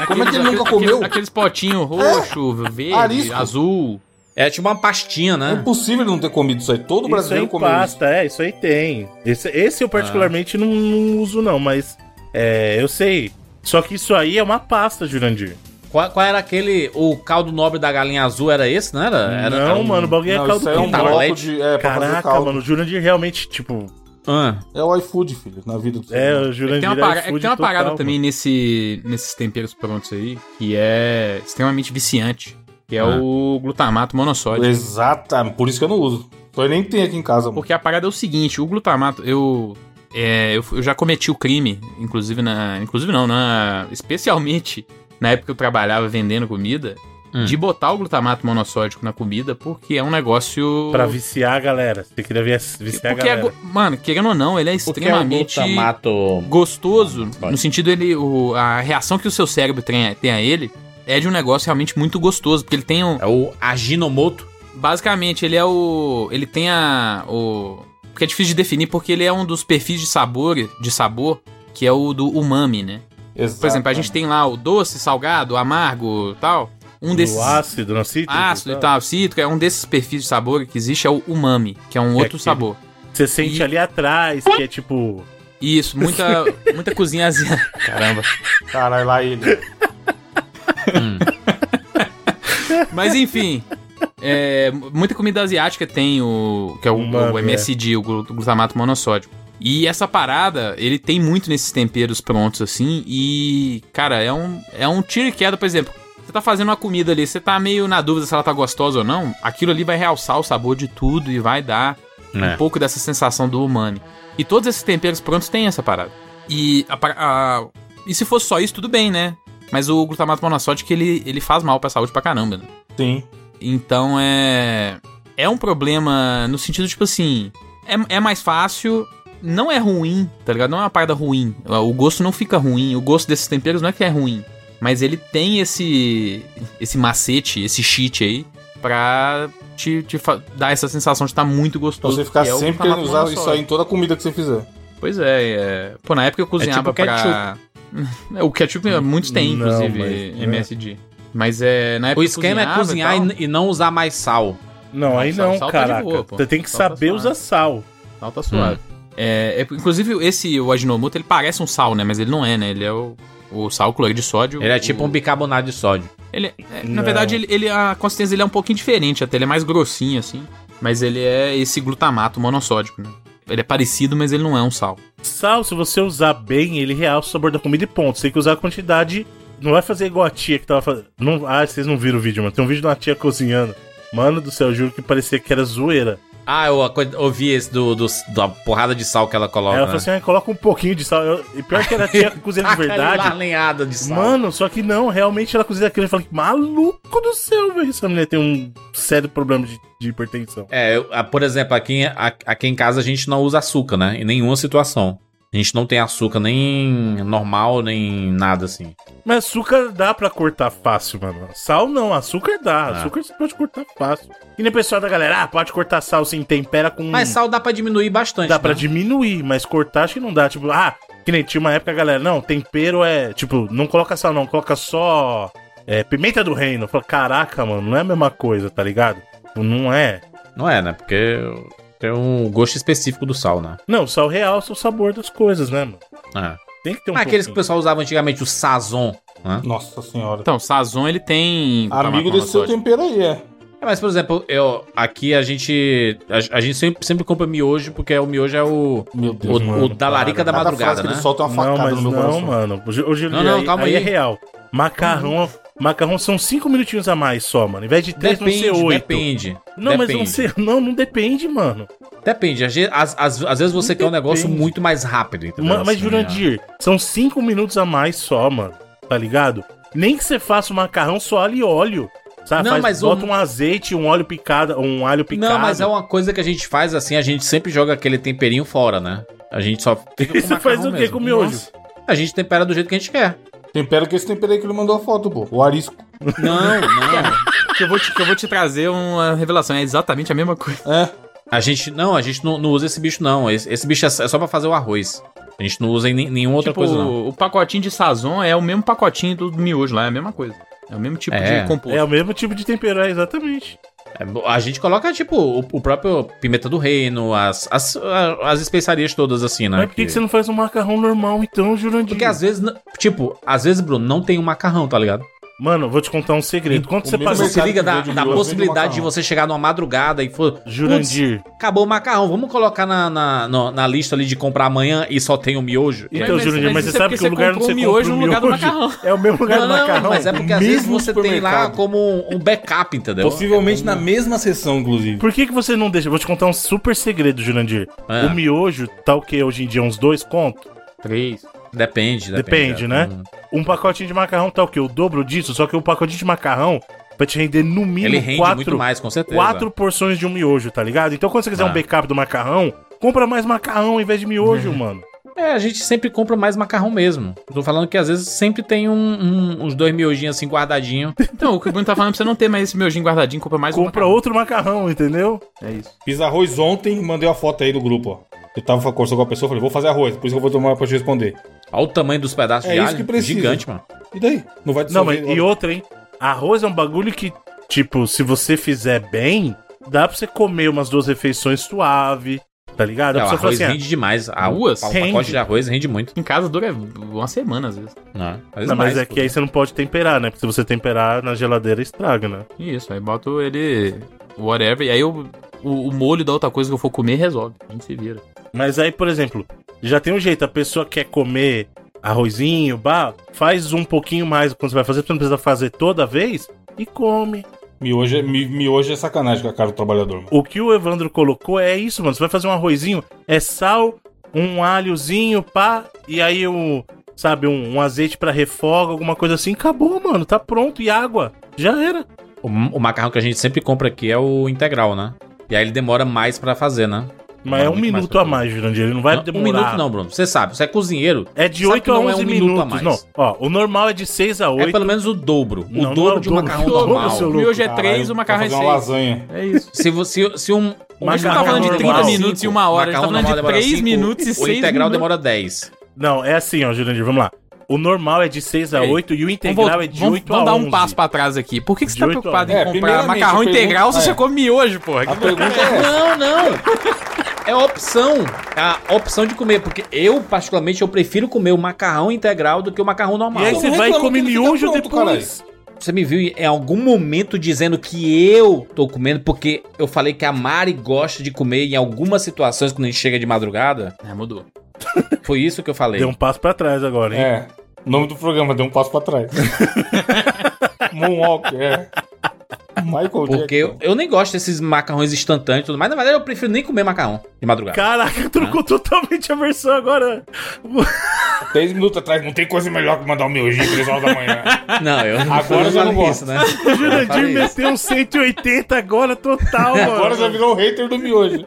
B: Como é que ele nunca
D: Aqueles,
B: comeu? É?
D: aqueles potinhos roxo, verde,
B: arisco.
D: azul.
A: É tipo uma pastinha,
B: É
A: né?
B: impossível ele não ter comido isso aí. Todo
C: Isso aí
B: brasileiro comeu isso.
C: pasta, é, isso aí tem. Esse, esse
A: Ah.
C: eu particularmente não, não uso, não, mas é, eu sei. Só que isso aí é uma pasta, Jurandir.
A: Qual, qual era aquele. O caldo nobre da galinha azul era esse, não era? era
C: não,
A: era um-
C: mano, o bagulho é
B: Não,
C: caldo
B: isso aí é um
A: tá
C: quente.
A: lá.
B: bloco de... É, pra fazer
C: Caraca,
B: caldo.
C: mano, o Jurandir realmente, tipo.
A: Ah.
B: É o iFood, filho, na vida do
C: É,
B: ser
C: o Jurandir
D: Tem uma,
C: é
D: para- é que
C: iFood
D: tem uma
C: total,
D: parada
C: mano.
D: também nesse, nesses temperos prontos aí, que é extremamente viciante, que é
A: Ah.
D: o glutamato
B: humano.
D: monossódico.
B: Exatamente, por isso que eu não uso. Então ele nem tem aqui em casa, mano.
D: Porque a parada é o seguinte, o glutamato, eu, é, eu, fu- eu já cometi o crime, inclusive na, inclusive não, na, especialmente na época que eu trabalhava vendendo comida,
A: Hum.
D: de botar o glutamato monossódico na comida, porque é um negócio...
C: Pra viciar a galera. Você queria vi- viciar a
D: porque é
C: galera.
D: go- Mano, querendo ou não, ele é
A: Porque é o
D: extremamente...
A: glutamato.
D: gostoso,
A: Pode.
D: no sentido ele o- a reação que o seu cérebro tem, tem a ele é de um negócio realmente muito gostoso, porque ele tem um,
A: É o aginomoto.
D: basicamente ele é o ele tem a o porque é difícil de definir porque ele é um dos perfis de sabor, de sabor que é o do umami, né?
B: Exatamente.
D: Por exemplo, a gente tem lá o doce, salgado, amargo, tal. Um desses
C: Do ácido, não é tipo, cítrico,
D: ácido e tal, cítrico, é um desses perfis de sabor que existe é o umami, que é um
C: É
D: outro
C: aquele-
D: sabor.
C: Você sente
D: E-
C: ali atrás, que é tipo.
D: Isso, muita muita cozinha asiática. Caramba.
B: Caralho, lá ele.
D: Mas enfim. é, mu- muita comida asiática tem o. Que é o,
C: Umami,
D: o MSD, o glu- glutamato monossódico. E essa parada, ele tem muito nesses temperos prontos, assim. E, cara, é um, é um tiro e queda, por exemplo. Você tá fazendo uma comida ali, você tá meio na dúvida se ela tá gostosa ou não. Aquilo ali vai realçar o sabor de tudo e vai dar um
A: É.
D: pouco dessa sensação do umami. E todos esses temperos prontos têm essa parada. E, a par- a- e se fosse só isso, tudo bem, né? Mas o glutamato monossódico, ele, ele faz mal pra saúde pra caramba, né?
B: Sim.
D: Então é. É um problema no sentido, tipo assim. É, é mais fácil. Não é ruim, tá ligado? Não é uma parada ruim. O gosto não fica ruim. O gosto desses temperos não é que é ruim. Mas ele tem esse. Esse macete, esse cheat aí. Pra te, te fa- dar essa sensação de estar muito
B: Pra
D: gostoso.
B: Então, você ficar
D: que é o
B: sempre querendo usar
D: glutamato
B: isso aí em toda a comida que você fizer.
D: Pois é, é. Pô, na época eu cozinhava
A: tipo
D: pra. É, o ketchup muitos têm,
C: Não,
D: inclusive,
C: mas-
D: MSG. Mas é. Na época
A: O
D: eu
A: esquema é
D: cozinhava e
A: cozinhar
D: tal.
A: e, e não usar mais sal.
C: Não,
D: Não,
C: aí
D: sal-
C: não,
D: sal tá de
C: caraca.
D: boa, pô.
C: você tem que
D: Sal tá
C: saber
D: suave.
C: usar sal.
D: Sal tá suave. É, é, inclusive, esse, o aginomoto, ele parece um sal, né? Mas ele não é, né? Ele é o, o sal cloreto de sódio.
A: Ele é tipo
D: O-
A: um bicarbonato de sódio.
D: ele é- é, na
C: Não.
D: verdade, ele, ele- a consistência dele é um pouquinho diferente até. Ele é mais grossinho, assim. Mas ele é esse glutamato monossódico, né? Ele é parecido, mas ele não é um sal.
C: Sal, se você usar bem, ele realça o sabor da comida e ponto. Você tem que usar a quantidade. Não vai fazer igual a tia que tava fazendo. Não... Ah, vocês não viram o vídeo, mano. Tem um vídeo de uma tia cozinhando. Mano do céu, eu juro que parecia que era zoeira.
A: Ah, eu aco- ouvi esse do, do- da porrada de sal que ela coloca. né?
C: Ela falou assim: ah, coloca um pouquinho de sal. Eu- E pior que era a tia que cozinha de
A: Aquela
C: verdade.
A: lenhada de sal.
C: Mano, só que não, realmente ela cozinha aquilo. Eu falei, maluco do céu, velho. Essa mulher tem um sério problema de, de hipertensão.
A: É, eu- ah, por exemplo, aqui, em- a- aqui em casa a gente não usa açúcar, né? Em nenhuma situação. A gente não tem açúcar nem normal, nem nada assim.
C: Mas açúcar dá pra cortar fácil, mano. Sal não, açúcar dá.
A: Ah.
C: Açúcar você pode cortar fácil. E nem o pessoal da galera, ah, pode cortar sal sim, tempera com.
A: Mas sal dá pra diminuir bastante.
C: Dá
A: né?
C: pra diminuir, mas cortar acho que não dá. Tipo, ah, que nem tinha uma época, a galera, não, tempero é. Tipo, não coloca sal, não, coloca só. é, pimenta do reino. Fala, caraca, mano, não é a mesma coisa, tá ligado? Tipo, Não é.
A: Não é, né? Porque tem um gosto específico do sal, né?
C: Não, sal realça o sabor das coisas, né, mano?
A: É.
C: Tem que ter um.
A: Mas aqueles que o
C: pouquinho.
A: pessoal usava antigamente, o sazon, né?
B: Nossa senhora.
D: Então, sazon, ele tem... glutamato
B: Amigo desse seu
D: monossódico.
B: tempero aí, é.
A: É, mas, por exemplo, eu, aqui a gente. A, a gente sempre, sempre compra miojo, porque o miojo é o.
B: Meu
A: O,
B: Deus.
A: o
C: mano,
A: da larica da
C: para.
B: Cada
A: madrugada,
B: frase que
A: né?
B: ele solta é uma
C: não,
B: facada
C: mas
B: no meu
C: não,
B: coração.
C: mano. O Ju- o Ju-
A: Não, não,
C: aí,
A: calma
C: aí é
A: aí.
C: real. Macarrão Macarrão são cinco minutinhos a mais só, mano. Em vez de três vão ser oito.
A: depende.
C: Não, mas vão
A: depende.
C: ser. Não, não depende, mano.
A: Depende. Às, ve- às- às- às vezes você quer um negócio
C: Depende.
A: muito mais rápido, entendeu?
C: Ma- mas,
A: Assim,
C: Jurandir, são cinco minutos a mais só, mano. Tá ligado? Nem que você faça o macarrão só alho e óleo. Sabe?
A: Não,
C: Faz-
A: mas
C: bota
A: o-
C: um azeite, um óleo picado, um alho
A: é.
C: picado.
A: Não, mas é uma coisa que a gente faz assim, a gente sempre joga aquele temperinho fora, né? A gente só fica com
C: Você faz o quê com o miojo?
A: Nossa. A gente tempera do jeito que a gente quer.
B: Tempero que esse tempero aí que ele mandou a foto, pô. O arisco.
A: Não, não.
D: Que eu, vou te, que eu vou te trazer uma revelação. É exatamente a mesma coisa.
B: É.
A: A gente não, a gente não, não usa esse bicho não. Esse, esse bicho é s- é só pra fazer o arroz. A gente não usa em nem- nenhuma outra
D: tipo,
A: coisa não.
D: o pacotinho de Sazon é o mesmo pacotinho do miojo lá, é a mesma coisa. É o mesmo tipo
A: É.
D: de composto.
C: É o mesmo tipo de tempero, é, exatamente.
A: É, bo- A gente coloca, tipo, o, o próprio Pimenta do Reino, as, as, a- as especiarias todas, assim, né?
C: mas por que, que você não faz um macarrão normal, então, Jurandir?
A: Porque às vezes, n- tipo, às vezes, Bruno, não tem um macarrão, tá ligado?
C: Mano, eu vou te contar um segredo. Quando
B: O
C: você
B: mesmo
A: Você
C: passa.
A: se
B: mercado
A: liga
B: que
A: da,
B: vende
A: da
B: miojo,
A: possibilidade
B: vende
A: de
B: macarrão.
A: você chegar numa madrugada e for.
C: Jurandir.
A: "Putz, Acabou o macarrão, vamos colocar na, na, no- na lista ali de comprar amanhã e só tem o miojo. E aí-
C: Então,
D: Mas-
C: Jurandir,
D: mas
C: mas,
D: isso
C: você
D: é
C: sabe
D: porque
C: que o
D: você
C: lugar onde você
D: comprou
C: compra
D: miojo
C: o
D: no lugar do
C: miojo
D: macarrão.
C: É o mesmo lugar
A: Não,
C: do
A: não,
C: macarrão.
A: mas é porque às
C: mesmo
A: vezes você tem lá
B: supermercado.
A: como um, um backup, entendeu?
B: Possivelmente na mesma sessão, inclusive.
C: Por que, que você não deixa? Vou te contar um super segredo, Jurandir.
A: É.
C: O miojo, tal que hoje em dia uns dois conto,
D: Três.
A: Depende, depende.
C: Depende, né?
A: Uhum.
C: um pacotinho de macarrão tal que o dobro disso, só que o pacotinho de macarrão vai te render no
A: Ele
C: mínimo
A: rende muito
C: quatro,
A: mais, com certeza.
C: quatro porções de um miojo, tá ligado? Então quando você quiser
A: Ah.
C: um backup do macarrão, compra mais macarrão ao invés de miojo, mano.
A: É, a gente sempre compra mais macarrão mesmo. Tô falando que às vezes sempre tem um, um- uns dois miojinhos assim guardadinho.
D: Então, o que o Bruno tá falando é pra você não ter mais esse miojinho guardadinho, compra mais um.
C: compra
D: macarrão.
C: outro macarrão, entendeu?
D: É isso.
B: Fiz arroz ontem, mandei uma foto aí do grupo, ó. Eu tava conversando com a pessoa, falei, vou fazer arroz, por isso que eu vou tomar pra te responder.
A: Olha o tamanho dos pedaços
B: É
A: de
B: isso
A: alho.
B: que precisa.
A: Gigante, mano.
B: E daí? Não vai
C: Não, mas
B: dissolver.
C: e outra, hein? Arroz é um bagulho que, tipo, se você fizer bem, dá pra você comer umas duas refeições suave, tá ligado? Dá
A: É, o
C: pra você falar
A: arroz
C: assim, ah,
A: rende demais. A,
D: Duas?
A: o
C: Rende.
A: pacote de arroz rende muito.
D: Em casa dura uma semana, às vezes.
A: Né? Às vezes
C: Não, mas
A: mais,
C: é
A: pô.
C: que aí você não pode temperar, né? Porque se você temperar na geladeira, estraga, né?
D: Isso, aí boto ele. Whatever. E aí o, o, o molho da outra coisa que eu for comer resolve. A gente se vira.
C: Mas aí, por exemplo, já tem um jeito, a pessoa quer comer arrozinho, bah, faz um pouquinho mais quando você vai fazer, porque você não precisa fazer toda vez e come.
B: Miojo, é- mi- miojo é sacanagem com a cara do trabalhador, mano.
C: O que o Evandro colocou é isso, mano. Você vai fazer um arrozinho, é sal, um alhozinho, pá, e aí um, sabe, um, um azeite pra refogo, alguma coisa assim, acabou, mano, tá pronto, e água. Já era.
A: O, o macarrão que a gente sempre compra aqui é o integral, né? E aí ele demora mais pra fazer, né?
C: Mas é um
A: Muito mais
C: minuto
A: pra
C: a mais, Jurandir, ele não vai
A: Não,
C: demorar.
A: Um minuto não, Bruno. Você sabe, você é cozinheiro.
C: É de
A: Sabe
C: 8
A: que
C: a
A: não é
C: 11
A: um
C: minutos.
A: minuto a mais.
C: Não, ó, o normal é de 6 a 8.
A: É pelo menos o dobro.
C: Não, não
A: o
C: é
A: dobro
C: o
A: de um
C: dobro.
A: macarrão
C: O
D: dobro,
A: normal.
C: seu
D: o
C: louco,
D: miojo é
B: Caralho,
D: três, o macarrão é
B: pra fazer uma
D: seis.
B: lasanha.
D: É isso.
A: Se, você, se, se um.
D: A gente não tá
C: Macarrão
D: falando de 30
C: normal.
D: minutos e uma hora, a gente tá
A: macarrão
D: falando de
A: normal demora
D: 3
A: cinco,
D: minutos e 6
A: O
D: minutos.
A: integral demora 10.
C: Não, é assim, ó, Jurandir, vamos lá. O normal é de 6 a
D: Ei,
C: 8 e o
D: Vamos,
C: integral
D: voltar-
C: é de
D: vamos-
C: 8
D: vamos
C: a
D: dar
C: 11.
D: um passo pra trás aqui. Por que, que você tá
C: De oito a
D: preocupado em
B: onze. É,
D: comprar
B: primeiramente,
D: macarrão
B: eu
D: integral se
B: pergunto-
D: você
B: é.
D: come miojo, porra?
B: A pergunta é essa.
A: Não, não. É opção. É a opção de comer. Porque eu, particularmente, eu prefiro comer o macarrão integral do que o macarrão normal.
C: E aí
B: Não
C: você vai e
B: reclama
C: come
B: que ele
C: miojo
B: fica pronto,
C: depois.
A: Você me viu em algum momento dizendo que eu tô comendo, porque eu falei que a Mari gosta de comer em algumas situações quando a gente chega de madrugada.
D: É, mudou.
A: Foi isso que eu falei.
C: Deu um passo pra trás agora, hein?
B: É. Nome do programa, deu um passo pra trás. Moonwalk, é. Michael
A: Porque eu,
B: Jackson.
A: eu nem gosto desses macarrões instantâneos e tudo mais. Na verdade, eu prefiro nem comer macarrão de madrugada.
C: Caraca, trocou totalmente a versão agora.
B: Três minutos atrás, não tem coisa melhor que mandar o miojinho três horas da manhã.
A: Não, eu
B: Agora eu já não
A: falei
B: gosto.
A: né?
C: O
A: Eu falei
C: Jurandir
A: isso.
C: meteu um 180 agora total, mano.
B: Agora já virou o hater do miojo.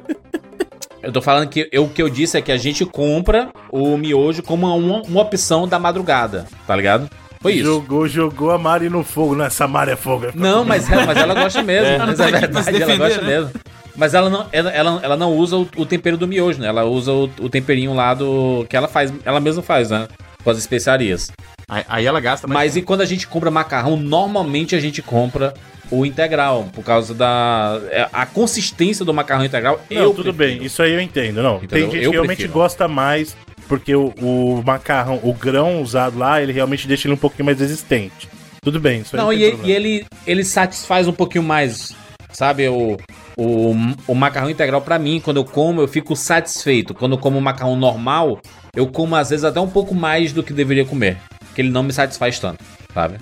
A: Eu tô falando que eu- o que eu disse é que a gente compra o miojo como uma, uma opção da madrugada, tá ligado? Foi isso.
C: Jogou, jogou a Mari no fogo. Não, essa Mari é fogo.
D: Tá
A: Não, mas, é- mas ela gosta mesmo.
D: Ela não
A: Mas
D: tá
A: é
D: aqui pra se
A: verdade, ela
D: defender,
A: gosta
D: né?
A: mesmo. Mas ela não, ela, ela, ela não usa o, o tempero do miojo, né? Ela usa o, o temperinho lá do. que ela faz, ela mesma faz, né? Com as especiarias.
D: Aí, aí ela gasta mais.
A: Mas e quando a gente compra macarrão, normalmente a gente compra o integral, por causa da. é, a consistência do macarrão integral.
C: Não, tudo
A: prefiro.
C: bem, isso aí eu entendo, não. Tem
A: Entendeu?
C: gente
A: Eu
C: que realmente
A: prefiro.
C: gosta mais, porque o, o macarrão, o grão usado lá, ele realmente deixa ele um pouquinho mais resistente. Tudo bem, isso aí
A: Não,
C: tem
A: e, e
C: problema.
A: ele, ele satisfaz um pouquinho mais, sabe? O, o, o macarrão integral, pra mim, quando eu como, eu fico satisfeito. Quando eu como um macarrão normal, eu
C: Uhum.
A: como às vezes até um pouco mais do que deveria comer. Que ele não me satisfaz tanto, sabe?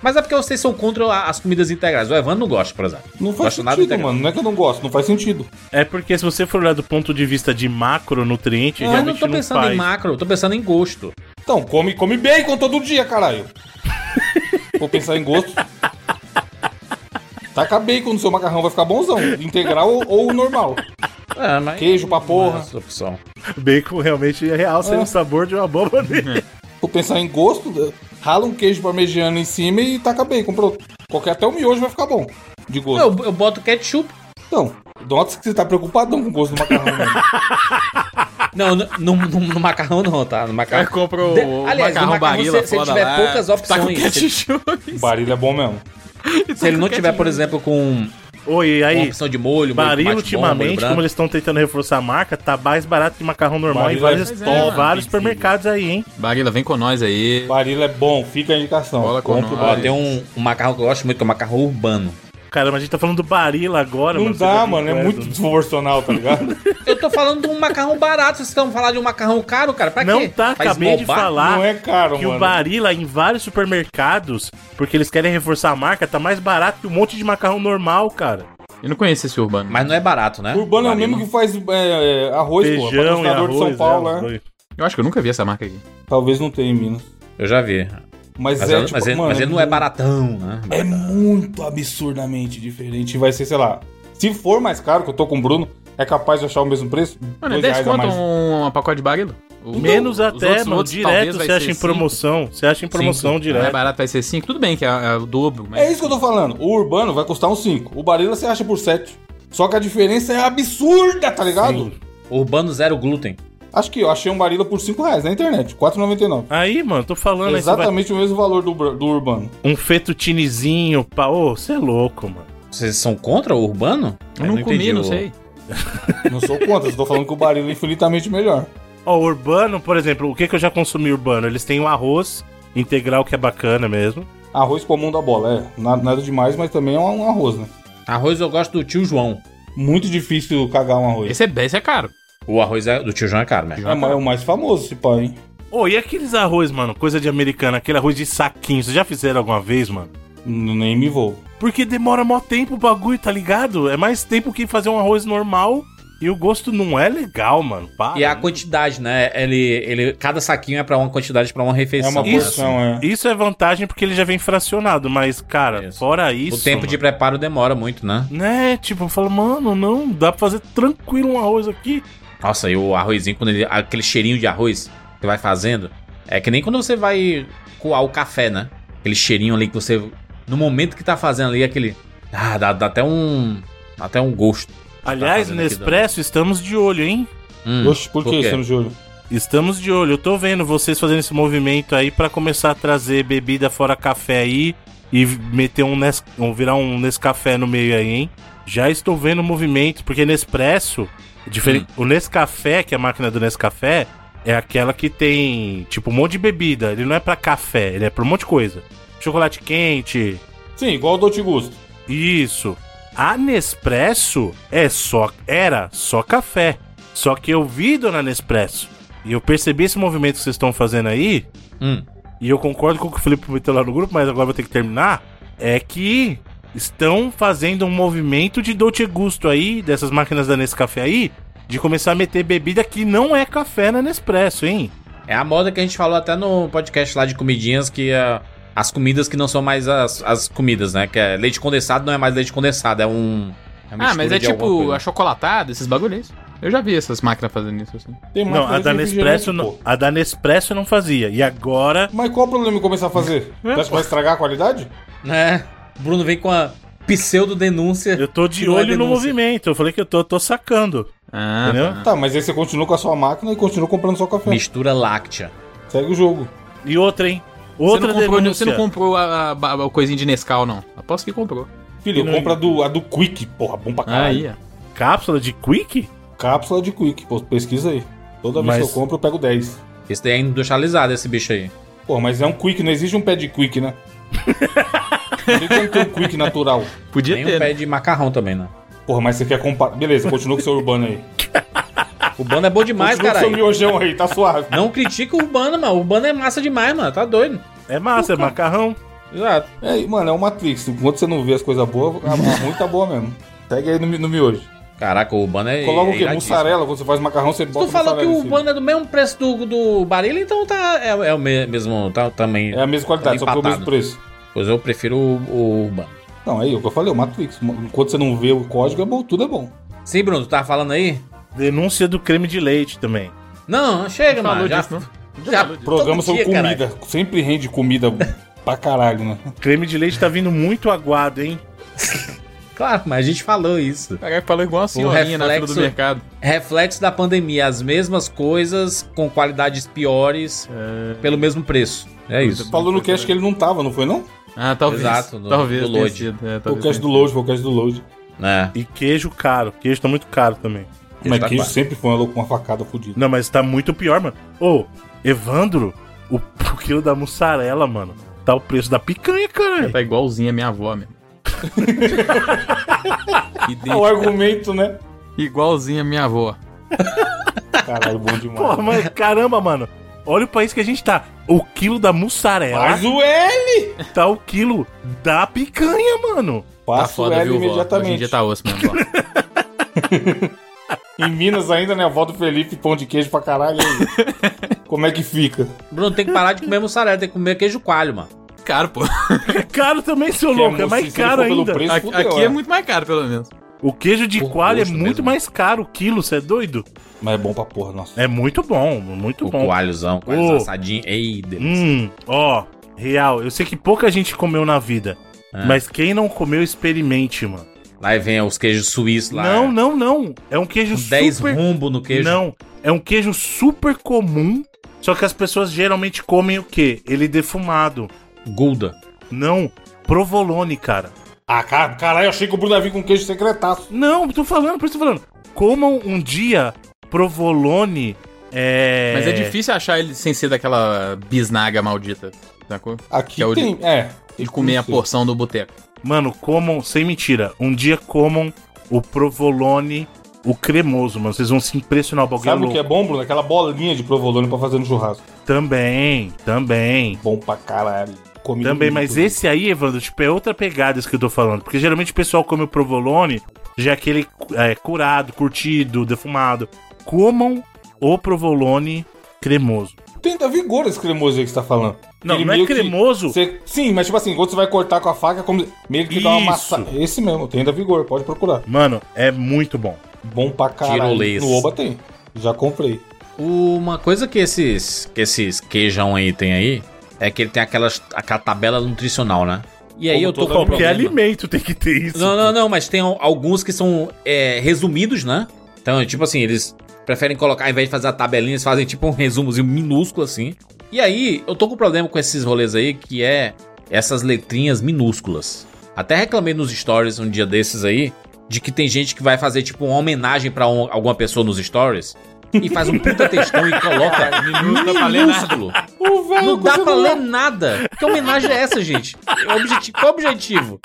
A: Mas é porque vocês são contra a- as comidas integrais. O Evandro não gosta, por exemplo.
B: Não faz
A: Gosto nada
B: sentido,
A: integral.
B: mano. Não é que eu não gosto, não faz sentido.
C: É porque se você for olhar do ponto de vista de macronutriente,
A: Não, Ah, eu não
C: realmente
A: tô
C: não,
A: pensando
C: faz.
A: em macro, eu tô pensando em gosto.
B: Então, come, come bacon todo dia, caralho. Vou pensar em gosto. Taca bacon no seu macarrão, vai ficar bonzão. Integral ou, ou normal.
A: É, mas...
B: Queijo pra porra.
A: Essa opção.
C: Bacon realmente realça
A: Ah.
B: É.
C: o sabor de uma bomba dele.
B: Vou pensar em gosto, rala um queijo parmegiano em cima e taca bacon. Pronto. Qualquer até o miojo vai ficar bom. De gosto.
A: Eu, eu boto ketchup.
B: Então, nota que você tá preocupadão com o gosto do macarrão. Né?
A: Não, no, no- no- no macarrão não, tá? No
D: Aí
C: É,
A: macarrão.
D: compra o
A: De-
D: o
A: aliás, o
D: macarrão
A: macarrão,
D: barila
A: se- se ele
D: foda
A: tiver
D: lá,
A: poucas
D: Tá com
A: opções,
D: ketchup.
B: Barilo é bom mesmo.
A: Se ele não tiver, por exemplo, com
C: Oi, e
A: uma
C: aí?
A: opção de molho, molho tomate
C: Baril,
A: bom, molho
C: É ultimamente,
A: branco.
C: como eles estão tentando reforçar a marca, tá mais barato que macarrão normal
B: Baril
C: em vários,
B: é
C: em
D: top,
C: vários supermercados aí, hein?
D: Barila, vem com nós aí.
B: Barilo é bom, fica a indicação.
D: Bola com
B: Compre o
D: nós.
A: Ó,
B: barilo.
A: tem um, um macarrão que eu gosto muito, que é o macarrão urbano.
C: Caramba, a gente tá falando do Barila agora,
B: Não
C: mano. tá
B: dá, mano, é muito desproporcional, tá ligado?
A: Eu tô falando de um macarrão barato, vocês estão falando de um macarrão caro, cara? Pra
C: Não
A: quê?
C: tá,
A: Pra
C: acabei de
A: esmobar?
C: falar.
B: Não é caro,
C: Que o
B: mano.
C: Barila em vários supermercados, porque eles querem reforçar a marca, tá mais barato que um monte de macarrão normal, cara.
D: Eu não conheço esse urbano.
A: Mas não é barato, né?
B: O Urbano é o
A: Barilo.
B: mesmo que faz é, é, arroz, pô. É
C: Feijão e
B: patrocinador
C: arroz,
B: de São Paulo,
C: é,
B: né?
C: arroz.
D: Eu acho que eu nunca vi essa marca aqui.
B: Talvez não tenha em Minas.
A: Eu já vi.
B: Mas,
A: Mas,
B: é,
A: ele-
B: tipo,
A: mas ele,
B: mano,
A: mas ele não é baratão, né?
B: É muito absurdamente diferente. E Vai ser, sei lá. Se for mais caro, que eu tô com o Bruno, é capaz de achar o mesmo preço?
D: Mano, é
B: Dois
D: 10
B: reais a
D: conto
B: mais.
D: um, um pacote de barilo? O-
C: Menos
D: os
C: até,
D: outros-
C: mano.
D: outros
C: Direto
D: talvez vai
C: você acha
D: ser
C: em
D: cinco.
C: promoção. Você acha em promoção
D: Cinco. Mais
C: direto.
D: barato vai ser 5? Tudo bem que é, é o dobro, mas...
B: É isso que eu tô falando. O Urbano vai custar uns 5. O Barilla você acha por 7. Só que a diferença é absurda, tá ligado?
C: Sim.
A: Urbano zero glúten.
B: Acho que eu achei um Barilla por 5 reais na internet. 4,99.
C: Aí, mano, tô falando. aí você vai-
B: Exatamente o mesmo valor do, Br- do Urbano.
C: Um fetutinezinho, pá. Ô, você é louco, mano.
A: Vocês são contra o urbano?
D: Eu não, comi,
A: entendi
D: não
A: o-
D: sei.
B: Não sou contra, só tô falando que o Barilla é infinitamente melhor.
C: Ó, o urbano, por exemplo, o que, que eu já consumi urbano? Eles têm o arroz integral, que é bacana mesmo.
B: Arroz comum da bola, é. Na- Nada demais, mas também é um arroz, né?
A: Arroz eu gosto do tio João.
B: Muito difícil cagar um arroz.
D: Esse é, esse é caro.
A: O arroz é- do tio João é caro, né?
B: É, mas é o mais famoso, esse pá, hein?
C: Ô, e aqueles arroz, mano? Coisa de americana, aquele arroz de saquinho. Vocês já fizeram alguma vez, mano?
B: N- Nem me envolvo.
C: Porque demora mó tempo o bagulho, tá ligado? É mais tempo que fazer um arroz normal e o gosto não é legal, mano. Para.
A: E a quantidade, né? Ele, ele, cada saquinho é pra uma quantidade, pra uma
B: É
A: refeição.
B: uma
A: né?
B: porção, é.
C: Isso é vantagem porque ele já vem fracionado, mas, cara,
A: Isso.
C: fora isso.
A: o tempo
C: mano,
A: de preparo demora muito, né?
C: Né? Tipo, eu falo, mano, não, dá pra fazer tranquilo um arroz aqui.
A: Nossa, e o arrozinho, quando ele. Aquele cheirinho de arroz que vai fazendo. É que nem quando você vai coar o café, né? Aquele cheirinho ali que você. No momento que tá fazendo ali, aquele. Ah, dá, dá até um. dá até um gosto.
C: Aliás,
A: fazendo aqui,
C: Nespresso, estamos de olho, hein?
A: Hum,
B: Oxe, por,
A: por
B: que,
A: quê?
B: Sam Júlio?
C: Estamos de olho. Eu tô vendo vocês fazendo esse movimento aí pra começar a trazer bebida fora café aí e meter um Nes... um- virar um Nescafé no meio aí, hein? Já estou vendo o movimento, porque Nespresso, diferen- o Nescafé, que é a máquina do Nescafé, é aquela que tem, tipo, um monte de bebida. Ele não é pra café, ele é pra um monte de coisa. Chocolate quente,
B: Sim, igual o Dolce Gusto.
C: isso. A Nespresso é só era só café. Só que eu vi Dona Nespresso e eu percebi esse movimento que vocês estão fazendo aí
A: Hum.
C: e eu concordo com o que o Felipe prometeu lá no grupo, mas agora vou ter que terminar. É que estão fazendo um movimento de Dolce Gusto aí dessas máquinas da Nescafé aí de começar a meter bebida que não é café na Nespresso, hein?
A: É a moda que a gente falou até no podcast lá de comidinhas, que ah, as comidas que não são mais as, as comidas, né? Que é leite condensado não é mais leite condensado, é um. é uma
D: Ah, mas
A: mistura
D: é
A: de alguma
D: tipo
A: coisa.
D: achocolatado, esses bagulhos. Eu já vi essas máquinas fazendo isso assim.
B: Tem mais
C: Não, a
B: coisa
C: da
B: de
C: Nespresso
B: refrigerante,
C: não,
B: pô.
C: a da Nespresso não fazia. E agora
B: Mas qual o problema em começar a fazer?
C: É,
B: Você acha que vai estragar a qualidade?
A: Né? Bruno vem com a pseudo-denúncia.
C: eu tô de
A: Não é
C: olho no
A: denúncia.
C: movimento. Eu falei que eu tô, tô sacando.
D: Ah,
C: Entendeu?
D: tá.
B: Tá, mas aí você continua com a sua máquina e continua comprando seu café.
A: Mistura láctea.
B: Segue o jogo.
C: E outra, hein?
D: Você
C: Outra
D: não comprou,
C: denúncia.
D: você não comprou a, a- a coisinha de Nescau, não. Aposto que comprou.
B: Filho,
C: Não.
B: eu compro a do, a do Quick, porra, bom pra
D: Aí,
B: caralho.
D: ó.
C: Cápsula de Quick?
B: Cápsula de Quick, pô, pesquisa aí. Toda vez
C: Mas-
B: que eu compro, eu pego 10.
A: Esse daí é industrializado, esse bicho aí.
B: Pô, mas é um Quick, não existe um pé de Quick, né? Por que que não tem um Quick natural?
D: Podia
A: Tem um
D: ter. né?
A: pé de macarrão também, né?
B: Porra, mas você quer comparar... Beleza, continua com seu Urbano aí.
A: O Urbano é bom demais,
B: continua com seu
A: caralho.
B: miojão aí, tá suave.
A: Não critica o Urbano, mano. O Urbano é massa demais, mano. Tá doido.
C: É massa, é macarrão.
A: Exato.
B: É, e, mano, é o Matrix. Enquanto você não vê as coisas boas, a a ruim tá boa mesmo. Segue aí no, mi- no miojo.
A: Caraca, o Urbano é.
B: Coloca
A: é
B: o quê?
A: iradíssimo.
B: Mussarela. Quando você faz macarrão, você
A: Tu
B: bota
A: falou que
B: mussarela
A: o
B: em cima.
A: Urbano é do mesmo preço do, do Barilla, então tá. É, é o me- mesmo tá, também.
B: É a mesma qualidade,
A: É
B: só que é o
A: empatado.
B: mesmo preço.
A: Pois eu prefiro o, o Urbano.
B: Não, é o que eu falei, o Matrix. Enquanto você não vê o código, é bom, tudo é bom.
A: Sim, Bruno, tu tava falando aí?
C: Denúncia do creme de leite também.
A: Não, chega,
D: Não
A: mano.
D: falou
A: Já,
D: disso,
A: já-
B: Programa
A: todo
B: sobre
A: dia, caralho.
B: comida. Sempre rende comida pra caralho, né?
C: Creme de leite tá vindo muito aguado, hein?
A: Claro, mas a gente falou isso.
D: Caraca, falou igual a senhorinha na fila do
A: reflexo-
D: mercado.
A: Reflexo da pandemia, as mesmas coisas com qualidades piores pelo mesmo preço. É isso.
B: Falou no cast que ele não tava, não foi não?
A: Tá
D: Ah, talvez.
A: Exato, no-
D: talvez.
A: do
D: tenha
A: load.
D: sido, é,
B: Foi o
D: talvez
B: cast do
D: tenha
B: Load, foi o cast do Load.
A: É.
C: E queijo caro. Queijo tá muito caro também.
B: Mas
A: tá
B: queijo
A: quase.
B: sempre foi uma, louca- uma facada fodida.
C: Não, mas tá muito pior, mano. Ô, Evandro, o, o quilo da mussarela, mano, tá o preço da picanha,
D: sido.
C: caralho.
D: Tá igualzinha a minha avó mesmo.
B: É o argumento, né?
D: Igualzinha a minha avó. Tá
B: Caralho, bom
C: Porra,
B: demais.
C: mas caramba, mano. Olha o país que a gente tá. O quilo da mussarela
B: Faz o L!
C: tá o quilo da picanha, mano.
D: Tá
B: Passa o
D: foda,
B: L
D: viu, vó? Hoje em
B: imediatamente.
D: dia tá osso mesmo, vó.
B: Em Minas ainda, né? A avó do Felipe, pão de queijo pra caralho. aí. Como é que fica?
A: Bruno, tem que parar de comer mussarela, tem que comer queijo coalho, mano.
D: Caro, pô.
C: É caro também, seu louco. É,
B: Se-
C: mais
B: se ele
C: caro
B: for pelo
C: ainda.
B: preço,
D: Aqui,
B: fudeu,
D: aqui
B: é.
D: é muito mais caro, pelo menos.
C: O queijo de
A: Por
C: coalho é
A: gosto
C: muito
A: mesmo.
C: mais caro. O quilo, você é doido?
B: Mas é bom pra porra, nossa.
C: É muito bom, muito
A: o
C: bom.
A: coalhozão, coalhozão
C: Ô.
A: assadinho. Ei, delícia.
C: Hum, ó, real. Eu sei que pouca gente comeu na vida.
A: É.
C: Mas quem não comeu, experimente, mano.
A: Lá vem os queijos suíços lá.
C: Não, não, não. É um queijo
A: 10
C: super.
A: rumbo no queijo.
C: Não, é um queijo super comum. Só que as pessoas geralmente comem o quê? Ele defumado.
A: Gouda.
C: Não, provolone, cara.
B: Ah, cara, caralho, eu achei que o Bruno ia vir com queijo secretaço.
C: Não, tô falando, por isso tô falando. Comam um dia provolone. É.
D: Mas é difícil achar ele sem ser daquela bisnaga maldita, sacou?
B: Aqui
D: Que é o
B: tem. É.
D: De comer a porção do boteco.
C: Mano, comam, sem mentira, um dia comam o provolone, o cremoso, mano. Vocês vão se impressionar, o bagulho é
B: Sabe o
C: louco.
B: que é bom, Bruno? Aquela bolinha de provolone pra fazer no churrasco.
C: Também, também.
B: Bom pra caralho. Comi
C: Também,
B: muito.
C: mas esse aí, Evandro, tipo, é outra pegada isso que eu tô falando. Porque geralmente o pessoal come o provolone, já é aquele é, curado, curtido, defumado. Comam o provolone cremoso.
B: Tem da vigor esse cremoso aí que você tá falando.
C: Não,
B: Ele
C: não é
B: meio que-
C: cremoso.
B: você- sim, mas tipo assim, quando você vai cortar com a faca, é como meio que dá uma
C: Isso.
B: massa. Esse mesmo, tem da vigor, pode procurar.
C: Mano, é muito bom.
B: Bom pra caralho.
A: Tirolês.
B: No Oba tem. Já comprei.
A: Uma coisa que esses, que esses queijão aí tem aí é que ele tem aquelas, aquela tabela nutricional, né? E aí
B: Como
A: eu tô
B: todo
A: com um
C: Qualquer
A: problema.
C: é alimento tem que ter isso.
A: Não, não, não, mas tem al- alguns que são é, resumidos, né? Então, é tipo assim, eles preferem colocar, ao invés de fazer a tabelinha, eles fazem tipo um resumozinho minúsculo assim. E aí, eu tô com um problema com esses rolês aí, que é essas letrinhas minúsculas. Até reclamei nos stories um dia desses aí, de que tem gente que vai fazer tipo uma homenagem pra um- alguma pessoa nos stories e faz um puta textão e coloca
D: dá pra ler nada.
A: minúsculo.
B: um
A: Não dá pra ler nada. Que homenagem é essa, gente? O objeti- Qual o objetivo?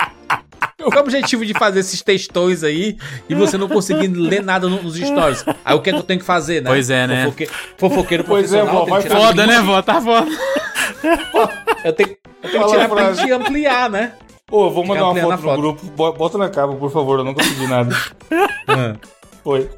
A: Qual o objetivo de fazer esses textões aí e você não conseguir ler nada no- nos stories? Aí o que é que eu tenho que fazer, né?
D: Pois é, né?
A: Fofoque- Fofoqueiro
B: Pois é,
A: profissional.
B: vó, vai
A: tem que tirar-
D: Foda, né, vó? Tá foda.
A: Eu tenho, eu tenho que
B: Fala
A: tirar
B: a
A: pra
B: frase.
A: gente ampliar, né?
B: Ô, eu vou
A: Fica
B: mandar uma
A: ampliando
B: foto,
A: a foto.
B: no grupo. Bo- Bota na capa, por favor, eu não consegui nada.
A: Ah.
B: Foi.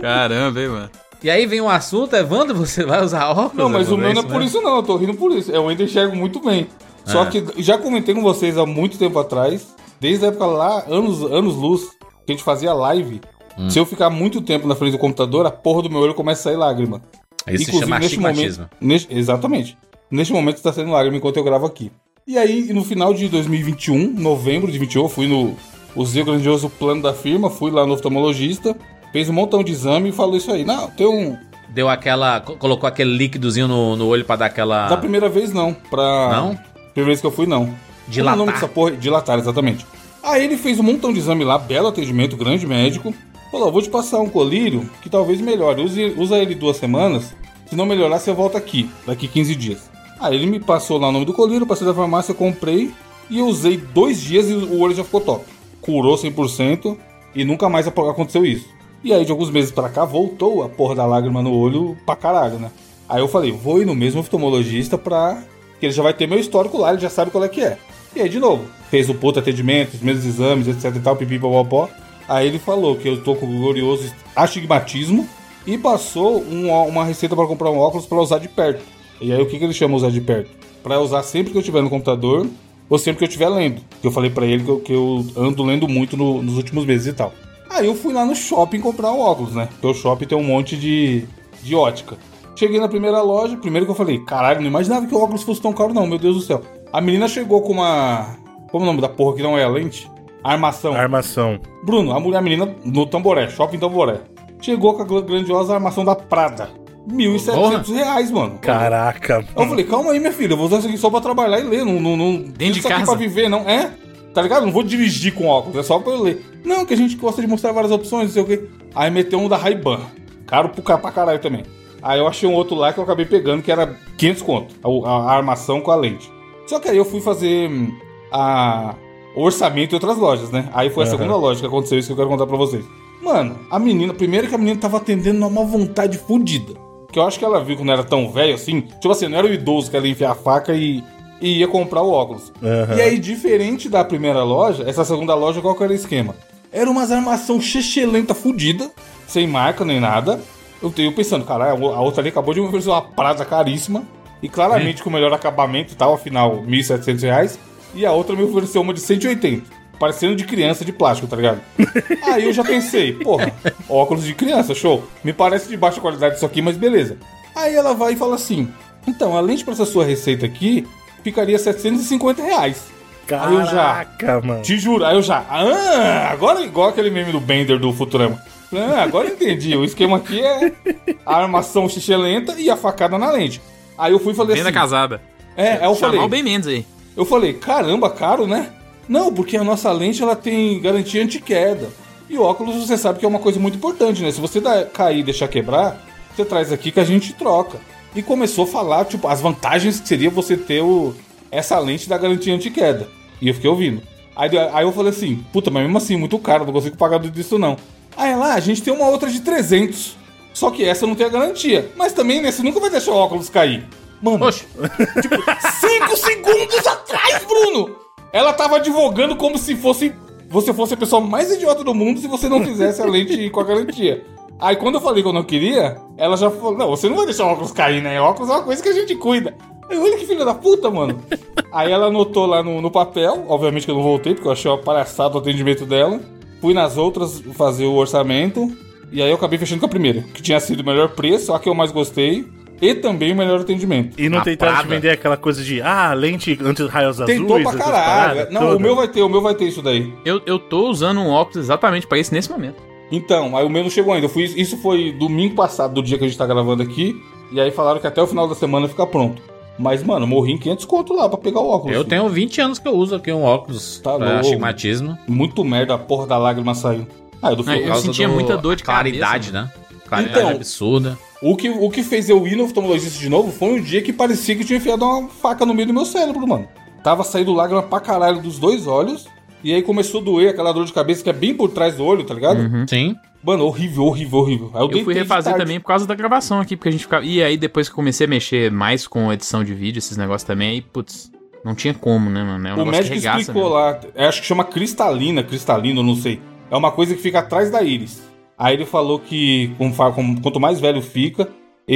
D: Caramba, hein, mano.
A: E aí vem um assunto, Evandro, você vai usar óculos? né?
B: Não, mas o
A: Evandro,
B: meu não é
A: isso
B: por
A: mesmo?
B: isso, não. Eu tô rindo por isso. É Eu ainda enxergo muito bem. Só
A: É.
B: que já comentei com vocês há muito tempo atrás, desde a época lá, anos, anos luz, que a gente fazia live.
A: Hum.
B: Se eu ficar muito tempo na frente do computador, a porra do meu olho começa a sair lágrima.
A: Isso se chama astigmatismo.
B: momento, neste- exatamente. Neste momento está sendo lágrima enquanto eu gravo aqui. E aí, no final de 2021, novembro de 21, eu fui no usei o grandioso plano da firma, fui lá no oftalmologista, fez um montão de exame e falou isso aí. Não, tem um
A: Deu aquela. co- Colocou aquele líquidozinho no, no olho pra dar aquela.
B: Da primeira vez, não. Pra...
A: Ah. Não?
B: Primeira vez que eu fui, não.
A: Dilatar.
B: Como é o nome dessa porra? Dilatar, exatamente. Aí ele fez um montão de exame lá, belo atendimento, grande médico. Falou, "Ó, vou te passar um colírio que talvez melhore. Use- usa ele duas semanas. Se não melhorar, você volta aqui, daqui 15 dias. Aí ele me passou lá o nome do colírio, passei da farmácia, comprei. E eu usei dois dias e o olho já ficou top. Curou 100% e nunca mais apo- aconteceu isso. E aí, de alguns meses pra cá, voltou a porra da lágrima no olho pra caralho, né? Aí eu falei, vou ir no mesmo oftalmologista pra. que ele já vai ter meu histórico lá, ele já sabe qual é que é. E aí, de novo, fez o puto atendimento, os mesmos exames, etc e tal, pipi, popopó. Aí ele falou que eu tô com glorioso astigmatismo e passou um ó- uma receita pra comprar um óculos pra usar de perto. E aí, o que, que ele chama usar de perto? Pra usar sempre que eu estiver no computador ou sempre que eu estiver lendo. Que eu falei pra ele que eu, que eu ando lendo muito no- nos últimos meses e tal. Aí eu fui lá no shopping comprar o óculos, né? Porque o shopping tem um monte de, de ótica. Cheguei na primeira loja, primeiro que eu falei, caralho, não imaginava que o óculos fosse tão caro, não, meu Deus do céu. A menina chegou com uma. Como é o nome da porra que não é a lente? Armação.
C: Armação.
B: Bruno, a mulher a menina no Tamboré, shopping Tamboré. Chegou com a gl- grandiosa armação da Prada.
A: Porra.
B: 1.700 reais, mano.
C: Caraca.
B: Eu falei, calma aí, minha filha, eu vou usar isso aqui só pra trabalhar e ler. Não, não, não
D: Dentro de
B: isso aqui
D: casa.
B: pra viver, não. É? Tá ligado? Não vou dirigir com óculos, é só pra eu ler. Não, que a gente gosta de mostrar várias opções, não sei o quê. Aí meteu um da Ray-Ban. Caro pro ca- pra caralho também. Aí eu achei um outro lá que eu acabei pegando, que era 500 conto. A, a armação com a lente. Só que aí eu fui fazer hum, a o orçamento em outras lojas, né? Aí foi a
C: Aham.
B: segunda loja que aconteceu isso que eu quero contar pra vocês. Mano, a menina, primeiro que a menina tava atendendo numa vontade fodida. Que eu acho que ela viu que não era tão velho assim. Tipo assim, não era o idoso que ela ia enfiar a faca e, e ia comprar o óculos.
C: Aham.
B: E aí, diferente da primeira loja, essa segunda loja, qual que era o esquema? Era umas armação chechelenta fudida, sem marca nem nada. Eu tenho pensando, caralho, a outra ali acabou de me oferecer uma prata caríssima. E claramente com o melhor acabamento e tal, afinal, R$ 1.700 reais. E a outra me ofereceu uma de 180. Parecendo de criança de plástico, tá ligado? Aí eu já pensei, porra, óculos de criança, show. Me parece de baixa qualidade isso aqui, mas beleza. Aí ela vai e fala assim: então, a lente pra essa sua receita aqui ficaria 750 reais. Aí eu já-
C: Caraca, mano.
B: Te juro, aí eu já. Ah, agora é igual aquele meme do Bender do Futurama. Ah, agora eu entendi. O esquema aqui é a armação xixelenta e a facada na lente. Aí eu fui e falei
D: Venda
B: assim.
D: casada.
B: É, aí eu
D: Chamar
B: falei.
D: o Tá bem menos aí.
B: Eu falei, caramba, caro, né? Não, porque a nossa lente ela tem garantia anti-queda. E óculos você sabe que é uma coisa muito importante, né? Se você dá, cair e deixar quebrar, você traz aqui que a gente troca. E começou a falar, tipo, as vantagens que seria você ter o, essa lente da garantia anti-queda. E eu fiquei ouvindo. Aí, aí eu falei assim, puta, mas mesmo assim, muito caro, não consigo pagar tudo isso não. Aí lá, a gente tem uma outra de 300. Só que essa não tem a garantia. Mas também, né, você nunca vai deixar o óculos cair. Mano,
A: Oxe,
B: Cinco segundos atrás, Bruno! Ela tava advogando como se fosse. Você fosse a pessoa mais idiota do mundo se você não fizesse a lente com a garantia. Aí quando eu falei que eu não queria, ela já falou: Não, você não vai deixar o óculos cair, né? O óculos é uma coisa que a gente cuida. Aí, olha que filha da puta, mano. Aí ela anotou lá no, no papel, obviamente que eu não voltei, porque eu achei uma palhaçada o atendimento dela. Fui nas outras fazer o orçamento. E aí eu acabei fechando com a primeira, que tinha sido o melhor preço, a que eu mais gostei, e também o melhor atendimento.
C: E não
A: A
C: tentaram te
A: Prada.
C: vender aquela coisa de, ah, lente anti-raios azuis,
B: Tentou pra
C: Tá essas
B: caralho.
C: paradas
B: Não,
C: todas.
B: o meu vai ter, o meu vai ter isso daí.
D: Eu, eu tô usando um óculos exatamente pra isso nesse momento.
B: Então, aí o meu não chegou ainda. Eu fui, isso foi domingo passado, do dia que a gente tá gravando aqui. E aí falaram que até o final da semana fica pronto. Mas, mano, morri em 500 conto lá pra pegar o óculos.
A: eu tenho 20 anos que eu uso aqui um óculos
B: Tá
A: pra
B: louco.
A: astigmatismo.
B: Muito merda, a porra da lágrima saiu. Ah, é do
D: Aí, Eu
B: filme.
A: causa
D: sentia
A: do-
D: muita dor de
A: claridade, né? Claridade
B: Então-
A: absurda.
B: O que, o que fez eu ir no oftalmologista de novo foi um dia que parecia que tinha enfiado uma faca no meio do meu cérebro, mano. Tava saindo lágrima pra caralho dos dois olhos. E aí começou a doer aquela dor de cabeça que é bem por trás do olho, tá ligado?
A: Sim.
B: Mano, horrível, horrível, horrível. Aí eu,
D: Uhum. Eu
B: deitei
D: fui
B: de
D: refazer
B: tarde.
D: também por causa da gravação aqui, porque a gente ficava. E aí, depois que eu comecei a mexer mais com edição de vídeo, esses negócios também, aí, putz, não tinha como, né, mano? É um
B: o
D: negócio
B: médico
D: que regaça.
B: explicou
D: mesmo.
B: lá, é, acho que chama cristalina, cristalino, não sei. É uma coisa que fica atrás da íris. Aí ele falou que como fa- como- quanto mais velho fica,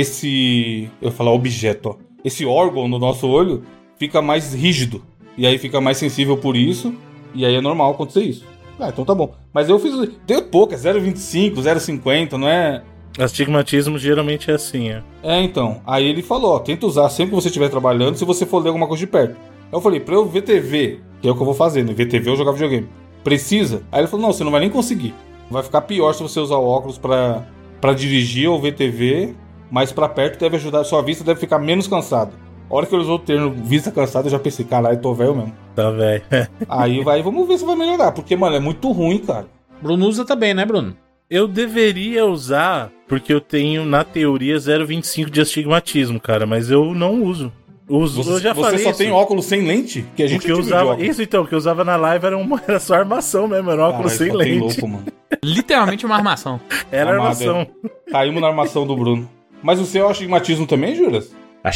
B: esse. Eu ia falar objeto, ó. Esse órgão no nosso olho fica mais rígido. E aí fica mais sensível por isso. E aí é normal acontecer isso. Ah, então tá bom. Mas eu fiz. Deu pouco, é 0,25, 0,50, não é.
C: Astigmatismo geralmente é assim, é.
B: É, então. Aí ele falou, ó, tenta usar sempre que você estiver trabalhando, se você for ler alguma coisa de perto. Aí eu falei, pra eu ver TV, que é o que eu vou fazer, né? Ver TV ou jogar videogame. Precisa? Aí ele falou, não, você não vai nem conseguir. Vai ficar pior se você usar o óculos pra, pra dirigir ou ver TV, mas pra perto deve ajudar, sua vista deve ficar menos cansada. A hora que ele usou o termo vista cansada, eu já pensei, caralho, tô velho mesmo.
C: Tá, velho.
B: Aí vai, vamos ver se vai melhorar, porque, mano, é muito ruim, cara.
A: Bruno usa também, né, Bruno?
C: Eu deveria usar, porque eu tenho, na teoria, 0,25 de astigmatismo, cara, mas eu não uso. Uso,
B: Você,
C: eu já
B: você
C: falei
B: só
C: isso.
B: tem óculos sem lente? Que a
C: O
B: gente
C: que eu
B: divide
C: usava,
B: óculos.
C: isso então, o que eu usava na live era, uma, era só armação mesmo, era um
B: Caralho,
C: óculos sem
B: só tem
C: lente.
B: louco, mano.
D: Literalmente uma armação.
C: Era
B: Amado,
C: armação.
B: Caímos na armação do Bruno. Mas o seu é astigmatismo também, Juras?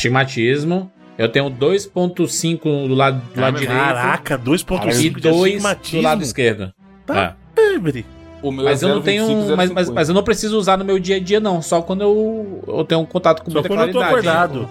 A: Astigmatismo. Eu tenho 2.5 do lado, do lado direito
C: Ah, Caraca,
A: é. e
C: 2.5
A: 2
C: de
A: do lado
C: astigmatismo.
A: esquerdo.
C: Tá.
A: É.
C: Pebre.
B: O meu é
A: Mas eu não
B: 0,25,
A: tenho. Mas, mas,
B: 0,50.
A: mas eu não preciso usar no meu dia a dia, não. Só quando eu, eu tenho um contato com
C: Só
A: muita
C: quando eu tô
A: claridade.
C: acordado.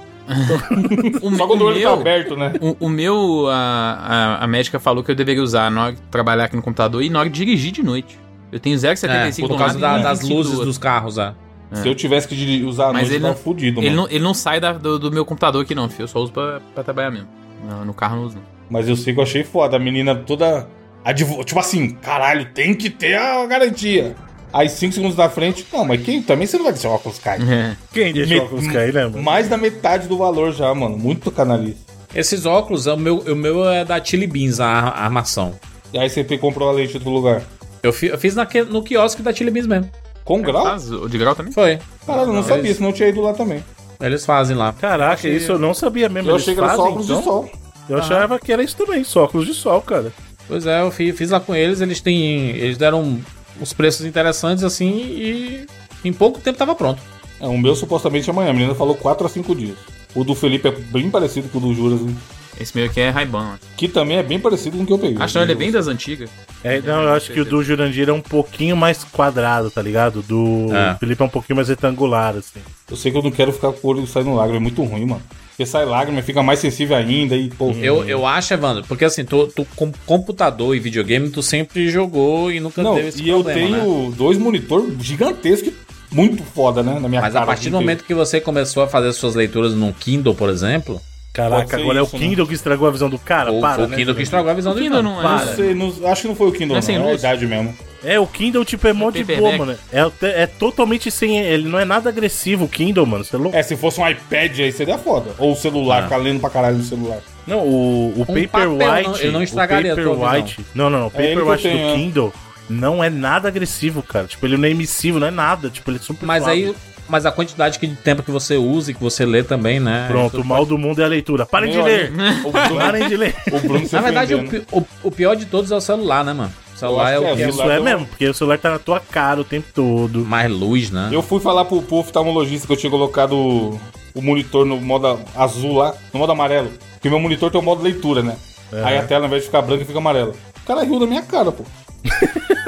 D: O,
B: Só quando o
D: o
B: olho
D: meu,
B: tá aberto, né?
D: o, o meu a, a, a médica falou que eu deveria usar na hora de trabalhar aqui no computador e na hora de dirigir de noite. Eu tenho 0,75
A: É,
D: de
A: por
D: um
A: causa
D: lado e
A: da-
D: 1,25
A: das
D: do
A: luzes
D: outro.
A: dos carros, é.
B: Se eu tivesse que dirigir- usar a
D: Mas
B: noite, eu
D: ele
B: tava
D: não-
B: fudido,
D: Ele
B: mano.
D: não, ele não sai da- do, do meu computador aqui, não, filho. Eu só uso pra, pra trabalhar mesmo. No, no carro não uso, não.
B: Mas eu sei que eu achei foda. A menina toda. advo- Tipo assim, caralho, tem que ter a garantia. Aí, cinco segundos na frente, não, mas quem? Também você não vai deixar o óculos cair.
D: É.
C: Quem deixa
B: Me-
C: o óculos cair, né, mano?
B: Mais da metade do valor já, mano. Muito canalista.
A: Esses óculos, o meu, o meu é da Chili Beans, a, a armação.
B: E aí você pe- comprou a leite em outro lugar.
A: Eu, fi- eu fiz naquele, no quiosque da Chili Beans mesmo.
B: Com grau?
D: Faz o de grau também?
A: Foi.
B: Caralho, eu não
A: Não,
B: sabia,
A: eles-
B: senão eu tinha ido lá também.
A: Eles fazem lá.
C: Caraca, isso eu não sabia mesmo.
B: Eu
C: Eles
B: achei que era só
C: fazem,
B: óculos
C: então?
B: de sol.
C: Eu achava que era isso também, só óculos de sol, cara.
A: Pois é, eu fi- fiz lá com eles, eles têm. Eles deram uns preços interessantes assim e em pouco tempo tava pronto.
B: É, o meu supostamente amanhã. A menina falou 4 a 5 dias. O do Felipe é bem parecido com o do Juras, hein?
D: Esse meu aqui é Ray-Ban.
B: que também é bem parecido com o que eu peguei.
D: Acho que ele é bem das antigas.
C: É, não, eu acho que o do Jurandir é um pouquinho mais quadrado, tá ligado? Do
A: É.
C: Felipe é um pouquinho mais retangular, assim.
B: Eu sei que eu não quero ficar com o olho saindo lágrima, é muito ruim, mano. Porque sai lágrima, fica mais sensível ainda e, pô.
A: Eu, eu acho, Evandro, porque assim, tu, tu com computador e videogame, tu sempre jogou e nunca
B: Não,
A: teve esse
B: e eu
A: problema, né?
B: tenho dois monitor gigantescos, muito foda, né? Na minha
A: Mas
B: cara.
A: a partir
B: aqui,
A: do momento que você começou a fazer suas leituras num Kindle, por exemplo,
B: Pode ser
C: Caraca, agora
B: isso,
C: é o
B: né?
C: Kindle que estragou a visão do cara,
A: ou
C: para.
A: foi o
C: né,
A: Kindle que
C: Jurandir?
A: estragou a visão do
D: Kindle
A: Kindle.
D: não é.
B: que. Não
D: Para.
A: né?
B: sei, não- acho que não foi o Kindle,
D: Não é
B: não.
A: Assim,
D: sem
B: É, a
D: luz?
B: idade mesmo.
C: É, o Kindle, tipo, é mó de boa,
D: paperback.
C: mano. É, até- é totalmente sem. Ele não é nada agressivo, o Kindle, mano. Você é louco?
B: É, se fosse um iPad aí seria foda. Ou o
A: Ah.
B: celular, ficar lendo pra caralho no celular.
C: Não,
B: Um
C: o, o
A: papel
C: Paperwhite.
A: não- ele não
C: o
A: estragaria a tua
C: Paperwhite. Não, não, não. O
B: É ele que eu
C: Paperwhite do
B: tenho, é.
C: Kindle não é nada agressivo, cara. Tipo, ele não é emissivo, não é nada. Tipo, ele é super
A: Mas
C: suave.
A: aí. Mas a quantidade que- de tempo que você usa e que você lê também, né?
C: Pronto, o mal do mundo é a leitura. Parem de
B: Meu,
C: ler!
B: O Bruno,
C: Parem de ler!
B: o Bruno se
A: Na verdade, o,
B: ofendendo.
A: pi- o- o pior de todos é o celular, né, mano? O celular é
B: acho
A: o
B: que
A: que
B: é
A: é
C: Isso
B: lá
C: é
B: tem um-
C: mesmo, porque o celular tá na tua cara o tempo todo.
A: mais luz, né?
B: Eu fui falar pro, pro oftalmologista que eu tinha colocado o, o monitor no modo azul lá, no modo amarelo. Porque meu monitor tem o modo leitura, né? Aí a tela, ao invés de ficar branca, fica amarela. O cara riu da minha cara, pô.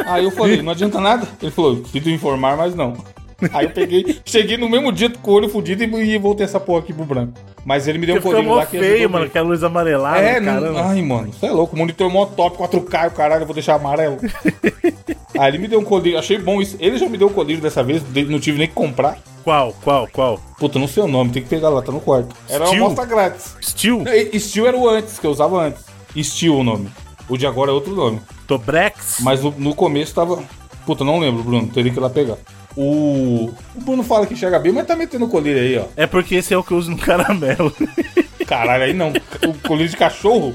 B: Aí eu falei, não adianta nada. Ele falou, sinto informar, mas não. Aí eu peguei, cheguei no mesmo dia com o olho fudido e, e voltei essa porra aqui pro branco. Mas ele me deu
C: Porque
B: um
C: fica
B: corinho
C: mó
B: lá que ajudou
C: feio, mano,
B: muito.
C: aquela luz amarelada,
B: É,
C: Ah, caramba.
B: não, ai, mano, você é louco. Monitor mó top, 4K, o caralho, eu vou deixar amarelo. Aí ele me deu um colírio, achei bom isso. Ele já me deu o colírio dessa vez, de- não tive nem que comprar.
C: Qual, qual, qual?
B: Puta, não sei o nome, tem que pegar lá, tá no quarto. Era uma
C: Steel?
B: amostra grátis.
C: Steel?
B: E- e Steel era o antes, que eu usava antes. Steel o nome. O de agora é outro nome.
C: Tobrex?
B: Mas no, no começo tava. Puta, não lembro, Bruno, teria que ir lá pegar. O. O Bruno fala que enxerga bem, mas tá metendo o colírio aí, ó.
C: É porque esse é o que eu uso no caramelo.
B: Caralho, aí não. O colírio de cachorro?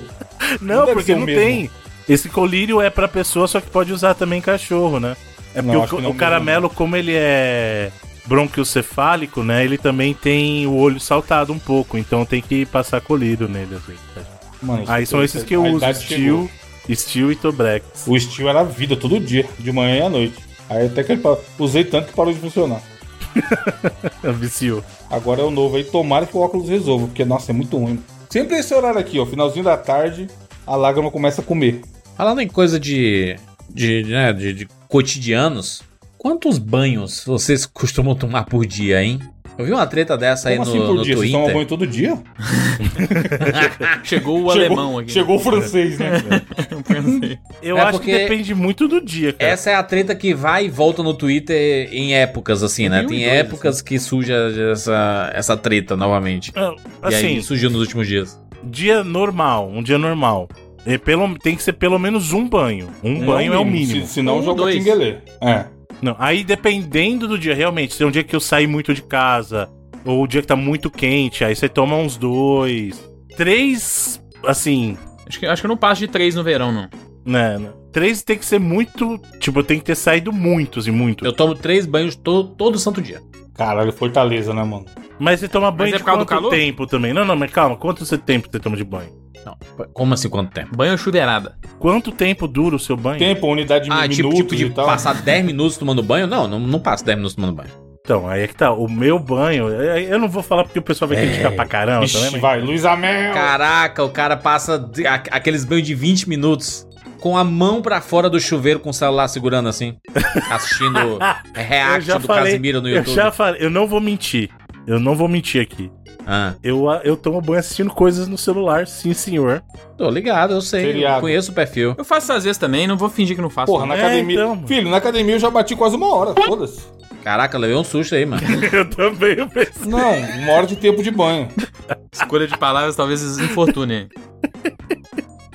C: não,
B: deve ser
C: porque
B: o
C: não
B: mesmo.
C: tem. Esse colírio é pra pessoa, só que pode usar também cachorro, né? É
B: Não,
C: porque o
B: acho
C: co-
B: que
C: o,
B: não é o mesmo,
C: caramelo, como ele é bronquiocefálico, né? Ele também tem o olho saltado um pouco, então tem que passar colírio nele, assim.
B: Mano,
C: Aí são esses que eu
B: a
C: uso,
B: idade chegou.
C: Steel, Steel e Tobrex.
B: O Steel era vida todo dia, de manhã e à noite. Aí até que ele parou. usei tanto que parou de funcionar.
C: Viciou.
B: Agora é o novo aí, tomara que o óculos resolva, porque nossa, é muito ruim. Sempre esse horário aqui, ó, finalzinho da tarde, a lágrima começa a comer.
A: Falando em coisa de. de, né, de, de cotidianos, quantos banhos vocês costumam tomar por dia, hein? Eu vi uma treta dessa Tá aí
B: Como
A: no,
B: assim por
A: no
B: dia? Vocês
A: Twitter.
B: tomam banho todo dia?
D: Chegou
B: Chegou-
D: o alemão aqui.
B: Chegou o francês, né?
C: Eu
A: É
C: acho
A: porque-
C: que depende muito do dia, cara.
A: Essa é a treta que vai e volta no Twitter em épocas, assim, né?
B: um
C: Mil e
A: Tem
C: dois,
A: épocas que surge essa, essa treta novamente.
C: Ah,
A: e
C: Assim,
A: aí surgiu nos últimos dias.
C: dia normal, um dia normal. É pelo, tem que ser pelo menos um banho. Um banho é o mínimo.
B: Se, senão
D: Um,
B: joga
D: dois.
B: tinguelê. É.
C: Não, aí dependendo do dia, realmente, se é um dia que eu saí muito de casa, ou o dia que tá muito quente, aí você toma uns dois. Três, assim,
D: Acho que, acho que eu não passo de três no verão, não.
C: né? né, Três tem que ser muito. Tipo, tem que ter saído muitos e muitos.
A: Eu tomo três banhos to- todo santo dia.
B: Caralho, Fortaleza, né, mano?
C: Mas você toma banho de
D: é por causa do
C: quanto
D: calor?
C: tempo também? Não, não, mas calma, quanto você- tempo você toma de banho?
A: Não, como assim quanto tempo?
D: Banho ou chuveirada?
C: Quanto tempo dura o seu banho?
B: Tempo, unidade de
A: Ah, tipo,
B: minutos
A: tipo de
B: e tal.
A: passar 10 minutos tomando banho? Não, não, não passo 10 minutos tomando banho.
C: Então, aí é que tá. O meu banho. é- Eu não vou falar porque o pessoal
B: É.
C: vai criticar pra caramba
B: Ixi,
C: também. mas-
B: vai, Luiz Amel!
A: Caraca, o cara passa de- a- aqueles banhos de 20 minutos com a mão pra fora do chuveiro com o celular segurando assim, assistindo é,
C: Eu
A: react
C: já
A: do
C: falei.
A: Casimiro no
C: Eu
A: YouTube.
C: já falei. Eu não vou mentir. Eu não vou mentir aqui.
A: Ah,
C: Eu, eu tomo banho assistindo coisas no celular, sim, senhor.
A: tô ligado, eu sei,
B: Feriado.
A: eu conheço o perfil.
D: Eu faço às vezes também, não vou fingir que não faço.
B: Porra, na
C: É,
B: academia.
C: então, mano.
B: Filho, na academia eu já bati quase uma hora, foda-se.
A: Caraca, eu levei um susto aí, mano.
C: eu também eu pensei.
B: Não, uma hora de tempo de banho.
D: Escolha de palavras talvez infortune.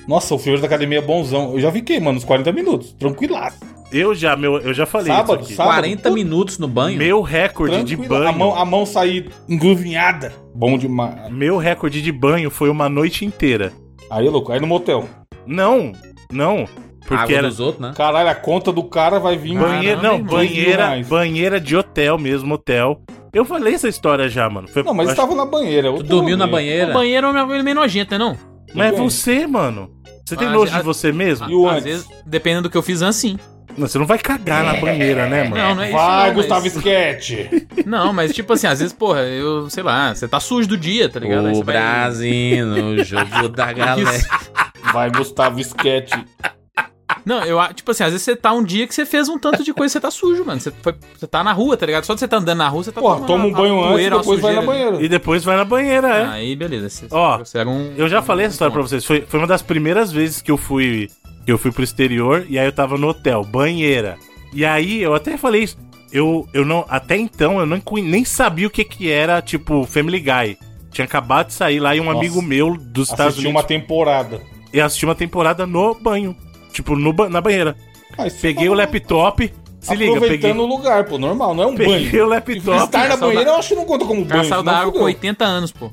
B: Nossa, o filho da academia é bonzão. Eu já fiquei, mano, uns 40 minutos. Tranquilaço.
C: Eu já, meu, eu já falei
B: Sábado,
C: isso aqui.
B: sábado.
A: 40 minutos no banho.
C: Meu recorde de
B: Tranquilo. A mão,
C: banho.
B: a mão sair engruvinhada. Bom demais.
C: Meu recorde de banho foi uma noite inteira.
B: Aí, louco, aí no motel.
C: Não, não. Porque
A: Água
C: era
A: dos outros, né?
B: Caralho, a conta do cara vai vir.
C: banheira,
D: Caramba,
C: não,
D: irmão.
C: banheira,
B: Demais.
C: banheira de hotel mesmo, hotel. Eu falei essa história já, mano. Foi-
B: Não, mas
C: acho-
B: estava na banheira. é
A: Tu dormiu na banheira.
D: O banheiro é uma coisa meio nojenta, não?
C: mas é
B: tá Tudo bem.
C: você, mano. Você tem
D: Ah,
C: nojo
D: a-
C: de você mesmo?
B: E o
D: Às
B: antes?
D: vezes, dependendo do que eu fiz antes, sim.
C: Não, você não vai cagar na banheira, né, mano?
D: Não, não é isso. não,
B: Vai,
D: mas-
B: Gustavo Sketch.
D: Não, mas tipo assim, às vezes, porra, eu sei lá, você tá sujo do dia, tá ligado? Aí
A: O
D: você vai-
A: Brasil no jogo da galera.
D: Isso.
B: Vai, Gustavo Sketch.
D: Não, eu a- tipo assim, às vezes você tá um dia que você fez um tanto de coisa, você tá sujo, mano. Você, foi- você tá na rua, tá ligado? Só de você tá andando na rua, você tá
B: Porra, toma um
D: a-
B: banho
D: a
B: antes e
D: poeira, a
B: depois vai na
D: sujeira.
B: banheira.
C: E depois vai na banheira, é.
D: Aí, beleza. Você,
C: Ó,
D: você era um-
C: Eu já falei essa história
D: um-
C: pra vocês. Foi, foi uma das primeiras vezes que eu fui que eu fui pro exterior e aí eu tava no hotel, banheira. E aí eu até falei isso. Eu, eu não. Até então eu não, conhe- nem sabia o que que era, tipo, Family Guy. Tinha acabado de sair lá e um
B: Nossa.
C: amigo meu dos Estados
B: Assistiu
C: Unidos.
B: uma temporada.
C: Eu assisti uma temporada no banho. Tipo, no, ba- na banheira.
B: Ah, isso
C: Peguei
B: tá
C: o laptop. Se liga,
B: Aproveitando
C: peguei.
B: o lugar, pô, normal, não é um
C: Peguei
B: banho.
C: o laptop.
B: Estar na
D: Cara,
B: banheira eu acho que não conta como
D: O cara
B: banho.
D: saiu
B: senão
D: da água com
B: fudeu.
D: 80 anos, pô.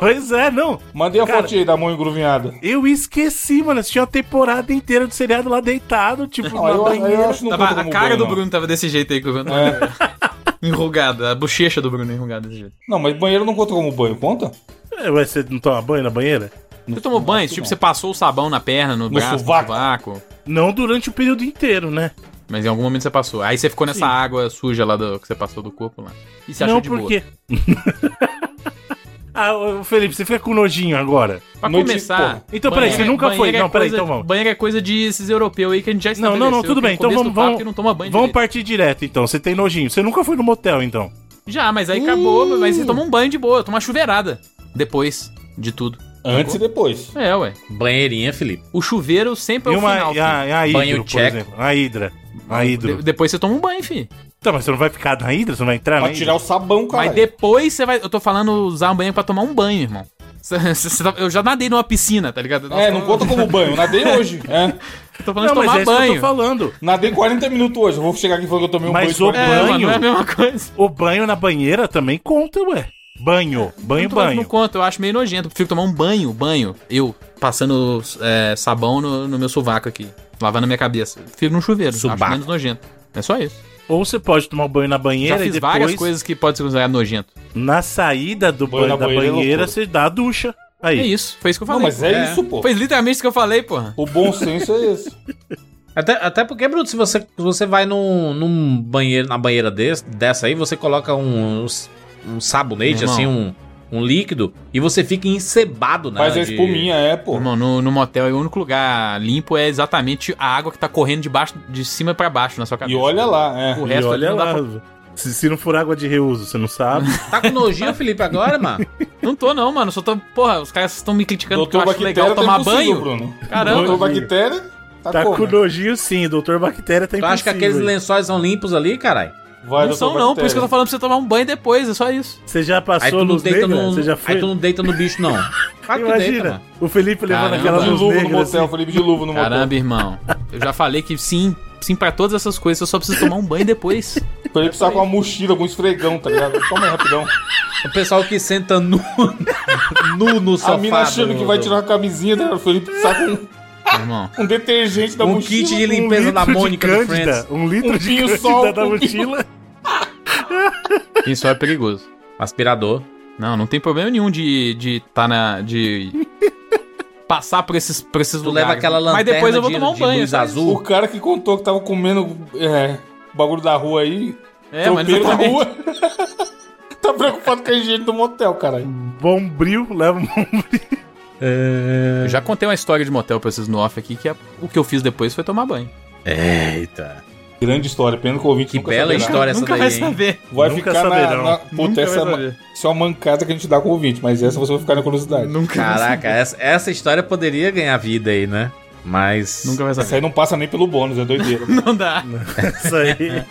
C: Pois é, não.
B: Mandei a
C: Cara-
B: fotinha aí da mão engruvinhada.
C: Eu esqueci, mano. Assisti uma temporada inteira do seriado lá deitado, tipo,
B: Não,
C: na
B: eu,
C: banheira.
B: aí eu acho que não
D: Tava,
B: conta
D: a
B: como
D: cara
B: banho,
D: do
B: não.
D: Bruno tava desse jeito aí que eu vi.
B: É.
D: Enrugada, a bochecha do Bruno é enrugada desse jeito.
B: Não, mas banheiro não conta como banho, conta?
C: É, mas você não toma banho na banheira?
D: Você tomou banho? Tipo, você passou o sabão na perna, no, braço,
B: sovaco.
D: no sovaco.
C: Não durante o período inteiro, né?
D: Mas em algum momento você passou. Aí você ficou nessa
C: Sim.
D: água suja lá do, que você passou do corpo lá. E você
C: não
D: achou de boa.
C: porque. ah, ô, Felipe, você fica com nojinho agora.
D: Pra
B: Noite-
D: começar.
B: Porra.
C: Então, peraí, você nunca foi.
D: banheiro é
C: Não, peraí,
D: coisa-
C: então vamos.
D: Banheiro é coisa de esses europeus aí que a gente já
C: Não, não, não,
D: estabeleceu
C: tudo
D: que no
C: bem. Então
D: começo
C: vamos.
D: do papo
C: Vamos,
D: que não toma banho
C: vamos
D: direito.
C: partir direto, então. Você tem nojinho. Você nunca foi no motel, então.
D: Já, mas aí acabou, mas você toma um banho de boa, toma uma chuveirada. Depois de tudo.
B: Antes e depois.
D: É, ué.
A: Banheirinha, Felipe.
D: O chuveiro sempre é
C: e
D: o
C: uma.
D: final.
C: e a, e a
A: Banho
C: hidro, por
A: tcheco.
C: exemplo. A hidra. A
D: filho.
C: hidro.
D: De- depois você toma um banho, fi.
C: Então, mas você não vai ficar na hidra? Você não vai entrar na
B: Pra tirar
C: hidra?
B: o sabão, cara.
C: é?
D: Mas depois você vai. Eu tô falando usar um banho pra tomar um banho, irmão. Cê- cê- cê tá- Eu já nadei numa piscina, tá ligado?
B: É, não
D: eu-
B: conta como banho. Nadei hoje. É.
D: Eu tô falando
C: Não, mas
D: de tomar
C: é isso que eu tô
D: banho.
C: falando.
B: Nadei 40 minutos hoje. Eu vou chegar aqui e falar que eu tomei um
C: Mas
B: banho.
C: o
B: de 40
D: É,
C: Banho?
D: mano, não é a mesma coisa.
C: O banho na banheira também conta, ué. Banho, banho,
D: Não tô falando que Então, Não
C: banho.
D: conta, eu acho meio nojento. Eu prefiro tomar um banho, banho. Eu passando é, sabão no, no meu sovaco aqui. Lavando a minha cabeça. Fico num chuveiro. Acho
A: Sovaco.
D: menos nojento. É só isso.
C: Ou você pode tomar banho na
D: Já
C: banheira
D: fiz
C: e
D: várias
C: depois,
D: coisas que pode ser considerado nojento.
C: na saída do
B: Banho
C: banho,
B: na
C: da
B: banheira é
C: banheira,
B: loucura.
C: você dá a ducha.
D: É
C: Aí.
D: isso. Foi isso que eu
B: Não,
D: falei.
B: mas é,
A: É.
B: isso, pô.
D: Foi literalmente isso que eu falei, porra.
B: O bom senso é esse.
A: Até, até porque, Bruno, se você, se você vai num, num banheiro, na banheira desse, dessa aí, você coloca um, um, sabonete,
D: Irmão.
A: assim, um, um líquido, e você fica encebado, né?
B: Faz a
A: de-
B: espuminha, é, pô.
D: Irmão, no, no motel, aí, o único lugar limpo é exatamente a água que tá correndo de, baixo, de cima pra baixo na sua
B: E
D: cabeça.
B: olha lá, é.
D: O
C: E
D: resto
C: olha
D: não
C: lá.
D: dá
C: Se, se não for água de reuso, você não sabe.
A: Tá com nojinho, Felipe, agora, mano?
D: Não tô, não, mano. Só tô. Porra, os caras estão me criticando porque eu
B: Doutor
D: acho
B: Bactéria
D: legal
B: tá
D: tomar
B: impossível,
D: banho.
B: Bruno.
D: Caramba.
B: Doutor Bactéria tá,
C: tá
B: como?
C: com nojinho sim, doutor bactéria tá
A: Tu acha que
C: impossível
A: aqueles
C: aí.
A: lençóis são limpos ali, caralho?
B: Vai,
D: não
B: Doutor
D: são, não. Por isso que
B: Bactéria.
D: eu tô falando pra você tomar um banho depois, é só isso.
C: Você já
A: Aí
C: passou
A: tu, não
C: luz
A: deita
C: negra?
A: no,
C: Você já foi?
A: aí tu não deita no bicho, não. Claro que deita,
C: Imagina,
A: mano.
C: o Felipe levando
D: Caramba.
C: aquela
B: De
C: luz
B: luvo no
C: negra
B: motel,
C: assim.
B: Felipe de luvo no motel.
D: Caramba, irmão. Eu já falei que sim, sim pra todas essas coisas, eu só preciso tomar um banho depois.
B: Felipe sai com uma mochila, com um esfregão, tá ligado? Toma aí, rapidão.
A: O pessoal que senta nu, nu no sofá.
B: a mina achando
A: do-
B: que vai
A: do-
B: tirar a camisinha, tá ligado? O Felipe sai com
D: irmão.
B: um detergente da
A: um
B: mochila.
A: kit de limpeza da
C: litro de
A: Mônica do Friends.
C: Cândida, um litro
B: Um
C: de
B: pinho
C: cândida
B: sol,
C: da
B: um
C: mochila.
D: Isso é perigoso.
A: Aspirador.
D: Não, não tem problema nenhum de de tá na. de. passar por esses, por esses
A: Tu
D: lugares.
A: leva aquela lanterna
D: Mas depois eu vou
A: de-
D: tomar um
A: de
D: banho.
A: luz
D: só isso.
A: azul.
B: O cara que contou que tava comendo é, bagulho da rua aí,
D: É, mas
B: Tropeiro na
D: exatamente.
B: rua. tá preocupado com a higiene do motel, caralho.
C: Bombril, leva um
D: Eu já contei uma história de motel pra vocês no off aqui, que é- o que eu fiz depois foi tomar banho.
A: Eita.
B: Grande história, pena que o ouvinte
A: Que
B: nunca
A: bela
B: saberá.
A: história essa
D: Nunca
A: daí,
D: vai
A: hein?
D: saber.
B: Vai
C: Nunca
B: ficar na,
C: saberão.
B: na... Puta,
D: Nunca
B: essa é,
D: vai
B: ma-
D: saber.
B: isso é uma mancada que a gente dá com o ouvinte, mas essa você vai ficar na curiosidade.
D: Nunca vai
A: Caraca, essa, essa história poderia ganhar vida aí, né? Mas.
D: Nunca vai
B: Essa
D: saber.
B: aí não passa nem pelo bônus, é doideira.
D: Não dá.
C: essa aí.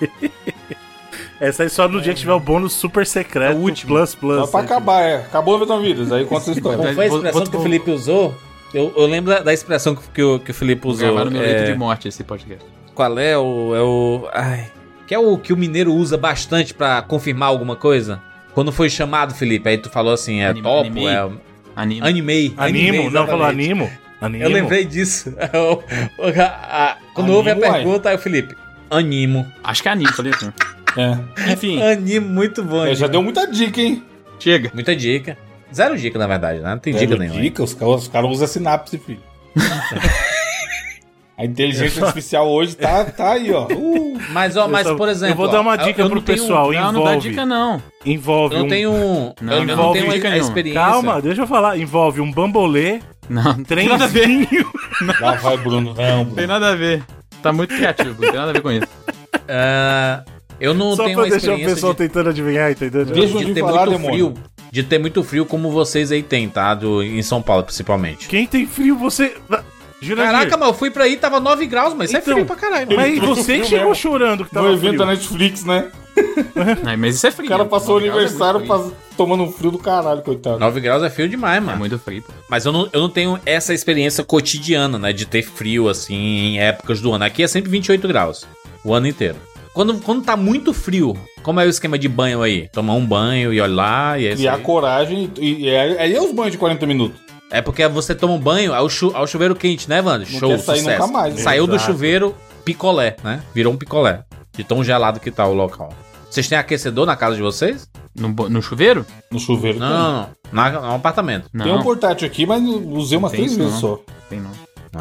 C: Essa aí só no dia que tiver o bônus super secreto.
D: É o último.
C: Plus, plus.
B: Só pra
C: né?
B: acabar, é. Acabou a Vetan Vidas, aí conta essa história.
A: Como foi a
D: Vou-
A: expressão
D: vou-
A: que o Felipe usou? Eu, eu lembro da, da expressão que, que o, que o Felipe
D: Vou gravar
A: usou.
D: no meu
A: É,
D: leito de morte esse podcast.
A: Qual é o. É o. Ai. Que é o que o mineiro usa bastante pra confirmar alguma coisa? Quando foi chamado, Felipe, aí tu falou assim, é
D: Anim-
A: topo,
D: animei.
A: é.
D: Anime.
A: Animei.
C: Animo,
A: Animei,
C: não, falou
A: exatamente.
C: animo. Animo.
A: Eu lembrei disso. É A- a- Quando
B: Animo,
A: houve a
B: uai.
A: pergunta, aí o Felipe. Animo.
D: Acho que é anime, falei assim.
B: É.
D: Enfim,
A: Animo, muito bom.
B: É,
A: animo.
B: já deu muita dica, hein?
D: chega.
A: Muita dica. Zero dica, na verdade, né? Não tem dica
B: Zero
A: nenhuma.
B: É, dica, os caras os caras usam sinapse, filho. a inteligência artificial hoje tá, tá aí, ó. Uh,
A: Mas, ó,
C: Eu
A: mas,
C: só-
A: por exemplo.
C: Eu vou dar uma
A: ó,
C: dica
A: eu
C: pro
A: não tenho-
C: pessoal.
D: Não, não
C: envolve.
D: dá dica não.
C: Envolve.
A: Eu não
C: um...
A: tenho. um-
D: Não,
A: eu não
C: não,
A: tenho
D: dica
A: a
D: nenhuma.
A: experiência.
C: Calma, deixa eu falar. Envolve um bambolê,
D: Não,
C: trenzinho.
D: nada a ver.
B: lá vai, Bruno. Não, Bruno.
D: Tem nada a ver. Tá muito criativo, não tem nada a ver com isso.
A: Ah, eu não
C: Só
A: tenho
C: pra
A: uma
C: deixar o
A: experiência
C: pessoal
A: de,
C: tentando adivinhar, entendeu?
B: Deixa eu
A: de
B: ouvir
A: ter
B: falar,
A: muito
B: demônio.
A: frio. De ter muito frio como vocês aí têm, tá? Do- em São Paulo, principalmente.
C: Quem tem frio, você. Jurandir.
A: Caraca, mas eu fui pra aí, tava 9 graus, mas isso
C: Então,
A: é frio pra caralho. mano.
C: Mas você que chegou chorando que
B: No
C: tava
B: evento
C: frio.
B: da Netflix, né?
D: Não, mas isso é
B: O
D: frio.
B: cara passou o
D: Nove graus é
B: aniversário
D: muito frio.
B: pas- tomando um frio do caralho, coitado.
A: 9 graus é frio demais,
D: É
A: mano.
D: muito frio. pô.
A: Mas eu não, eu não tenho essa experiência cotidiana, né? De ter frio, assim, em épocas do ano. Aqui é sempre 28 graus, o ano inteiro. Quando, quando tá muito frio, como é o esquema de banho aí? Tomar um banho e olhar e é
B: E
A: isso
B: a
A: aí.
B: coragem. E, e aí aí é os banhos de 40 minutos.
A: É porque você toma um banho ao, chu ao chuveiro quente, né, Wander?
B: Não
A: Show,
B: quer sair
A: sucesso.
B: nunca mais, né?
A: Saiu do
C: Exato.
A: chuveiro, picolé, né? Virou um picolé. De tão gelado que tá o local. Vocês têm aquecedor na casa de vocês?
D: No, bo- no chuveiro?
B: No chuveiro.
A: Não, não, não. Na, no apartamento.
D: Não,
B: Tem um portátil aqui, mas usei umas
D: Tem
B: três
D: isso,
B: vezes
D: não.
B: só.
D: tem não.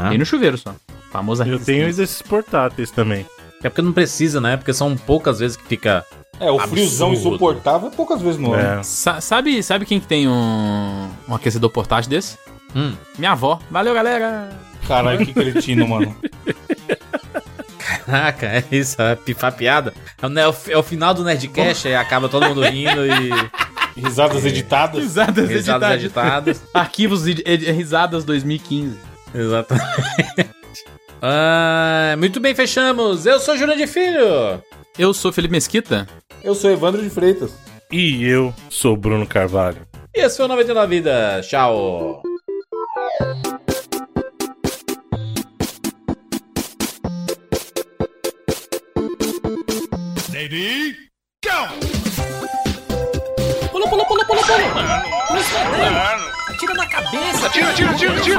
A: né?
D: Tem no chuveiro só. Famosa
C: Eu tenho esses portáteis também.
A: É porque não precisa, né? Porque são poucas vezes que fica
B: É, o friozão
A: Absurdo.
B: insuportável, poucas vezes no ano.
C: É.
D: Sa- sabe, sabe quem que tem um, um aquecedor portátil desse?
A: Hum.
D: Minha avó. Valeu, galera.
A: É.
B: Caralho, que cretino, mano.
A: Caraca, é isso, é pifar piada. É o, né- é o final do Nerdcast, aí acaba todo mundo rindo e
B: Risadas editadas.
A: É.
D: Risadas,
A: risadas agitadas.
D: Arquivos ed- ed- risadas 2015.
A: Exatamente. Ah, muito bem, fechamos. Eu sou Júlio de Filho.
D: Eu sou Felipe Mesquita.
B: Eu sou Evandro de Freitas.
C: E eu sou Bruno Carvalho.
A: E esse foi o 99 Vida. Tchau.
E: Pula, pula, pula, pula, pula. Pula esse quadril. Atira na cabeça. Atira, atira, atira, atira.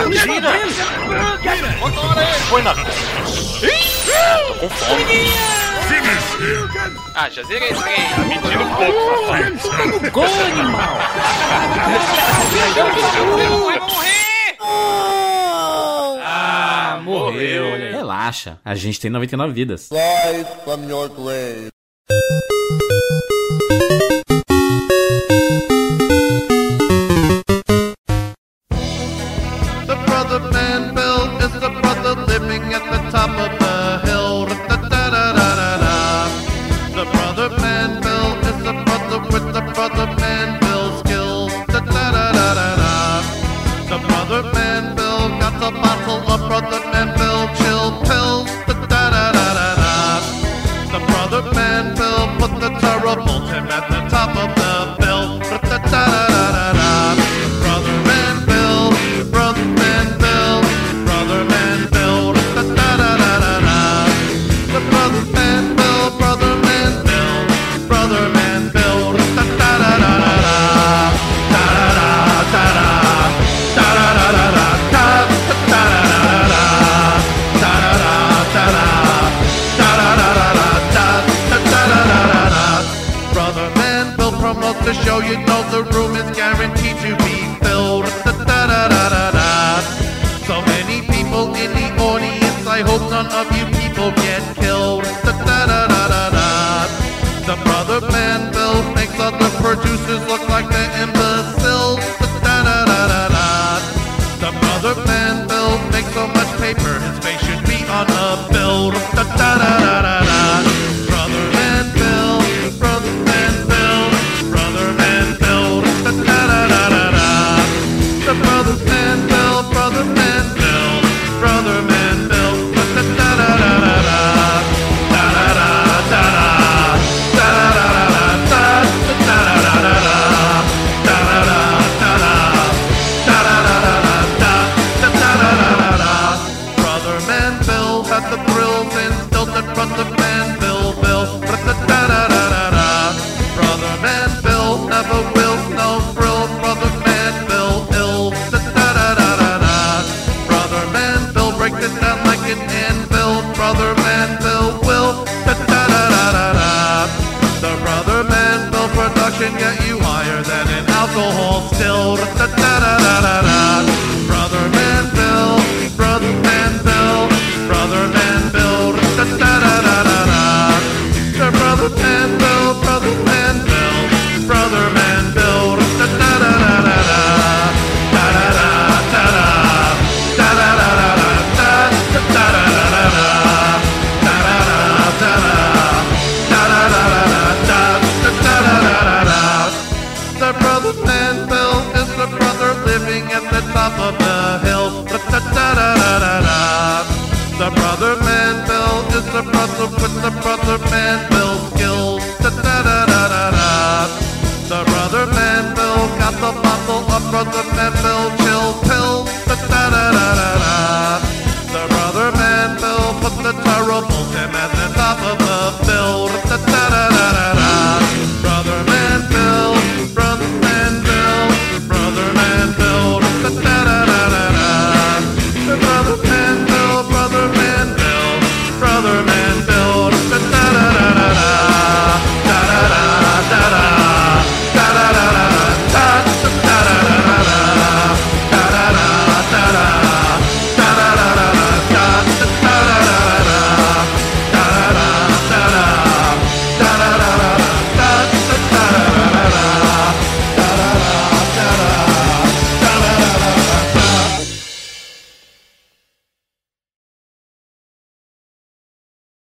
E: Atira, atira. Põe na... Ah, já zerei esse game. Tá mentindo um pouco, Gol, animal.
A: Morreu. Relaxa, a gente tem 99 vidas.
F: rise from your grave.
G: The brother man Bill is the brother living at the top of the hill. Da-da-da-da-da-da. The brother man Bill is the brother with the brother man Bill skills. Da-da-da-da-da-da. The brother man Bill got a bottle of brother man Bill chill pills. Da-da-da-da-da. The brother man Bill put the terrible Tim at the top of the bill. Da-da-da-da-da-da. Brother man Bill, brother man Bill, brother man Bill. Da-da-da-da-da. The brother man Bill, brother man Bill, brother man Bill. Da-da-da-da-da-da. Da-da-da-da-da. Da-da-da-da-da-da. Da-da-da-da-da. Da-da-da-da-da. Da-da-da-da-da-da-da-da-da-da. Brother Man will promote the show, you know the room is guaranteed to be filled. Da-da-da-da-da. So many people in the audience, I hope none of you people get killed. Da-da-da-da-da-da. like the imbeciles. Da da da da da. The brother Manville makes so much paper, his face should be on a bill. Da da da da da da. Brother Manville, brother Manville, brother Manville. Da da da da da da. The brother Manville, brother Manville, brother Manville. Da da da da da da. Da da da da da. Da da da da da. Da da da da da. Da da da da da. Brother Manville had the thrills instilled in Brother Manville Bill. Da-da-da-da-da-da. Brother Manville never will, no thrill. Brother Manville ill. Da-da-da-da-da. Brother Manville breaks it down like an anvil. Brother Manville will. Da-da-da-da-da-da. The Brother Manville production got you higher than an alcohol still. Da-da-da-da-da-da. Brother Manville, Brother Manville, Brother Manville. Da-da-da-da-da-da. The Brother Manville, Brother Manville, Brother Manville. Da-da-da-da-da-da. Da-da-da-da-da. Da-da-da-da-da. Da-da-da-da-da. Da-da-da-da-da. The brother Manville is the brother living at the top of the hill. The brother Manville is the brother with the brother Manville skills. The brother Manville got the bottle of brother Manville